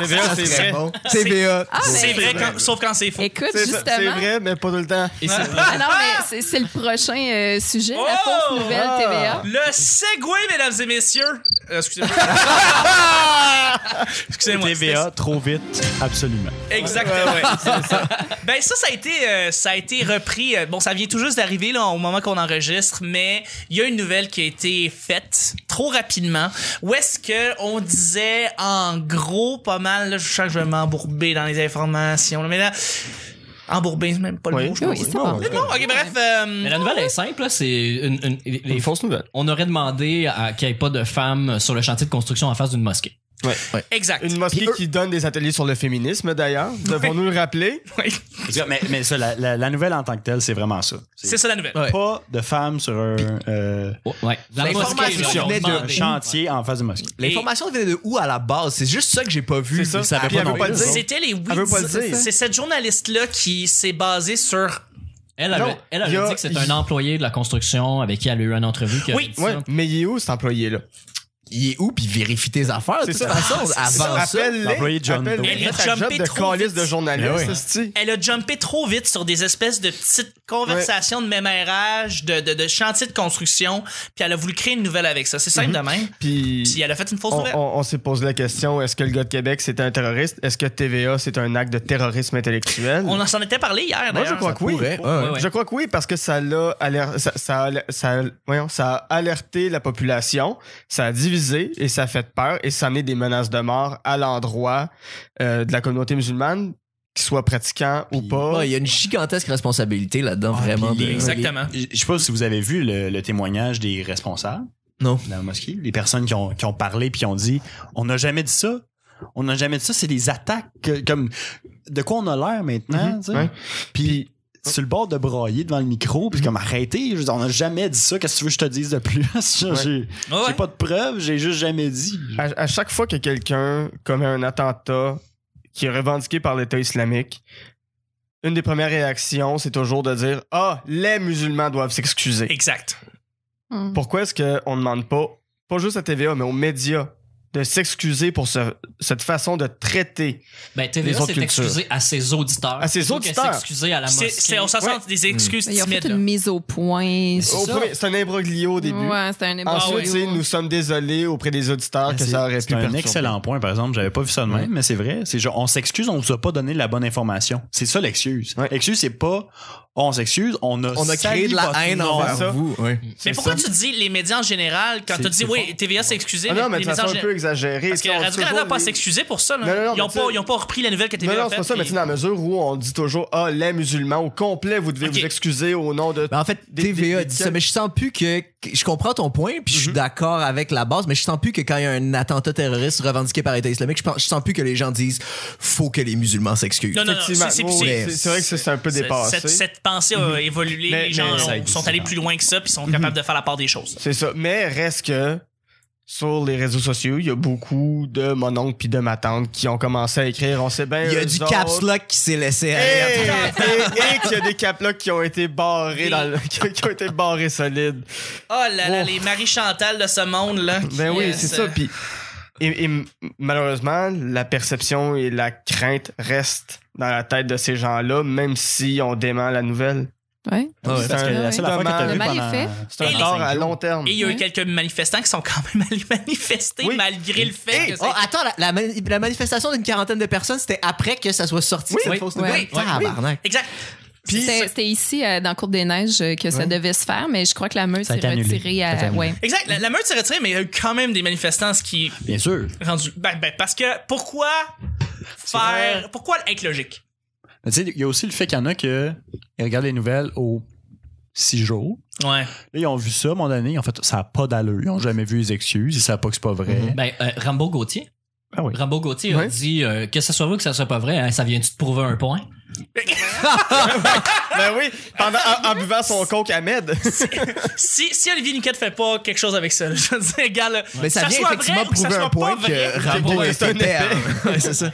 Speaker 2: C'est vrai, c'est vrai.
Speaker 3: bon. TVA.
Speaker 5: Ah,
Speaker 1: C'est
Speaker 5: ben,
Speaker 1: vrai, quand- sauf quand c'est faux.
Speaker 5: Écoute,
Speaker 2: C'est ça, c'est
Speaker 5: justement.
Speaker 2: vrai, mais pas tout le temps.
Speaker 4: Et c'est-
Speaker 5: Ah non, mais c'est- c'est le prochain euh, sujet, la
Speaker 1: Oh!
Speaker 5: fausse nouvelle TVA.
Speaker 1: Le segway, mesdames et messieurs. Euh, excusez-moi. excusez-moi.
Speaker 6: TVA, trop vite, absolument.
Speaker 1: Exactement. ben ça, ça a été, euh, ça a été repris. euh, Bon, ça vient tout juste d'arriver là au moment qu'on enregistre, mais il y a une nouvelle qui a été faite trop rapidement. Où est-ce que on disait en gros pas mal. Là, je sens que je vais m'embourber dans les informations. là, mais là, embourber, c'est même pas le
Speaker 2: Oui.
Speaker 1: mot. Je
Speaker 5: Oui,
Speaker 1: pense.
Speaker 5: c'est bon.
Speaker 1: Non, ok, bref. euh,
Speaker 4: Mais la nouvelle est simple, là, c'est une, une- les- les-
Speaker 2: Une fausse nouvelle.
Speaker 4: on aurait demandé à- qu'il n'y ait pas de femmes sur le chantier de construction en face d'une mosquée.
Speaker 1: Exact.
Speaker 2: Une mosquée
Speaker 3: Puis eux-
Speaker 2: qui donne des ateliers sur le féminisme, d'ailleurs. Devons-nous le rappeler?
Speaker 1: Oui,
Speaker 6: Mais, mais ça, la, la- la nouvelle en tant que telle, c'est vraiment ça.
Speaker 1: C'est ça la nouvelle.
Speaker 3: Ouais.
Speaker 6: Pas de femmes sur un euh,
Speaker 4: ouais. La
Speaker 3: L'information
Speaker 4: mosquée, là, ils ont
Speaker 3: venait de-
Speaker 4: demandé.
Speaker 6: chantier en face de mosquée.
Speaker 3: L'information venait de où à la base? C'est juste ça que j'ai pas vu.
Speaker 2: C'est ça.
Speaker 3: Ils savaient
Speaker 2: Puis
Speaker 3: pas
Speaker 2: elle veut
Speaker 3: non
Speaker 2: pas
Speaker 3: plus.
Speaker 2: le dire.
Speaker 1: C'était les
Speaker 2: Elle veut pas le
Speaker 1: Ouidis.
Speaker 2: dire.
Speaker 1: C'est cette journaliste-là qui s'est basée sur.
Speaker 4: Elle avait,
Speaker 2: Non,
Speaker 4: elle avait
Speaker 2: il y a-
Speaker 4: dit que c'est
Speaker 2: il-
Speaker 4: un employé de la construction avec qui elle a eu une entrevue. qui a
Speaker 1: Oui,
Speaker 4: dit ça.
Speaker 2: Ouais. Mais il est où cet employé-là?
Speaker 3: Il est où? Puis vérifie tes affaires. de
Speaker 2: C'est
Speaker 3: toute
Speaker 2: ça.
Speaker 3: façon,
Speaker 5: Ah,
Speaker 3: avant ça.
Speaker 2: Appelle-les.
Speaker 6: L'employé de John Doe.
Speaker 2: appelle-les.
Speaker 1: Elle est
Speaker 2: Fais ta job
Speaker 1: jumpée
Speaker 2: de
Speaker 1: trop
Speaker 2: calice
Speaker 1: vite.
Speaker 2: de journaliste,
Speaker 3: Mais oui.
Speaker 2: esti.
Speaker 1: Elle a jumpé trop vite sur des espèces de petites conversations de mémérage, de, de, de chantier de construction, puis elle a voulu créer une nouvelle avec ça. C'est simple de même. Puis
Speaker 2: Mhm. Puis
Speaker 1: elle a fait une fausse
Speaker 2: on,
Speaker 1: nouvelle.
Speaker 2: on- on s'est posé la question, est-ce que le gars de Québec, c'était un terroriste? Est-ce que TVA, c'est un acte de terrorisme intellectuel?
Speaker 1: On, en s'en était parlé hier,
Speaker 2: Moi, je
Speaker 1: Ah, d'ailleurs.
Speaker 2: crois que oui.
Speaker 3: pourrait. Ouais, ouais.
Speaker 4: Ouais.
Speaker 2: Je crois que oui, parce que ça l'a aler- ça, ça a- ça a- voyons, ça a alerté la population, ça a divisé et ça a fait peur et ça a amené des menaces de mort à l'endroit euh, de la communauté musulmane, qu'ils soient pratiquants ou pas.
Speaker 3: Ouais, Il y a une gigantesque responsabilité là-dedans, vraiment.
Speaker 6: puis
Speaker 3: de-
Speaker 6: les-
Speaker 1: Exactement.
Speaker 6: Je je sais pas si vous avez vu le, le témoignage des responsables
Speaker 3: Non.
Speaker 6: de la mosquée, les personnes qui ont, qui ont parlé puis qui ont dit on n'a jamais dit ça. On n'a jamais dit ça, c'est des attaques que- comme de quoi on a l'air maintenant,
Speaker 2: Mhm,
Speaker 6: tu sais.
Speaker 2: ouais.
Speaker 6: Puis sur le bord de broyer devant le micro, puis comme arrêtez, je veux dire, on n'a jamais dit ça, qu'est-ce que tu veux que je te dise de plus J'ai j'ai
Speaker 1: Ouais, ouais.
Speaker 6: pas de preuves, j'ai juste jamais dit.
Speaker 2: À, à chaque fois que quelqu'un commet un attentat qui est revendiqué par l'État islamique, une des premières réactions, c'est toujours de dire Ah, les musulmans doivent s'excuser.
Speaker 1: Exact.
Speaker 5: Hmm.
Speaker 2: Pourquoi est-ce qu'on ne demande pas, pas juste à TVA, mais aux médias, de s'excuser pour ce- cette façon de traiter
Speaker 4: Ben,
Speaker 2: Les
Speaker 4: TVA
Speaker 2: autres
Speaker 4: s'est
Speaker 2: cultures.
Speaker 4: excusée à ses auditeurs.
Speaker 2: À ses
Speaker 4: plutôt que
Speaker 2: auditeurs.
Speaker 4: s'excuser à la
Speaker 1: C'est-
Speaker 4: mosquée.
Speaker 1: c'est- on s'en sent des excuses
Speaker 5: Mais Ben, Ils ont fait
Speaker 1: timides.
Speaker 5: une
Speaker 1: là.
Speaker 5: mise au point.
Speaker 2: Au premier- C'est un imbroglio au début.
Speaker 5: Ouais, c'était un
Speaker 1: Ah
Speaker 2: Ensuite,
Speaker 5: émoi-
Speaker 2: tu sais, nous sommes désolés auprès des auditeurs
Speaker 1: Ben,
Speaker 2: que
Speaker 6: C'est-
Speaker 2: ça aurait pu
Speaker 6: C'est un
Speaker 2: perturber.
Speaker 6: excellent point, par exemple. J'avais pas vu ça de même, mais c'est vrai. C'est genre, on s'excuse, on vous a pas donné la bonne information. C'est ça l'excuse.
Speaker 2: Ouais.
Speaker 6: L'excuse, c'est pas on s'excuse, on a,
Speaker 3: On a créé
Speaker 6: sali
Speaker 3: de la
Speaker 6: votre
Speaker 3: haine
Speaker 6: nom.
Speaker 3: envers
Speaker 2: ça.
Speaker 3: vous. ouais.
Speaker 1: Mais
Speaker 2: C'est
Speaker 1: pourquoi
Speaker 2: ça.
Speaker 1: tu dis les médias en général quand
Speaker 6: C'est-
Speaker 1: tu dis
Speaker 6: c'est
Speaker 1: oui, TVA s'est excusé,
Speaker 2: Ah non, mais
Speaker 1: les
Speaker 2: de
Speaker 1: médias en
Speaker 2: façon un peu
Speaker 1: général.
Speaker 2: exagérée.
Speaker 1: Parce
Speaker 2: tu
Speaker 1: que
Speaker 2: sais, on dit
Speaker 1: Radio-Canada n'a
Speaker 2: toujours
Speaker 1: pas
Speaker 2: les-
Speaker 1: s'excusé pour ça. là.
Speaker 2: Non, non, non,
Speaker 1: ils, ont
Speaker 2: mais tu
Speaker 1: pas,
Speaker 2: sais-
Speaker 1: ils ont pas repris la nouvelle que
Speaker 2: Non,
Speaker 1: TVA
Speaker 2: non,
Speaker 1: a
Speaker 2: c'est
Speaker 1: faite.
Speaker 2: pas ça, mais tu
Speaker 1: puis-
Speaker 2: sais, dans la mesure où on dit toujours Ah, les musulmans, au complet, vous devez
Speaker 1: Ok.
Speaker 2: vous excuser au nom de.
Speaker 3: Ben, en fait,
Speaker 2: Des-
Speaker 3: TVA
Speaker 2: des-
Speaker 3: dit
Speaker 2: des-
Speaker 3: ça, mais je sens plus que. que- Je comprends ton point, puis je
Speaker 1: Mhm.
Speaker 3: suis d'accord avec la base, mais je sens plus que quand il y a un attentat terroriste revendiqué par l'État islamique, je, pense, je sens plus que les gens disent faut que les musulmans s'excusent.
Speaker 1: Non, non, non, c'est-
Speaker 2: Effectivement.
Speaker 1: c'est-
Speaker 2: Oh,
Speaker 1: c'est-
Speaker 2: c'est- c'est vrai que c'est un peu
Speaker 1: c'est-
Speaker 2: dépassé. Mhm.
Speaker 1: Cette, cette pensée a évolué,
Speaker 2: Mais-
Speaker 1: les gens
Speaker 2: mais ça Mhm.
Speaker 1: ont-
Speaker 6: existe
Speaker 1: sont allés
Speaker 6: encore.
Speaker 1: plus loin que ça, puis sont capables de faire la part des choses.
Speaker 2: C'est ça. Mais reste que sur les réseaux sociaux, il y a beaucoup de mon oncle puis de ma tante qui ont commencé à écrire. On sait bien.
Speaker 3: Il y a
Speaker 2: eux
Speaker 3: du
Speaker 2: autres.
Speaker 3: caps lock qui s'est laissé
Speaker 2: Et,
Speaker 3: aller.
Speaker 2: et- et qu'il y a des caplocs qui ont été barrés dans le- qui, qui ont été barrés solides.
Speaker 1: Oh là là,
Speaker 2: Ouf.
Speaker 1: les Marie Chantal de ce monde là. qui,
Speaker 2: Ben oui,
Speaker 1: euh,
Speaker 2: c'est
Speaker 1: se-
Speaker 2: ça. Puis, et, et malheureusement, la perception et la crainte restent dans la tête de ces gens-là, même si on dément la nouvelle.
Speaker 5: Ouais.
Speaker 3: Ah ouais.
Speaker 6: Parce que
Speaker 2: Ouais,
Speaker 6: la seule
Speaker 2: ouais.
Speaker 6: affaire que t'as
Speaker 2: Le
Speaker 6: vue
Speaker 5: mal est
Speaker 6: pendant-
Speaker 5: fait.
Speaker 2: C'est un
Speaker 1: Et les
Speaker 2: tort
Speaker 6: cinq
Speaker 2: à
Speaker 6: jours.
Speaker 2: long terme.
Speaker 1: Et il y a
Speaker 3: Hein?
Speaker 1: eu quelques manifestants qui sont quand même allés manifester
Speaker 2: Oui.
Speaker 1: malgré le fait que
Speaker 3: Oh,
Speaker 1: c'est-
Speaker 3: attends, la, la mani- la manifestation d'une quarantaine de personnes, c'était après que ça soit sorti,
Speaker 2: Oui,
Speaker 3: cette
Speaker 1: oui,
Speaker 3: fausse
Speaker 5: oui,
Speaker 3: nouvelle.
Speaker 1: oui,
Speaker 3: Tabarnak.
Speaker 1: Exact.
Speaker 5: C'était c'était ici, euh, dans Cour des Neiges, euh, que ça devait se faire, mais je crois que la meute s'est
Speaker 6: Ça a été annulé.
Speaker 5: retirée
Speaker 6: Ça a été
Speaker 5: à.
Speaker 6: annulé.
Speaker 5: Ouais.
Speaker 1: Exact, la, la meute s'est retirée, mais il y a eu quand même des manifestants, ce qui
Speaker 6: Bien sûr.
Speaker 1: est rendu. Ben, ben, parce que pourquoi faire. Pourquoi être logique?
Speaker 6: Mais tu sais, il y a aussi le fait qu'il y en a que ils regardent les nouvelles aux six jours.
Speaker 1: Ouais.
Speaker 6: Là, ils ont vu ça, mon année. En fait, ça n'a pas d'allure. Ils n'ont jamais vu les excuses. Ils savent pas que c'est pas vrai.
Speaker 2: Mm-hmm.
Speaker 4: Ben, euh, Rambo Gauthier.
Speaker 6: Ah oui.
Speaker 4: Rambo Gauthier a
Speaker 2: Ouais.
Speaker 4: dit euh, que ce soit vrai ou que ce soit pas vrai, hein, ça vient-tu de prouver un point?
Speaker 2: Ben oui, pendant, en, en buvant son coke à Med.
Speaker 1: Si, si Olivier Niquette fait pas quelque chose avec ça, là, je veux dire, regarde, là,
Speaker 3: Mais ça
Speaker 1: que
Speaker 3: vient
Speaker 1: soit
Speaker 3: effectivement
Speaker 1: vrai ou que ça
Speaker 3: prouver
Speaker 1: soit
Speaker 3: un point
Speaker 1: pas vrai.
Speaker 3: que Rambo
Speaker 2: Ouais,
Speaker 3: est
Speaker 2: c'est un
Speaker 3: épais.
Speaker 2: épais.
Speaker 3: Ouais, c'est ça.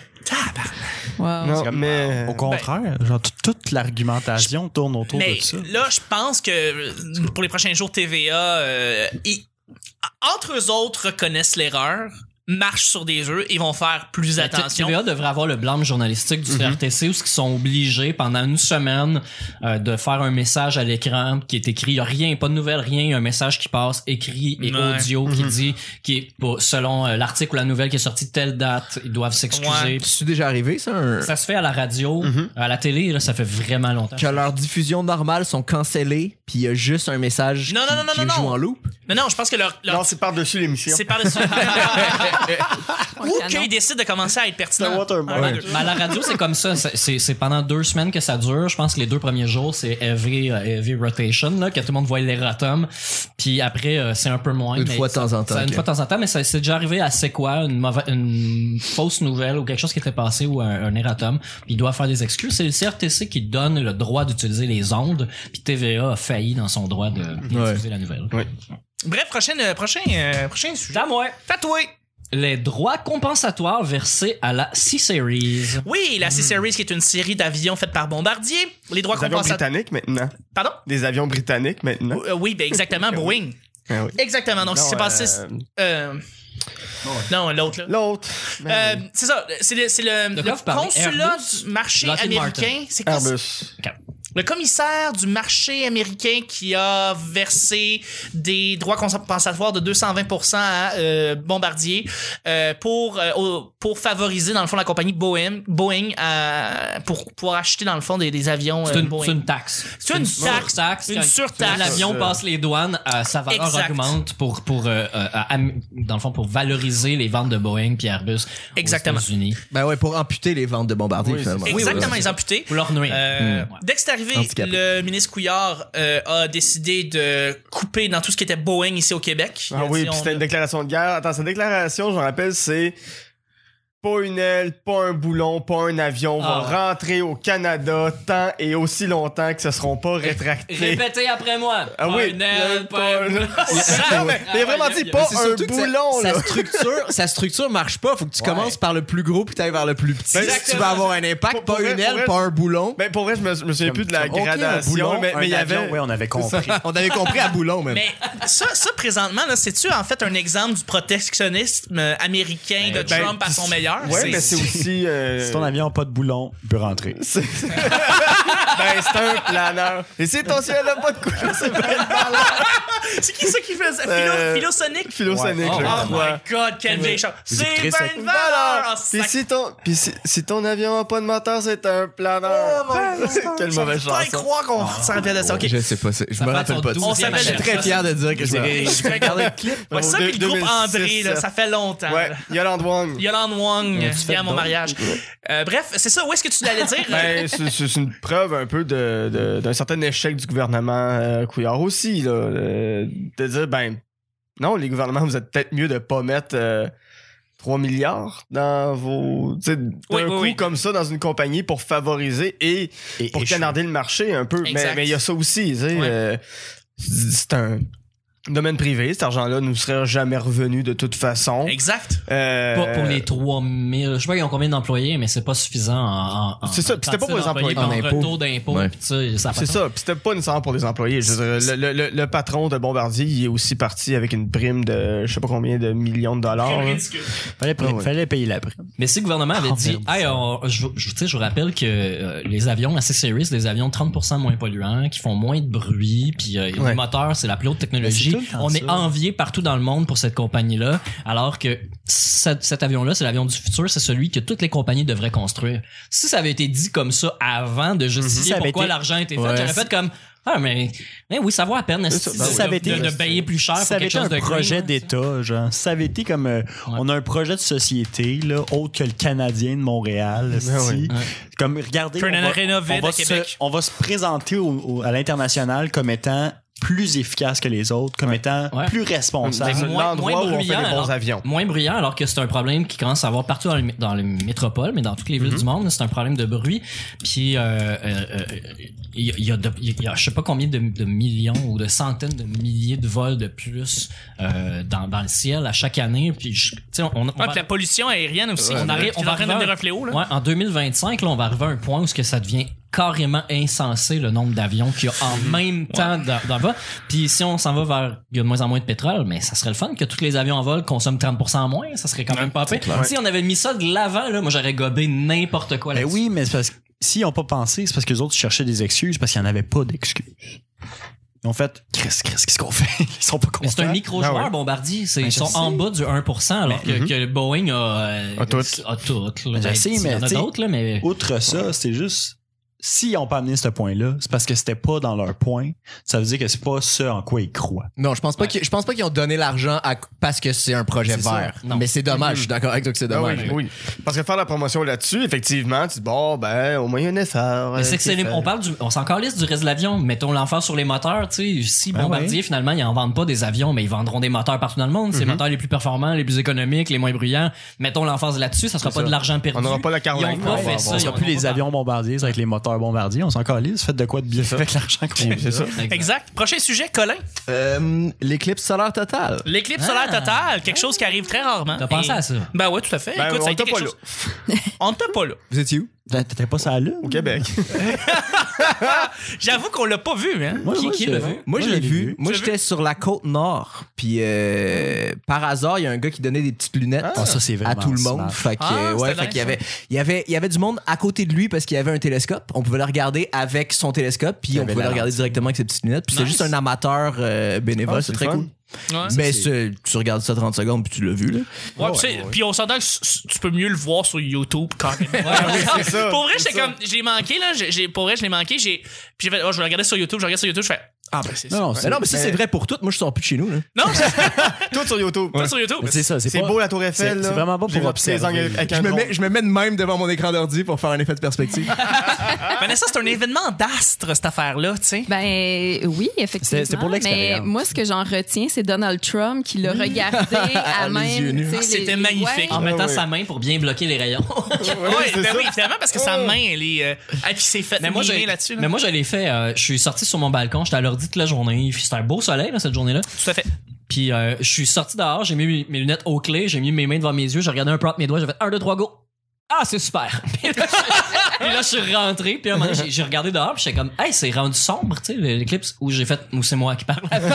Speaker 5: Wow.
Speaker 2: Non,
Speaker 6: comme-
Speaker 2: mais.
Speaker 6: Au contraire,
Speaker 2: ben,
Speaker 6: genre, tout- toute l'argumentation tourne autour
Speaker 1: Mais
Speaker 6: de ça.
Speaker 1: là, je pense que euh, pour les prochains jours, TVA, euh, ils- entre eux autres, reconnaissent l'erreur, marchent sur des œufs et vont faire plus attention. Mhm.
Speaker 4: TVA devrait avoir le blâme journalistique du CRTC où ce qu'ils sont obligés pendant une semaine euh, de faire un message à l'écran qui est écrit, il y a rien, pas de nouvelles, rien, un message qui passe écrit
Speaker 1: Ouais.
Speaker 4: et
Speaker 1: Mhm.
Speaker 4: audio qui dit, qui est, pour- selon euh, l'article ou la nouvelle qui est sortie de telle date, ils doivent s'excuser.
Speaker 1: Ouais. Mhm.
Speaker 3: C'est déjà arrivé, ça? un-
Speaker 4: Ça se fait à la radio, à la télé, là, ça fait vraiment longtemps.
Speaker 3: Que leurs diffusions normales sont cancellées, puis il y a juste un message
Speaker 1: Non,
Speaker 3: qui,
Speaker 1: non, non, non,
Speaker 3: qui
Speaker 1: non,
Speaker 3: joue
Speaker 1: non.
Speaker 3: en loop.
Speaker 1: Non, non, je pense que leur, leur-
Speaker 2: Non, c'est par-dessus l'émission.
Speaker 1: c'est par-dessus. Ou
Speaker 5: canon.
Speaker 1: qu'ils décident de commencer à être
Speaker 2: C'est un
Speaker 1: pertinents.
Speaker 2: watermark.
Speaker 1: Un, deux.
Speaker 4: Mais à la radio, c'est comme ça. C'est- C'est c'est pendant deux semaines que ça dure. Je pense que les deux premiers jours, c'est heavy, euh, heavy rotation, là, que tout le monde voit l'erratum. Puis après, euh, c'est un peu moins.
Speaker 3: Une
Speaker 4: mais
Speaker 3: fois de
Speaker 4: ça-
Speaker 3: temps en temps,
Speaker 4: ça- Une
Speaker 3: ok.
Speaker 4: fois de temps en temps, mais ça- c'est déjà arrivé à c'est quoi, une, mauvaise- une fausse nouvelle ou quelque chose qui était passé ou un, un erratum. Puis il doit faire des excuses. C'est le CRTC qui donne le droit d'utiliser les ondes. Puis TVA a failli dans son droit de- d'utiliser la nouvelle.
Speaker 1: Bref, prochain, euh, prochain, euh, prochain sujet.
Speaker 4: Dame, ouais.
Speaker 1: Tatoué.
Speaker 4: Les droits compensatoires versés à la C-Series.
Speaker 1: Oui, la C-Series, qui est une série d'avions faite par Bombardier. Les droits
Speaker 2: Des avions
Speaker 1: compensatoires.
Speaker 2: britanniques maintenant.
Speaker 1: Pardon?
Speaker 2: Des avions britanniques maintenant.
Speaker 1: Euh, oui, ben exactement, Boeing.
Speaker 2: Ah Hein? oui.
Speaker 1: Exactement. Donc, ce qui s'est
Speaker 2: Non,
Speaker 1: passé.
Speaker 2: euh,
Speaker 1: euh, Non, l'autre, là.
Speaker 2: L'autre.
Speaker 4: Ah,
Speaker 1: Euh, c'est ça, c'est le, c'est le-
Speaker 4: De quoi
Speaker 1: le
Speaker 4: vous parlez?
Speaker 1: consulat
Speaker 4: Airbus?
Speaker 1: du marché
Speaker 4: Lockheed
Speaker 1: américain. C'est quoi ça?
Speaker 2: Airbus.
Speaker 1: Le commissaire du marché américain qui a versé des droits compensatoires de 220 à euh, Bombardier euh, pour, euh, au- pour favoriser, dans le fond, la compagnie Boeing, Boeing euh, pour pouvoir acheter, dans le fond, des, des avions
Speaker 4: C'est
Speaker 1: euh,
Speaker 4: une,
Speaker 1: Boeing.
Speaker 4: c'est une taxe.
Speaker 1: C'est une taxe.
Speaker 4: surtaxe.
Speaker 1: Une
Speaker 4: Quand
Speaker 1: surtaxe.
Speaker 4: L'avion passe les douanes, euh, sa valeur
Speaker 1: Exact.
Speaker 4: augmente pour, pour euh, euh, à- am- dans le fond, pour valoriser les ventes de Boeing puis Airbus
Speaker 1: Exactement.
Speaker 4: aux États-Unis.
Speaker 3: Ben ouais, pour amputer les ventes de bombardiers, finalement.
Speaker 1: Exactement,
Speaker 3: Ouais.
Speaker 1: les amputés.
Speaker 4: Pour leur nuire.
Speaker 1: Euh,
Speaker 4: Mm. Ouais.
Speaker 1: Dès que c'est arrivé,
Speaker 3: Handicapé.
Speaker 1: le ministre Couillard euh, a décidé de couper dans tout ce qui était Boeing ici au Québec. Il
Speaker 2: Ah
Speaker 1: a
Speaker 2: oui,
Speaker 1: dit,
Speaker 2: puis
Speaker 1: on-
Speaker 2: c'était une déclaration de guerre. Attends, cette déclaration, je me rappelle, c'est pas une aile, pas un boulon, pas un avion
Speaker 4: Ah.
Speaker 2: vont rentrer au Canada tant et aussi longtemps que ce seront pas rétractés.
Speaker 4: Répétez après moi.
Speaker 2: Ah oui.
Speaker 4: Une aile, pas une-
Speaker 2: Non, mais il a vraiment dit pas
Speaker 3: C'est
Speaker 2: un
Speaker 3: surtout que
Speaker 2: boulon,
Speaker 3: sa,
Speaker 2: là.
Speaker 3: sa structure, sa structure marche pas. Faut que tu commences par le plus gros puis t'ailles vers le plus petit.
Speaker 2: Ben,
Speaker 3: tu vas avoir un impact,
Speaker 2: Pour-
Speaker 3: pas
Speaker 2: pour
Speaker 3: une
Speaker 2: vrai, pour
Speaker 3: aile,
Speaker 2: vrai,
Speaker 3: pas un boulon.
Speaker 2: Mais pour vrai, je me, je me souviens plus de la
Speaker 3: Comme, ok, un
Speaker 2: gradation,
Speaker 3: boulon,
Speaker 2: mais, mais il y avait.
Speaker 6: Oui, on avait compris.
Speaker 3: On avait compris à boulon même.
Speaker 1: Mais Ben, ça, ça présentement, là, c'est-tu en fait un exemple du protectionnisme euh, américain de
Speaker 2: ben,
Speaker 1: Trump à son meilleur?
Speaker 2: Ouais, mais c'est aussi. euh,
Speaker 6: si ton avion n'a pas de boulon, il peut rentrer.
Speaker 2: C'est- ben, c'est un planeur. Et si ton ciel n'a pas de couleur, c'est pas une planeur.
Speaker 1: C'est qui ça qui fait ça?
Speaker 2: Euh,
Speaker 1: Philo, Philosonic?
Speaker 2: Philosonique,
Speaker 4: Ouais.
Speaker 2: je
Speaker 1: Oh
Speaker 2: crois.
Speaker 1: my god, quelle vieille chose! C'est
Speaker 6: écouterez ça.
Speaker 1: bien une valeur!
Speaker 2: Valeur!
Speaker 1: Oh,
Speaker 2: Puis
Speaker 1: sac-
Speaker 2: si ton, puis si, si ton avion n'a pas de moteur, c'est un
Speaker 1: Oh,
Speaker 2: planeur. Quelle mauvaise
Speaker 1: Je peux pas y
Speaker 2: chanson.
Speaker 1: croire qu'on s'en rappelle de ça. Ok.
Speaker 3: Je sais pas, c'est- je
Speaker 4: Ça
Speaker 3: me
Speaker 4: fait
Speaker 3: rappelle
Speaker 4: ton
Speaker 3: pas. de ça.
Speaker 1: On
Speaker 4: douzième
Speaker 1: s'appelle-
Speaker 3: Je suis
Speaker 4: anniversaire.
Speaker 3: très fier de dire que je me rappelle.
Speaker 1: Je vais regarder le clip. Ouais, ça, puis le groupe
Speaker 2: 2006,
Speaker 1: André, là,
Speaker 2: ça.
Speaker 1: ça fait longtemps.
Speaker 2: Ouais,
Speaker 1: là.
Speaker 2: Yolande Wang.
Speaker 1: Yolande Wang,
Speaker 4: tu
Speaker 1: vient à mon
Speaker 4: d'autres?
Speaker 1: mariage. Euh, bref, c'est ça, où est-ce que tu allais dire?
Speaker 2: Ben, c'est- c'est c'est une preuve un peu de- de- d'un certain échec du gouvernement euh, Couillard aussi, là, euh, de dire, ben, non, les gouvernements, vous êtes peut-être mieux de pas mettre euh, 3 milliards dans vos... tu sais, D'un
Speaker 1: Oui, oui,
Speaker 2: coup
Speaker 1: oui.
Speaker 2: comme ça dans une compagnie pour favoriser et
Speaker 6: Et,
Speaker 2: pour
Speaker 6: et
Speaker 2: canarder le marché un peu. Mais
Speaker 1: Exact.
Speaker 2: mais il y a ça aussi, tu sais,
Speaker 1: Ouais.
Speaker 2: euh, c'est un... domaine privé, cet argent-là nous serait jamais revenu de toute façon.
Speaker 1: Exact.
Speaker 2: Euh,
Speaker 4: Pas pour les 3000. Je sais pas ils ont combien d'employés, mais c'est pas suffisant en. en- en-
Speaker 2: C'est ça,
Speaker 4: en
Speaker 2: puis c'était pas
Speaker 4: quantité
Speaker 2: pour les
Speaker 4: d'employés,
Speaker 3: employés,
Speaker 4: puis
Speaker 3: en
Speaker 4: En
Speaker 3: impôts.
Speaker 4: retour d'impôts,
Speaker 3: Ouais.
Speaker 4: puis tu sais, ça a pas
Speaker 2: C'est
Speaker 4: de
Speaker 2: ça, puis c'était pas nécessairement pour les employés. Je veux dire, le, le- le- le patron de Bombardier, il est aussi parti avec une prime de je sais pas combien de millions de dollars. hein. là.
Speaker 6: Fallait,
Speaker 2: Ah ouais.
Speaker 6: fallait payer la prime.
Speaker 4: Mais si le gouvernement avait
Speaker 6: Oh,
Speaker 4: dit,
Speaker 6: merde.
Speaker 4: hey, on- je, je, tu sais, je vous rappelle que euh, les avions, la C-Series, des avions 30% moins polluants, qui font moins de bruit, puis euh,
Speaker 2: Ouais.
Speaker 4: le moteur, c'est la plus haute technologie.
Speaker 6: Mais c'est tout le temps
Speaker 4: On
Speaker 6: ça.
Speaker 4: est envié partout dans le monde pour cette compagnie-là, alors que cet, cet avion-là, c'est l'avion du futur, c'est celui que toutes les compagnies devraient construire. Si ça avait été dit comme ça avant de
Speaker 6: Si
Speaker 4: justifier
Speaker 6: ça avait
Speaker 4: pourquoi
Speaker 6: été-
Speaker 4: l'argent a été fait,
Speaker 6: Ouais.
Speaker 4: j'aurais fait comme, ah, mais, mais oui, ça vaut à peine.
Speaker 2: ça,
Speaker 4: si-
Speaker 2: ben
Speaker 4: de-
Speaker 2: oui.
Speaker 6: Ça avait
Speaker 4: de,
Speaker 6: été-
Speaker 4: de payer plus cher
Speaker 6: Ça,
Speaker 4: pour
Speaker 6: avait
Speaker 4: quelque
Speaker 6: été
Speaker 4: chose
Speaker 6: un
Speaker 4: de
Speaker 6: projet
Speaker 4: green, hein, ça.
Speaker 6: d'État, genre. Ça avait été comme. euh, On a un projet de société, là, autre que le Canadien de Montréal. esti.
Speaker 2: ouais.
Speaker 4: Ben Ouais.
Speaker 6: Comme, regardez.
Speaker 1: Turn
Speaker 6: on
Speaker 1: and
Speaker 6: va-
Speaker 1: Arena
Speaker 6: on
Speaker 1: vide
Speaker 6: va
Speaker 1: à Québec.
Speaker 6: se- on va se présenter au- au- à l'international comme étant plus efficace que les autres, comme étant
Speaker 4: Ouais.
Speaker 6: plus responsable.
Speaker 4: Ben, moins-
Speaker 2: L'endroit
Speaker 4: moins
Speaker 2: où on fait
Speaker 4: bruyant,
Speaker 2: les bons
Speaker 4: alors.
Speaker 2: avions.
Speaker 4: moins bruyant alors que c'est un problème qui commence à avoir partout dans, le- dans les métropoles mais dans toutes les villes du monde c'est un problème de bruit puis euh, euh, euh, il y a- il y, a de- il y a je sais pas combien de, de millions ou de centaines de milliers de vols de plus euh, dans, dans le ciel à chaque année puis je- tu sais on, on,
Speaker 1: Ouais,
Speaker 4: va-
Speaker 1: puis la pollution aérienne aussi.
Speaker 4: Ouais.
Speaker 1: on arrive, on va en train de devenir un fléau, là.
Speaker 4: Ouais, en 2025 là, on va arriver à un point où ce que ça devient carrément insensé le nombre d'avions qu'il y a en même temps dans, dans le vol. Puis si on s'en va vers il y a de moins en moins de pétrole, mais ça serait le fun que tous les avions en vol consomment 30% moins, ça serait quand même pas pire. Si on avait mis ça de l'avant là, moi j'aurais gobé n'importe quoi.
Speaker 6: Ben
Speaker 4: là-dessus.
Speaker 6: oui, mais c'est parce que s'ils n'ont pas pensé, c'est parce que les autres cherchaient des excuses parce qu'il n'y en avait pas d'excuses. Ils ont fait, Chris, Chris, qu'est-ce qu'on fait? Ils sont pas contents.
Speaker 4: Mais c'est un micro joueur
Speaker 2: Ah ouais.
Speaker 4: Bombardier, c'est,
Speaker 6: Ben,
Speaker 4: ils
Speaker 6: je
Speaker 4: sont
Speaker 6: sais. mm-hmm.
Speaker 4: en bas du 1% alors que, que Boeing a, euh,
Speaker 2: A tout.
Speaker 4: a tout, là.
Speaker 6: Ben, je
Speaker 4: Ben,
Speaker 6: sais,
Speaker 4: il y
Speaker 6: mais
Speaker 4: en a
Speaker 6: t'sais-
Speaker 4: d'autres là, mais
Speaker 6: Outre ça, c'est juste. S'ils n'ont pas amené ce point-là, c'est parce que c'était pas dans leur point. Ça veut dire que c'est pas ce en quoi ils croient.
Speaker 3: Non, je pense pas qu'ils- je pense pas qu'ils ont donné l'argent à- parce que c'est Mm-hmm. un projet
Speaker 6: C'est ça.
Speaker 3: vert.
Speaker 4: Non.
Speaker 3: Mais c'est dommage, je suis d'accord avec toi que c'est
Speaker 2: Ah oui,
Speaker 3: dommage. mais-
Speaker 2: oui. Parce que faire la promotion là-dessus, effectivement, tu dis bon, ben, au moins il y a un effort.
Speaker 4: Mais
Speaker 2: euh,
Speaker 4: c'est que
Speaker 2: qui
Speaker 4: c'est les-
Speaker 2: fait.
Speaker 4: on parle du, on s'en calisse du reste de l'avion. Mettons l'enfer sur les moteurs, tu sais. Si
Speaker 6: Ben
Speaker 4: Bombardier, finalement, ils en vendent pas des avions, mais ils vendront des moteurs partout dans le monde. C'est les moteurs les plus performants, les plus économiques, les moins bruyants. Mettons l'emphase là-dessus, ça sera
Speaker 2: C'est
Speaker 4: pas
Speaker 2: ça.
Speaker 4: de l'argent perdu.
Speaker 2: On n'aura pas la
Speaker 4: Ils ont
Speaker 2: caroline. mais
Speaker 4: pas
Speaker 2: on va
Speaker 4: fait
Speaker 2: avoir-
Speaker 4: ça.
Speaker 6: On
Speaker 4: ils
Speaker 6: sera
Speaker 4: ont
Speaker 6: plus les
Speaker 4: pas-
Speaker 6: avions bombardiers avec les moteurs bombardiers. On s'en calisse. Faites de quoi de bien avec l'argent qu'on
Speaker 2: C'est ça.
Speaker 1: Exact. Prochain sujet, Colin.
Speaker 3: Euh, L'éclipse solaire totale.
Speaker 1: L'éclipse
Speaker 4: Ah.
Speaker 1: solaire totale, quelque chose qui arrive très rarement.
Speaker 4: T'as pensé
Speaker 1: Et-
Speaker 4: à ça?
Speaker 1: Ben ouais, tout à fait.
Speaker 2: Ben,
Speaker 1: Écoute, ça a
Speaker 2: on
Speaker 1: été
Speaker 2: t'a
Speaker 1: quelque
Speaker 2: pas
Speaker 1: chose. on t'a pas là.
Speaker 3: Vous étiez où?
Speaker 6: T'étais pas ça à
Speaker 2: Au Québec.
Speaker 1: J'avoue qu'on l'a pas vu, hein.
Speaker 6: Moi,
Speaker 1: qui
Speaker 6: moi,
Speaker 1: qui
Speaker 6: je-
Speaker 1: l'a vu?
Speaker 3: Moi, je l'ai vu. Moi,
Speaker 1: Tu l'as
Speaker 3: j'étais sur la côte nord. Puis, euh, par hasard, il y a un gars qui donnait des petites lunettes
Speaker 6: Ah, ça, c'est
Speaker 3: à
Speaker 6: vraiment
Speaker 3: tout le
Speaker 6: smart.
Speaker 3: monde. Fait que,
Speaker 1: Ah,
Speaker 3: euh,
Speaker 1: c'était
Speaker 3: ouais, fait
Speaker 1: nice,
Speaker 3: qu'il y avait, il y avait, il y avait du monde à côté de lui parce qu'il y avait un télescope. On pouvait le regarder avec son télescope. Puis, on
Speaker 6: avait
Speaker 3: pouvait
Speaker 6: la
Speaker 3: le regarder directement avec ses petites lunettes. Puis, c'est
Speaker 1: Nice.
Speaker 3: juste un amateur euh, bénévole.
Speaker 2: Ah,
Speaker 3: c'est
Speaker 2: c'est
Speaker 3: très
Speaker 2: fun.
Speaker 3: cool.
Speaker 1: Ouais.
Speaker 3: Mais c'est- tu regardes ça 30 secondes puis tu l'as vu, là.
Speaker 1: Ouais, puis c'est- puis on s'entend que s- s- tu peux mieux le voir sur YouTube quand même.
Speaker 2: c'est ça,
Speaker 1: pour vrai,
Speaker 2: c'est
Speaker 1: j'étais
Speaker 2: ça.
Speaker 1: comme, j'ai manqué là, j'ai- j'ai- pour vrai, je l'ai manqué, j'ai, puis j'ai fait, oh, je vais regarder sur YouTube, je regarde sur YouTube, je fais, ah ben c'est ça.
Speaker 6: Non, non,
Speaker 3: Mais
Speaker 6: c'est
Speaker 3: non, mais ça,
Speaker 2: mais-
Speaker 3: c'est vrai pour tout. Moi, je sors plus de chez nous, là.
Speaker 1: Non, c'est
Speaker 2: Tout sur YouTube.
Speaker 1: pas sur YouTube.
Speaker 6: c'est ça.
Speaker 2: C'est
Speaker 6: pas-
Speaker 2: beau la Tour Eiffel.
Speaker 6: c'est-
Speaker 2: là.
Speaker 6: c'est vraiment pas
Speaker 2: J'ai
Speaker 6: pour
Speaker 2: vu tous les
Speaker 6: observer.
Speaker 2: angles avec un
Speaker 3: Je me,
Speaker 2: drone.
Speaker 3: mets, je me mets de même devant mon écran d'ordi pour faire un effet de perspective.
Speaker 1: Vanessa, c'est un événement d'astre, cette affaire-là, tu sais.
Speaker 5: Ben oui, effectivement.
Speaker 6: C'est- c'est pour
Speaker 5: Mais
Speaker 6: l'expérience.
Speaker 5: moi, ce que j'en retiens, c'est Donald Trump qui l'a regardé à
Speaker 3: Les
Speaker 5: même.
Speaker 3: yeux nus.
Speaker 5: tu sais,
Speaker 1: Ah, c'était
Speaker 5: les-
Speaker 1: magnifique.
Speaker 4: En
Speaker 5: Ouais.
Speaker 4: mettant
Speaker 2: ouais.
Speaker 4: sa main pour bien bloquer les rayons.
Speaker 1: Oui,
Speaker 2: c'est
Speaker 1: ben
Speaker 2: ça.
Speaker 1: oui, évidemment, parce que sa main, elle est. Euh, ah, puis c'est fait.
Speaker 4: Oh. Mais moi, j'ai,
Speaker 1: mimer là-dessus. là.
Speaker 4: mais moi, je l'ai fait, euh, je suis sorti sur mon balcon, j'étais à l'ordi toute la journée, puis c'était un beau soleil, là, cette journée-là.
Speaker 1: tout à fait.
Speaker 4: Puis, euh, je suis sorti dehors, j'ai mis mes lunettes au clé, j'ai mis mes mains devant mes yeux, j'ai regardé un peu entre mes doigts, j'ai fait 1, 2, 3, go. Ah, c'est super! Puis là, je- puis là, je suis rentré, puis à un moment donné, j'ai- j'ai regardé dehors, puis j'étais comme, hey, c'est rendu sombre, tu sais, l'éclipse, où j'ai fait, où c'est moi qui parle. Euh,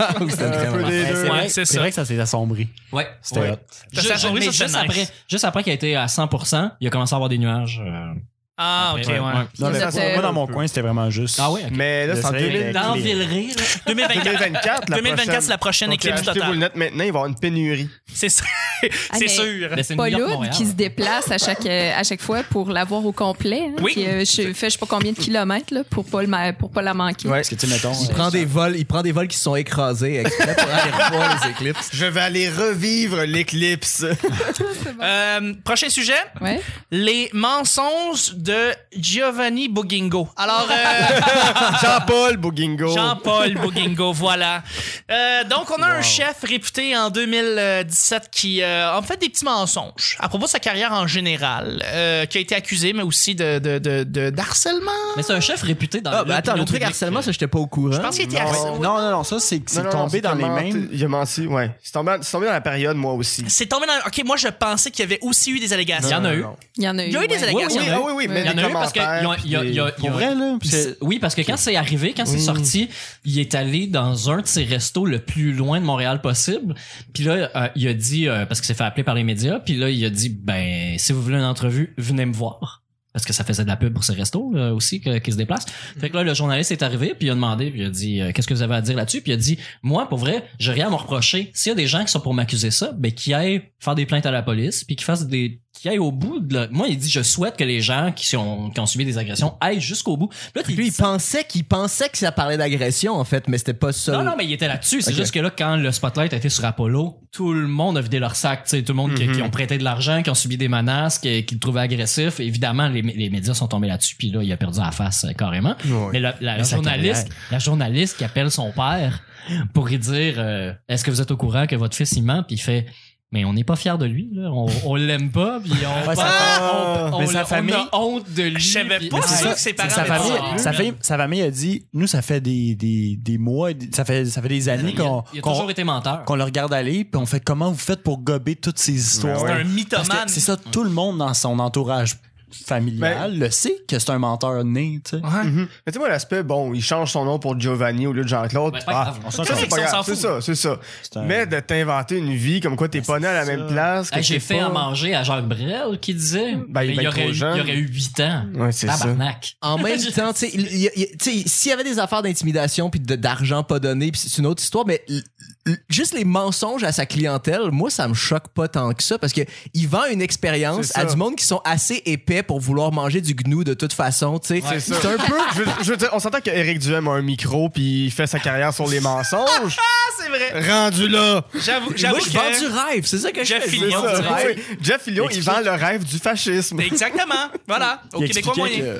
Speaker 2: Un peu des deux.
Speaker 1: Ouais,
Speaker 6: vrai-
Speaker 1: c'est
Speaker 6: c'est
Speaker 1: ça.
Speaker 6: vrai que ça s'est assombri.
Speaker 4: Ouais.
Speaker 6: C'était
Speaker 4: Ouais.
Speaker 6: hot.
Speaker 1: Parce
Speaker 4: Ju-
Speaker 1: que la journée,
Speaker 4: mais
Speaker 1: ça,
Speaker 4: juste,
Speaker 1: c'était nice.
Speaker 4: après, juste après qu'il a été à 100%, il a commencé à avoir des nuages. euh,
Speaker 1: Ah, ok,
Speaker 4: après.
Speaker 1: ouais.
Speaker 4: Ouais.
Speaker 6: Non, mais
Speaker 5: Notre-
Speaker 6: pour moi, dans mon coin, c'était vraiment juste.
Speaker 4: Ah ouais, ok.
Speaker 2: Mais là, c'est en
Speaker 6: Le soleil
Speaker 2: 2000
Speaker 6: est
Speaker 4: Dans
Speaker 6: clear.
Speaker 4: Villeray, là.
Speaker 1: 2024,
Speaker 2: 2024. la
Speaker 1: 2024 c'est la prochaine
Speaker 2: Donc,
Speaker 1: éclipse
Speaker 2: achetez vos
Speaker 1: totale.
Speaker 2: lunettes maintenant, il va y avoir une pénurie.
Speaker 1: C'est ça.
Speaker 5: Ah,
Speaker 1: c'est
Speaker 5: mais-
Speaker 1: sûr.
Speaker 4: Mais c'est New
Speaker 5: Paul
Speaker 4: York,
Speaker 5: Hood
Speaker 4: Montréal.
Speaker 5: qui se déplace à chaque, euh, à chaque fois pour l'avoir au complet. hein.
Speaker 1: Oui.
Speaker 5: Puis, euh, je fais je sais pas combien de kilomètres là, pour pas, le ma- pour pas la manquer.
Speaker 6: Parce que, tu sais, mettons.
Speaker 3: Il
Speaker 6: euh,
Speaker 3: prend des vols, il prend des vols qui se sont écrasés exprès pour aller revoir les éclipses.
Speaker 2: Je vais aller revivre l'éclipse.
Speaker 1: Euh, prochain sujet.
Speaker 5: Ouais.
Speaker 1: Les mensonges de de Giovanni Bogingo. Alors, euh,
Speaker 2: Jean-Paul Bougingo.
Speaker 1: Jean-Paul Bougingo, voilà. Euh, donc, on a un chef réputé en 2017 qui euh, a fait des petits mensonges à propos de sa carrière en général, euh, qui a été accusé, mais aussi de, de, de, de- d'harcèlement.
Speaker 4: Mais c'est un chef réputé dans
Speaker 3: Ah,
Speaker 4: l'opinion
Speaker 3: ben attends, le truc
Speaker 4: publique.
Speaker 3: harcèlement, ça, j'étais pas au courant.
Speaker 1: Je pense qu'il a été
Speaker 2: Non.
Speaker 1: harcelé.
Speaker 6: Non, non, non, ça, c'est c'est
Speaker 2: Non, non,
Speaker 6: tombé
Speaker 2: c'est
Speaker 6: dans les
Speaker 2: comment-
Speaker 6: mêmes.
Speaker 2: Il a menti, ouais. C'est tombé, c'est tombé dans la période, moi aussi. Euh,
Speaker 1: C'est tombé dans. Ok, moi, je pensais qu'il y avait aussi eu des allégations.
Speaker 4: Il y en a eu.
Speaker 5: Il y en a eu.
Speaker 1: Il y a eu des
Speaker 5: ouais.
Speaker 1: allégations.
Speaker 2: Oui,
Speaker 4: Il y en a
Speaker 2: ah oui,
Speaker 4: eu.
Speaker 2: oui,
Speaker 5: Oui.
Speaker 2: mais
Speaker 4: Il y en
Speaker 2: des
Speaker 4: a eu parce que.
Speaker 2: commentaires,
Speaker 4: il y a- il y a- il y a-
Speaker 2: puis des-
Speaker 4: il y
Speaker 6: Pour
Speaker 4: a-
Speaker 6: vrai, là. puis c'est-
Speaker 4: C'est- Oui, parce que quand c'est arrivé, quand c'est sorti, il est allé dans un de ses restos le plus loin de Montréal possible. Puis là, euh, il a dit, euh, parce qu'il s'est fait appeler par les médias, puis là, il a dit, ben, si vous voulez une entrevue, venez me voir. Parce que ça faisait de la pub pour ses restos là, aussi que- qu'il se déplace. Fait que là, le journaliste est arrivé, puis il a demandé, puis il a dit, euh, qu'est-ce que vous avez à dire là-dessus? Puis il a dit, moi, pour vrai, j'ai rien à me reprocher. S'il y a des gens qui sont pour m'accuser ça, ben, qui aillent faire des plaintes à la police, puis qui fassent des, qui aillent au bout de la... Moi, il dit, je souhaite que les gens qui, sont, qui ont subi des agressions aillent jusqu'au bout. Puis Là, t'es
Speaker 3: Lui, il pensait qu'il pensait que ça parlait d'agression, en fait, mais c'était pas ça.
Speaker 4: non, non, mais il était là-dessus. C'est
Speaker 3: Ok.
Speaker 4: juste que là, quand le spotlight a été sur Apollo, tout le monde a vidé leur sac. tu sais, Tout le monde qui-
Speaker 3: Mhm.
Speaker 4: qui, ont prêté de l'argent, qui ont subi des menaces, qui, qui le trouvaient agressif. Évidemment, les, les médias sont tombés là-dessus. Puis là, il a perdu la face euh, carrément. Mais la, la- la
Speaker 6: sa
Speaker 4: journaliste, la journaliste qui appelle son père pour lui dire euh, Est-ce que vous êtes au courant que votre fils il ment Puis il fait Mais on n'est pas fiers de lui. là. On, on l'aime pas. Puis on,
Speaker 7: Ouais, ça-
Speaker 4: on- on-
Speaker 7: Mais
Speaker 4: on-
Speaker 7: sa
Speaker 4: on
Speaker 7: famille-
Speaker 4: a honte de lui.
Speaker 1: Je savais
Speaker 4: puis-
Speaker 1: pas
Speaker 4: Mais
Speaker 1: ça,
Speaker 4: c'est
Speaker 1: que ses
Speaker 7: C'est
Speaker 1: parents
Speaker 7: sa,
Speaker 1: avaient
Speaker 7: famille,
Speaker 1: dit ça.
Speaker 7: sa, famille, sa famille a dit Nous, ça fait des, des, des mois, ça fait, ça fait des années
Speaker 4: Il a,
Speaker 7: qu'on
Speaker 4: il a
Speaker 7: qu'on-
Speaker 4: toujours été menteur.
Speaker 7: qu'on le regarde aller, puis on fait comment vous faites pour gober toutes ces histoires.
Speaker 1: C'est un
Speaker 7: Parce que
Speaker 1: mythomane.
Speaker 7: C'est ça, tout le monde dans son entourage familial le sait que c'est un menteur né, tu sais.
Speaker 2: Mhm. Mais tu sais, moi, l'aspect, bon, il change son nom pour Giovanni au lieu de Jean-Claude. Ah,
Speaker 4: Ben, c'est pas grave.
Speaker 7: on s'en
Speaker 2: Ça,
Speaker 1: Correct,
Speaker 2: c'est pas
Speaker 1: on
Speaker 2: grave.
Speaker 1: s'en
Speaker 2: C'est
Speaker 1: fout.
Speaker 2: ça, c'est ça.
Speaker 7: C'est un-
Speaker 2: Mais de t'inventer une vie comme quoi t'es pas né à la
Speaker 7: c'est
Speaker 2: même
Speaker 7: ça.
Speaker 2: place. que
Speaker 4: Hey, j'ai
Speaker 2: t'es
Speaker 4: fait
Speaker 2: pas-
Speaker 4: à manger à Jacques Brel qui disait
Speaker 2: Ben, il
Speaker 4: mais
Speaker 2: va
Speaker 4: il,
Speaker 2: être
Speaker 4: aurait
Speaker 2: trop
Speaker 4: eu,
Speaker 2: jeune.
Speaker 4: il aurait eu 8 ans.
Speaker 2: Ouais, c'est ça.
Speaker 4: Tabarnak.
Speaker 3: En même temps, tu sais, il- il- il- tu sais, s'il y avait des affaires d'intimidation puis de- d'argent pas donné, puis c'est une autre histoire, mais l- l- juste les mensonges à sa clientèle, moi, ça me choque pas tant que ça parce que il vend une expérience
Speaker 2: C'est
Speaker 3: à
Speaker 2: ça.
Speaker 3: du monde qui sont assez épais pour vouloir manger du gnou de toute façon, tu sais.
Speaker 2: C'est ça.
Speaker 3: C'est un peu.
Speaker 2: Je veux- je veux dire, on s'entend qu'Éric Duhem a un micro puis il fait sa carrière sur les mensonges.
Speaker 1: Ah, c'est vrai.
Speaker 2: Rendu là.
Speaker 1: J'avoue,
Speaker 3: Moi,
Speaker 1: j'avoue
Speaker 3: je vends du
Speaker 1: que.
Speaker 3: rêve, c'est ça que je
Speaker 1: Jeff
Speaker 3: fais.
Speaker 1: Fillion,
Speaker 3: je vends
Speaker 2: Ça,
Speaker 1: tu
Speaker 3: du
Speaker 1: sais.
Speaker 3: rêve.
Speaker 2: oui. Jeff Fillion, il vend le rêve du fascisme.
Speaker 1: Exactement. Voilà. Au
Speaker 7: il
Speaker 1: Québécois
Speaker 7: expliquait
Speaker 1: moyen.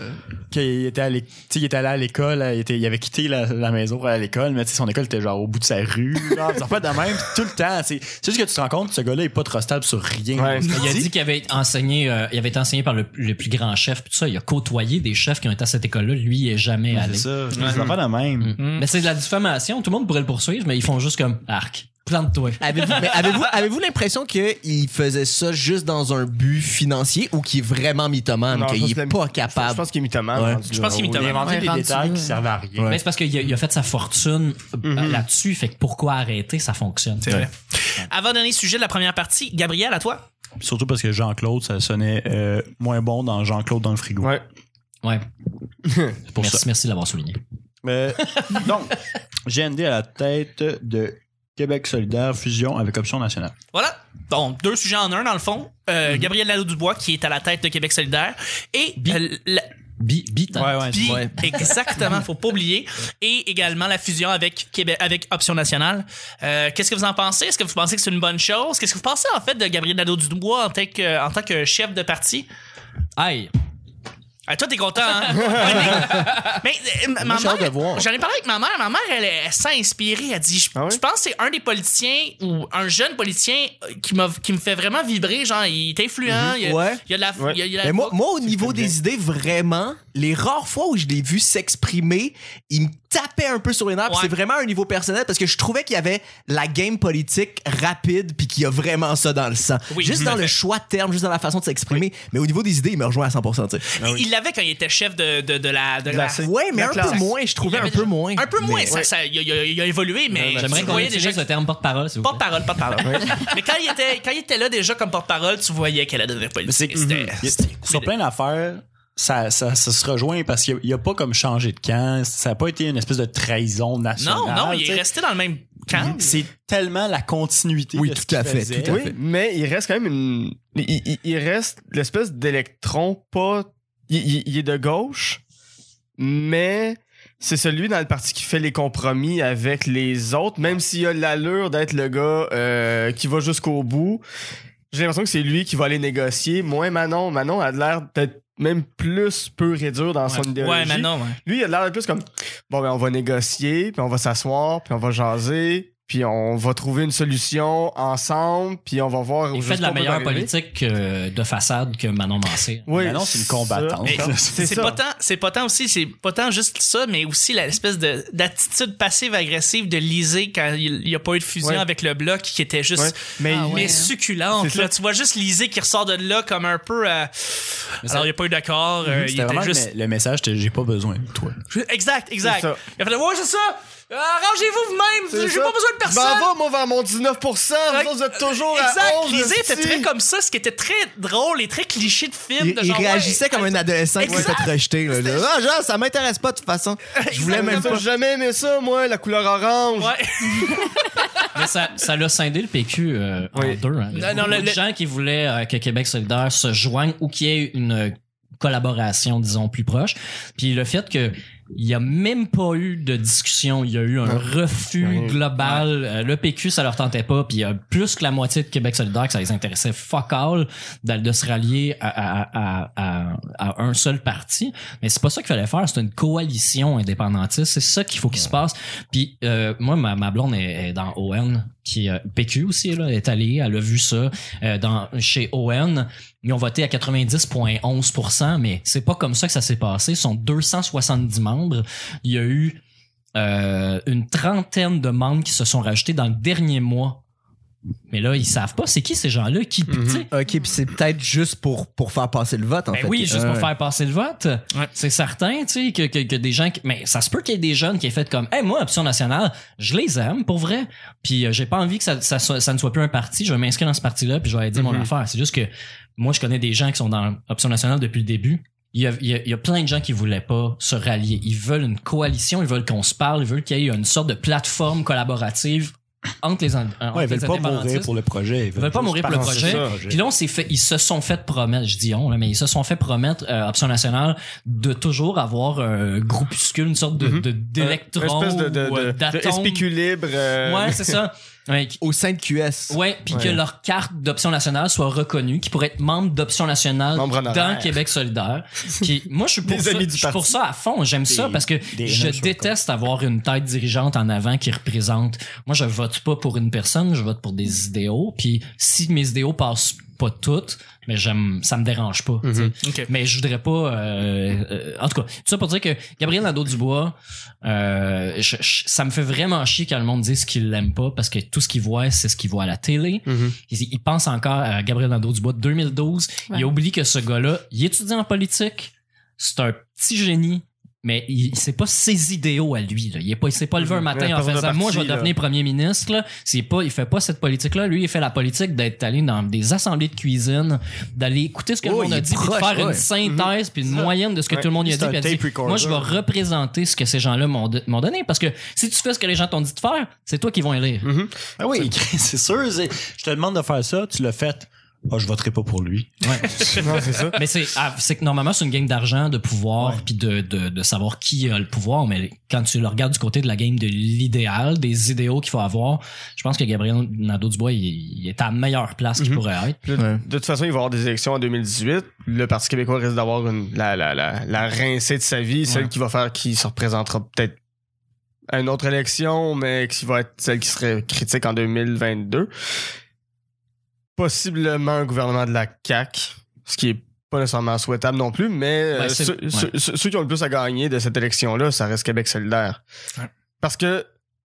Speaker 7: que- qu'il était allé, tu sais, il était allé à l'école, il, était- il avait quitté la, la maison pour aller à l'école, mais tu sais, son école était genre au bout de sa rue, genre, des affaires de même, puis tout le temps. C'est c'est juste que tu te rends compte, que ce gars-là est pas trustable sur rien.
Speaker 2: Ouais.
Speaker 7: Il
Speaker 4: Il a dit qu'il avait été enseigné, euh, il avait été enseigné par le, le plus grand chef, puis tout ça. Il a côtoyé des chefs qui ont été à cette école-là. Lui, il est jamais
Speaker 7: C'est
Speaker 4: allé.
Speaker 7: ça, c'est des affaires de même.
Speaker 4: Mais c'est de la diffamation. Tout le monde pourrait le poursuivre, mais ils font juste comme arc. Plante-toi.
Speaker 3: Avez-vous mais avez-vous- avez-vous l'impression qu'il faisait ça juste dans un but financier ou qu'il est vraiment
Speaker 2: Non, je
Speaker 3: mythomane,
Speaker 2: pense
Speaker 3: qu'il
Speaker 2: que
Speaker 3: est
Speaker 2: le-
Speaker 3: pas
Speaker 2: Je
Speaker 3: capable?
Speaker 2: pense qu'il est mythomane.
Speaker 3: Ouais.
Speaker 2: rendu
Speaker 1: Je
Speaker 2: là.
Speaker 1: pense qu'il
Speaker 7: Il a
Speaker 1: m'étonne.
Speaker 7: inventé
Speaker 5: Ouais,
Speaker 7: des
Speaker 5: rendu
Speaker 7: détails
Speaker 5: là.
Speaker 7: qui servent à rien.
Speaker 4: Mais c'est parce qu'il a, il a fait sa fortune euh, là-dessus. Fait que pourquoi arrêter? Ça fonctionne.
Speaker 1: C'est vrai. Avant-dernier sujet de la première partie, Gabriel, à toi.
Speaker 6: Surtout parce que Jean-Claude, ça sonnait euh, moins bon dans Jean-Claude dans le frigo.
Speaker 2: Ouais.
Speaker 4: Ouais.
Speaker 6: C'est pour
Speaker 4: Merci,
Speaker 6: ça.
Speaker 4: merci de l'avoir souligné.
Speaker 6: Euh, donc, GND à la tête de Québec solidaire, fusion avec option nationale.
Speaker 1: Voilà. Donc, deux sujets en un, dans le fond. Euh, Gabriel Lalo-Dubois, qui est à la tête de Québec solidaire. Et... euh, la-
Speaker 4: Bi, bitant.
Speaker 6: ouais.
Speaker 1: Puis, exactement, faut pas oublier. Et également la fusion avec Québec, avec Option Nationale. Euh, Qu'est-ce que vous en pensez? Est-ce que vous pensez que c'est une bonne chose? Qu'est-ce que vous pensez, en fait, de Gabriel Lado-Dubois en, tant que- en tant que chef de parti?
Speaker 4: Aïe.
Speaker 1: Ah, toi, t'es content, hein? Ouais, mais mais, euh, ma
Speaker 7: j'ai hâte de
Speaker 1: mère-
Speaker 7: voir.
Speaker 1: J'en ai parlé avec ma mère. Ma mère, elle, elle s'est inspirée. Elle dit Je,
Speaker 2: Ah oui?
Speaker 1: je pense que c'est un des politiciens ou un jeune politicien euh, qui, m'a- qui me fait vraiment vibrer. Genre, il est influent. il, y a,
Speaker 3: Ouais.
Speaker 1: il y a de la.
Speaker 2: Ouais.
Speaker 1: il y a- il y a de la
Speaker 3: Mais moi,
Speaker 1: voix.
Speaker 3: moi, au niveau des idées, vraiment, les rares fois où je l'ai vu s'exprimer, il me tapait un peu sur les nerfs. puis
Speaker 1: Ouais.
Speaker 3: C'est vraiment un niveau personnel parce que je trouvais qu'il y avait la game politique rapide puis qu'il y a vraiment ça dans le sang.
Speaker 1: Oui,
Speaker 3: juste
Speaker 1: tout à
Speaker 3: dans
Speaker 1: fait.
Speaker 3: le choix de terme, juste dans la façon de s'exprimer. Mais au niveau des idées, il me rejoint à 100%. tu sais.
Speaker 1: Il l'avait quand il était chef de, de, de la. De la-
Speaker 3: Ouais, mais un peu moins, je
Speaker 1: il
Speaker 3: trouvais un
Speaker 1: avait-
Speaker 3: peu moins.
Speaker 1: Un peu moins.
Speaker 3: Mais-
Speaker 1: ça, ça- il, a, il a- il a évolué, mais.
Speaker 4: J'aimerais
Speaker 1: tu
Speaker 4: qu'on
Speaker 1: voyais déjà
Speaker 4: utilise le terme porte-parole, s'il vous plaît.
Speaker 1: Porte-parole, porte-parole. mais quand il, était, quand il était là déjà comme porte-parole, tu voyais qu'elle devenait politique. C'était. c'était-
Speaker 7: Sur plein d'affaires, ça, ça, ça se rejoint parce qu'il n'y a, pas comme changé de camp. Ça n'a pas été une espèce de trahison nationale.
Speaker 1: Non, non, il
Speaker 7: tu
Speaker 1: est
Speaker 7: sais.
Speaker 1: resté dans le même camp.
Speaker 7: C'est tellement la continuité.
Speaker 3: Oui,
Speaker 7: de ce
Speaker 3: tout à
Speaker 7: qu'il
Speaker 3: fait,
Speaker 7: faisait.
Speaker 3: tout à
Speaker 2: Oui, mais il reste quand même une. Il, il- il reste l'espèce d'électron pas. Il, il- il est de gauche, mais c'est celui dans le parti qui fait les compromis avec les autres, même s'il a l'allure d'être le gars euh, qui va jusqu'au bout. J'ai l'impression que c'est lui qui va aller négocier. Moins Manon. Manon a l'air d'être même plus peut réduire dans son
Speaker 1: Ouais,
Speaker 2: idéologie.
Speaker 1: mais non, ouais.
Speaker 2: Lui, il a l'air de plus comme bon, ben on va négocier, puis on va s'asseoir, puis on va jaser, puis on va trouver une solution ensemble, puis on va voir.
Speaker 4: Il fait de la meilleure politique euh, de façade que Manon Mancé.
Speaker 2: Oui,
Speaker 7: Manon, c'est une combattante.
Speaker 1: Mais
Speaker 2: ça.
Speaker 1: C'est c'est
Speaker 2: ça.
Speaker 1: pas tant, c'est pas tant aussi, c'est pas tant juste ça, mais aussi l'espèce de d'attitude passive agressive de Lisée quand il n'y a pas eu de fusion
Speaker 2: Ouais.
Speaker 1: avec le bloc qui était juste
Speaker 2: Ouais. Mais
Speaker 5: Ah
Speaker 2: il-
Speaker 1: mais
Speaker 5: ouais.
Speaker 1: succulente
Speaker 2: C'est
Speaker 1: là.
Speaker 2: ça.
Speaker 1: Tu vois juste Lisée qui ressort de là comme un peu. euh,
Speaker 7: Mais ça-
Speaker 1: Alors il n'y a pas eu d'accord, euh, il
Speaker 7: C'était
Speaker 1: était
Speaker 7: vraiment
Speaker 1: juste
Speaker 7: le, le message, c'était, j'ai pas besoin de toi.
Speaker 1: Je- Exact, exact.
Speaker 2: C'est ça.
Speaker 1: Il a fait Ouais, c'est ça. Euh, Arrangez-vous vous-même.
Speaker 2: C'est
Speaker 1: J'ai
Speaker 2: ça.
Speaker 1: pas besoin de
Speaker 2: Ben,
Speaker 1: personne.
Speaker 2: va, moi, vers mon 19%,
Speaker 1: Ouais.
Speaker 2: vous autres, vous êtes toujours
Speaker 1: exact.
Speaker 2: à 11.
Speaker 1: Lisée était
Speaker 2: esti.
Speaker 1: très comme ça, ce qui était très drôle et très cliché de film.
Speaker 3: Il,
Speaker 1: de
Speaker 3: il
Speaker 1: genre,
Speaker 3: réagissait
Speaker 1: ouais,
Speaker 3: comme un adolescent qui s'est
Speaker 1: Exact.
Speaker 3: fait rejeter. Là, Là, Ah, genre, ça m'intéresse pas de toute façon. Je voulais même
Speaker 2: J'ai
Speaker 3: pas.
Speaker 2: jamais aimé ça, moi, la couleur orange.
Speaker 1: Ouais.
Speaker 4: Mais ça, ça l'a scindé le PQ euh, en
Speaker 2: Oui.
Speaker 4: deux. Hein. Il y a
Speaker 1: Non, non,
Speaker 4: beaucoup
Speaker 1: le-
Speaker 4: de
Speaker 1: le-
Speaker 4: gens qui voulaient euh, que Québec solidaire se joigne ou qu'il y ait une collaboration, disons, plus proche. Puis le fait que il y a même pas eu de discussion, il y a eu un refus
Speaker 2: Ouais.
Speaker 4: global. Euh, Le PQ, ça leur tentait pas, puis il y a plus que la moitié de Québec solidaire que ça les intéressait fuck all de, de se rallier à, à- à- à- à un seul parti. Mais c'est pas ça qu'il fallait faire, c'est une coalition indépendantiste. C'est ça qu'il faut qu'il se passe. Puis euh, moi, ma, ma blonde est, est dans ON, qui euh, PQ aussi là, est allée, elle a vu ça euh, dans chez ON. Ils ont voté à 90,11%, mais c'est pas comme ça que ça s'est passé. Ils sont 270 membres. Il y a eu euh, une trentaine de membres qui se sont rajoutés dans le dernier mois. Mais là, ils savent pas c'est qui ces gens-là qui.
Speaker 2: Mhm.
Speaker 4: tu sais,
Speaker 3: Ok, puis c'est peut-être juste pour, pour faire passer le vote, en
Speaker 4: ben
Speaker 3: fait.
Speaker 4: oui, juste
Speaker 3: Ouais.
Speaker 4: pour
Speaker 7: Euh,
Speaker 4: faire passer le vote. C'est certain, tu sais, que, que, que des gens... qui- Mais ça se peut qu'il y ait des jeunes qui aient fait comme « Hey, moi, Option Nationale, je les aime, pour vrai. Puis euh, j'ai pas envie que ça, ça, soit- ça ne soit plus un parti. Je vais m'inscrire dans ce parti-là, puis je vais aller dire mon affaire. » C'est juste que moi, je connais des gens qui sont dans Option Nationale depuis le début. Il y, a, il, y a, il y a plein de gens qui voulaient pas se rallier. Ils veulent une coalition, ils veulent qu'on se parle, ils veulent qu'il y ait une sorte de plateforme collaborative entre les, ind- entre
Speaker 7: Ouais, ils
Speaker 4: les
Speaker 7: veulent pas mourir
Speaker 4: indépendantistes.
Speaker 7: pour le projet.
Speaker 4: Ils veulent pas mourir pour le projet. Puis là, on s'est fait, ils se sont fait promettre, je dis on, là, mais ils se sont fait promettre, euh, Option Nationale, de toujours avoir un groupuscule, une sorte de,
Speaker 2: Mhm.
Speaker 4: de- d'électrons,
Speaker 2: Une espèce de, de,
Speaker 4: ou, euh,
Speaker 2: de, de
Speaker 4: d'atomes.
Speaker 2: SPQ libre. euh,
Speaker 4: Ouais, c'est ça. Ouais, qui-
Speaker 3: Au sein de QS.
Speaker 4: Ouais, puis que
Speaker 2: Ouais.
Speaker 4: leur carte d'option nationale soit reconnue, qu'ils pourraient être membre d'option nationale
Speaker 2: Membre honoraire.
Speaker 4: dans Québec solidaire. Puis moi, je suis pour
Speaker 2: Des
Speaker 4: ça,
Speaker 2: amis du
Speaker 4: je suis pour
Speaker 2: parti.
Speaker 4: ça à fond. J'aime ça
Speaker 7: Des-
Speaker 4: parce que
Speaker 7: des
Speaker 4: je
Speaker 7: haineux sur le
Speaker 4: déteste avoir une tête dirigeante en avant qui représente. Moi, je vote pas pour une personne, je vote pour des idéaux. Puis si mes idéaux passent pas toutes, mais j'aime, ça me dérange pas. tu sais.
Speaker 1: Ok.
Speaker 4: Mais je voudrais pas. euh, euh, en tout cas, tout ça pour dire que Gabriel Nadeau-Dubois, euh, je- je- ça me fait vraiment chier quand le monde dit ce qu'il l'aime pas parce que tout ce qu'il voit, c'est ce qu'il voit à la télé.
Speaker 2: Mhm.
Speaker 4: il, il pense encore à Gabriel Nadeau-Dubois de 2012.
Speaker 5: Ouais.
Speaker 4: Il oublie que ce gars-là, il étudie en politique. C'est un petit génie. Mais il, c'est pas ses idéaux à lui. Là. Il est pas, il s'est pas levé un
Speaker 2: Mhm.
Speaker 4: matin
Speaker 2: Ouais,
Speaker 4: en
Speaker 2: pas de
Speaker 4: faisant moi je vais
Speaker 2: parti, là.
Speaker 4: devenir premier ministre. Là. C'est pas, il fait pas cette politique-là. Lui, il fait la politique d'être allé dans des assemblées de cuisine, d'aller écouter ce que
Speaker 3: Oh,
Speaker 4: le monde
Speaker 3: il
Speaker 4: a
Speaker 3: est
Speaker 4: dit, puis de
Speaker 3: proche,
Speaker 4: faire une
Speaker 3: ouais.
Speaker 4: synthèse, puis une
Speaker 2: Ça.
Speaker 4: moyenne de ce que
Speaker 2: Ouais.
Speaker 4: tout le monde y a
Speaker 7: C'est
Speaker 4: dit.
Speaker 7: un
Speaker 4: puis elle
Speaker 7: tape
Speaker 4: dit,
Speaker 7: recorder.
Speaker 4: moi, je vais représenter ce que ces gens-là m'ont do- m'ont donné. Parce que si tu fais ce que les gens t'ont dit de faire, c'est toi qui vont élire.
Speaker 7: Ah oui, c'est sûr. c'est- Je te demande de faire ça, tu l'as fait. Ah, je voterai pas pour lui.
Speaker 2: Non, c'est ça.
Speaker 4: Mais c'est ah, c'est que normalement, c'est une game d'argent, de pouvoir, puis de, de, de savoir qui a le pouvoir. Mais quand tu le regardes du côté de la game de l'idéal, des idéaux qu'il faut avoir, je pense que Gabriel Nadeau-Dubois, il, il est à la meilleure place qu'il
Speaker 2: Mhm.
Speaker 4: pourrait être.
Speaker 2: Puis là, De toute façon, il va y avoir des élections en 2018. Le Parti québécois risque d'avoir une- la, la, la, la rincée de sa vie, celle qui va faire qu'il se représentera peut-être à une autre élection, mais qui va être celle qui serait critique en 2022. Possiblement un gouvernement de la CAQ, ce qui est pas nécessairement souhaitable non plus, mais
Speaker 4: Ouais,
Speaker 3: Ben,
Speaker 2: euh,
Speaker 4: c'est-
Speaker 2: ceux,
Speaker 4: ouais.
Speaker 2: ceux- ceux- ceux qui ont le plus à gagner de cette élection-là, ça reste Québec solidaire.
Speaker 1: Ouais.
Speaker 2: Parce que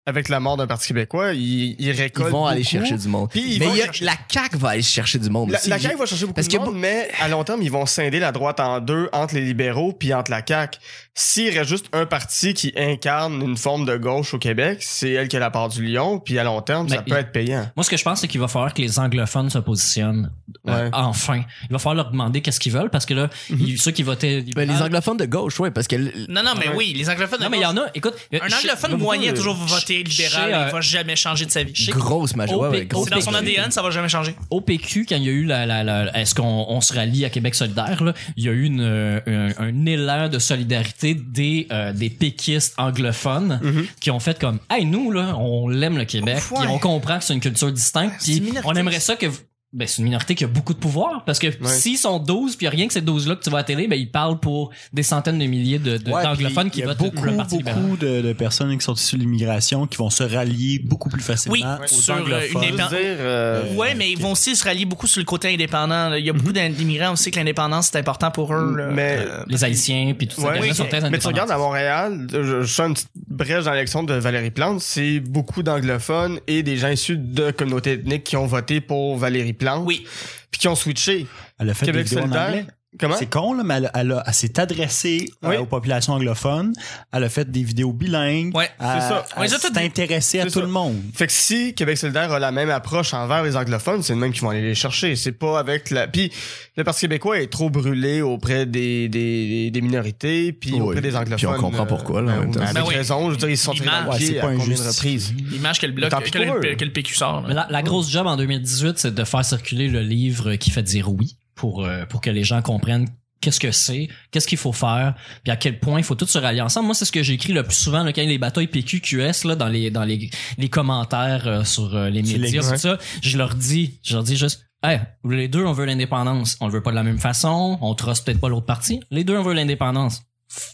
Speaker 2: avec la mort d'un Parti québécois, ils, ils
Speaker 3: Ils
Speaker 2: récoltent.
Speaker 3: vont aller
Speaker 2: beaucoup.
Speaker 3: chercher du monde.
Speaker 2: Puis ils
Speaker 3: mais
Speaker 2: vont
Speaker 3: il y a-
Speaker 2: chercher-
Speaker 3: la CAQ va aller chercher du monde.
Speaker 2: La,
Speaker 3: aussi.
Speaker 2: la CAQ va chercher beaucoup
Speaker 3: Parce
Speaker 2: de
Speaker 3: qu'il y a
Speaker 2: monde, mais à long terme, ils vont scinder la droite en deux entre les libéraux puis entre la CAQ. S'il reste juste un parti qui incarne une forme de gauche au Québec, c'est elle qui a la part du lion, puis à long terme,
Speaker 4: Mais
Speaker 2: ça
Speaker 4: il-
Speaker 2: peut être payant.
Speaker 4: Moi, ce que je pense, c'est qu'il va falloir que les anglophones se positionnent euh,
Speaker 2: Ouais.
Speaker 4: enfin. Il va falloir leur demander qu'est-ce qu'ils veulent parce que là, ils- ceux qui votaient
Speaker 3: Ben,
Speaker 4: libéral-
Speaker 2: Ah.
Speaker 3: les anglophones de gauche, oui, parce que l-
Speaker 1: Non, non, mais oui, les anglophones.
Speaker 4: Non, mais il y en a, écoute.
Speaker 1: Un anglophone moyen a toujours voté libéral.
Speaker 4: chez, euh,
Speaker 1: il va jamais changer de sa vie.
Speaker 3: grosse majorité.
Speaker 4: Au
Speaker 3: ouais,
Speaker 4: P-
Speaker 3: ouais,
Speaker 1: C'est
Speaker 3: grosse
Speaker 1: dans son
Speaker 3: majorité.
Speaker 1: ADN, ça va jamais changer.
Speaker 4: au PQ, quand il y a eu la, la, la- est-ce qu'on on se rallie à Québec solidaire, là, il y a eu une, euh, un, un élan de solidarité des, euh, des péquistes anglophones qui ont fait comme, hey, nous, là, on l'aime le Québec,
Speaker 1: Ouais.
Speaker 4: puis on comprend que c'est une culture distincte,
Speaker 1: C'est
Speaker 4: puis
Speaker 1: minoritaire.
Speaker 4: on aimerait ça que vous- ben, c'est une minorité qui a beaucoup de pouvoir parce que s'ils sont 12 puis il y a rien que ces 12 là que tu vas à la télé ben ils parlent pour des centaines de milliers de, de-
Speaker 7: Ouais,
Speaker 4: d'anglophones
Speaker 7: puis
Speaker 4: qui
Speaker 7: il y a
Speaker 4: votent
Speaker 7: beaucoup,
Speaker 4: pour le Parti libéral.
Speaker 7: beaucoup de, de personnes qui sont issues de l'immigration qui vont se rallier beaucoup plus
Speaker 1: Oui,
Speaker 7: facilement aux
Speaker 1: sur euh, une
Speaker 7: anglophones.
Speaker 2: Je veux
Speaker 1: indépendance.
Speaker 2: dire, euh, Mhm.
Speaker 1: Ouais, mais ils vont aussi se rallier beaucoup sur le côté indépendant. là. Il y a beaucoup d'immigrants aussi que l'indépendance c'est important pour eux. là.
Speaker 2: mais
Speaker 1: Euh,
Speaker 4: les Haïtiens puis tout ça
Speaker 2: Ouais,
Speaker 4: les gens
Speaker 2: oui,
Speaker 4: sont très
Speaker 2: mais tu
Speaker 4: indépendants.
Speaker 2: regardes à Montréal, je, je sens une petite brèche dans l'élection de Valérie Plante, c'est beaucoup d'anglophones et des gens issus de communautés ethniques qui ont voté pour Valérie Plante.
Speaker 1: Oui.
Speaker 2: Puis qui ont switché.
Speaker 7: Elle a fait
Speaker 2: Québec
Speaker 7: des vidéos en
Speaker 2: solidaire.
Speaker 7: anglais.
Speaker 2: Comment?
Speaker 7: C'est con, là, mais elle, elle a- elle s'est adressée euh,
Speaker 2: Oui.
Speaker 7: aux populations anglophones. Elle a fait des vidéos bilingues.
Speaker 1: Ouais,
Speaker 7: Elle-
Speaker 2: c'est ça.
Speaker 1: Ouais,
Speaker 7: Elle
Speaker 1: j'ai tout
Speaker 7: s'est
Speaker 1: dit.
Speaker 7: intéressée à
Speaker 2: C'est
Speaker 7: tout
Speaker 2: ça.
Speaker 7: le monde.
Speaker 2: Fait que si Québec solidaire a la même approche envers les anglophones, c'est le même qui vont aller les chercher. C'est pas avec la. Puis le Parti québécois est trop brûlé auprès des, des, des minorités, puis
Speaker 3: Oui.
Speaker 2: auprès des anglophones.
Speaker 3: Puis on comprend pourquoi, là, en
Speaker 2: ben,
Speaker 3: même temps.
Speaker 2: Avec
Speaker 1: Ben oui.
Speaker 2: raison, je veux dire, ils se sont tirés dans le
Speaker 1: Ouais,
Speaker 2: pied
Speaker 7: c'est pas
Speaker 2: à combien de
Speaker 7: injuste.
Speaker 2: reprises.
Speaker 1: L'image que le bloc,
Speaker 2: Mais tant pis
Speaker 1: que
Speaker 2: pour
Speaker 1: le,
Speaker 2: eux.
Speaker 1: que le PQ sort. là.
Speaker 4: Mais la, la grosse job en 2018, c'est de faire circuler le livre qui fait dire oui pour, euh, pour que les gens comprennent qu'est-ce que c'est, qu'est-ce qu'il faut faire, puis à quel point il faut tout se rallier ensemble. Moi, c'est ce que j'ai écrit le plus souvent là, quand il y a les batailles PQ-QS là, dans les, dans les, les commentaires euh, sur euh, les
Speaker 7: Sur les-
Speaker 4: médias, tout ça. Je leur dis, je leur dis juste, hey, les deux, on veut l'indépendance. On le veut pas de la même façon, on trosse peut-être pas l'autre partie. Les deux, on veut l'indépendance.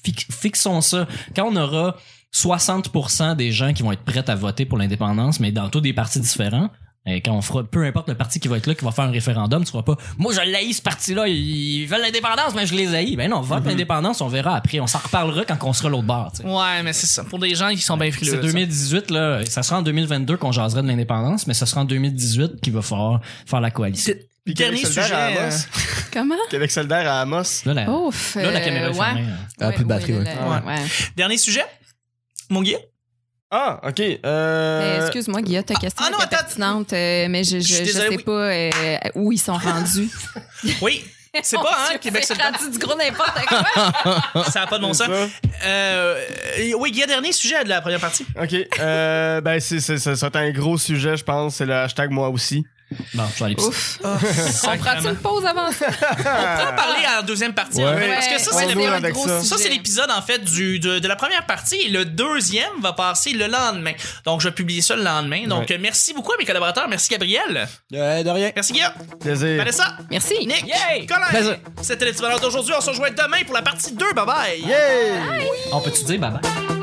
Speaker 4: Fix- fixons ça. Quand on aura 60% des gens qui vont être prêts à voter pour l'indépendance, mais dans tous des partis différents, et quand on fera, peu importe le parti qui va être là, qui va faire un référendum, tu vois pas, moi je l'haïs ce parti-là, ils veulent l'indépendance, mais je les haïs. Ben non,
Speaker 1: Mm-hmm.
Speaker 4: vote l'indépendance, on verra après, on s'en reparlera quand on sera l'autre bord. tu sais.
Speaker 1: Ouais, mais c'est ça. Pour des gens qui sont bien frileux.
Speaker 4: C'est 2018, là, ça sera en 2022 qu'on jasera de l'indépendance, mais ce sera en 2018 qu'il va falloir faire la coalition.
Speaker 2: Puis
Speaker 1: Dernier
Speaker 2: Québec solidaire
Speaker 1: sujet, euh.
Speaker 2: à Amos.
Speaker 5: Comment?
Speaker 2: Québec solidaire à Amos.
Speaker 4: Là,
Speaker 1: Oh,
Speaker 4: la,
Speaker 5: Ouf!
Speaker 4: là, la
Speaker 5: euh,
Speaker 4: caméra est
Speaker 5: ouais.
Speaker 4: fermée. hein.
Speaker 3: Ah, plus de batterie,
Speaker 5: là,
Speaker 3: ouais.
Speaker 5: là, ouais.
Speaker 1: ça. Dernier sujet? Mon Guy?
Speaker 2: Ah, ok.
Speaker 5: Euh,
Speaker 2: Euh...
Speaker 5: Excuse-moi, Guillaume, ta question
Speaker 1: ah non,
Speaker 5: était
Speaker 1: attends.
Speaker 5: pertinente, euh, mais je, je,
Speaker 1: Je suis
Speaker 5: je
Speaker 1: désolé,
Speaker 5: sais
Speaker 1: oui.
Speaker 5: pas euh, où ils sont rendus.
Speaker 1: Oui, c'est pas, hein, Québec
Speaker 5: c'est
Speaker 1: solidaire.
Speaker 5: rendu du gros n'importe quoi.
Speaker 1: ça n'a pas de bon
Speaker 2: Ah. c'est
Speaker 1: sens.
Speaker 2: ça.
Speaker 1: Euh, euh, oui, Guy, dernier sujet de la première partie.
Speaker 2: Ok. Euh, ben, c'est, c'est, c'est, c'est un gros sujet, je pense. C'est le hashtag moi aussi.
Speaker 4: Bon, je vais aller pisser.
Speaker 5: Ouf. On prend-tu
Speaker 1: Sacrément.
Speaker 5: une pause avant ça?
Speaker 1: On va en parler en deuxième partie. en fait, parce que ça,
Speaker 2: Ouais,
Speaker 1: c'est
Speaker 2: on
Speaker 1: le-
Speaker 2: va
Speaker 5: un
Speaker 2: avec
Speaker 5: gros
Speaker 2: ça.
Speaker 1: ça, c'est
Speaker 5: sujet.
Speaker 1: l'épisode en fait du, de, de la première partie et le deuxième va passer le lendemain. Donc je vais publier ça le lendemain. Donc euh, merci beaucoup à mes collaborateurs, merci Gabriel,
Speaker 7: Euh, de rien.
Speaker 1: merci Guillaume,
Speaker 2: Plaisir.
Speaker 1: Vanessa,
Speaker 5: Merci.
Speaker 1: Nick,
Speaker 4: Yay!
Speaker 1: Colin.
Speaker 4: Plaisir.
Speaker 1: C'était le petit bonheur d'aujourd'hui. On se rejoint demain pour la partie 2. Bye bye.
Speaker 2: Yay!
Speaker 4: On peut-tu dire bye-bye?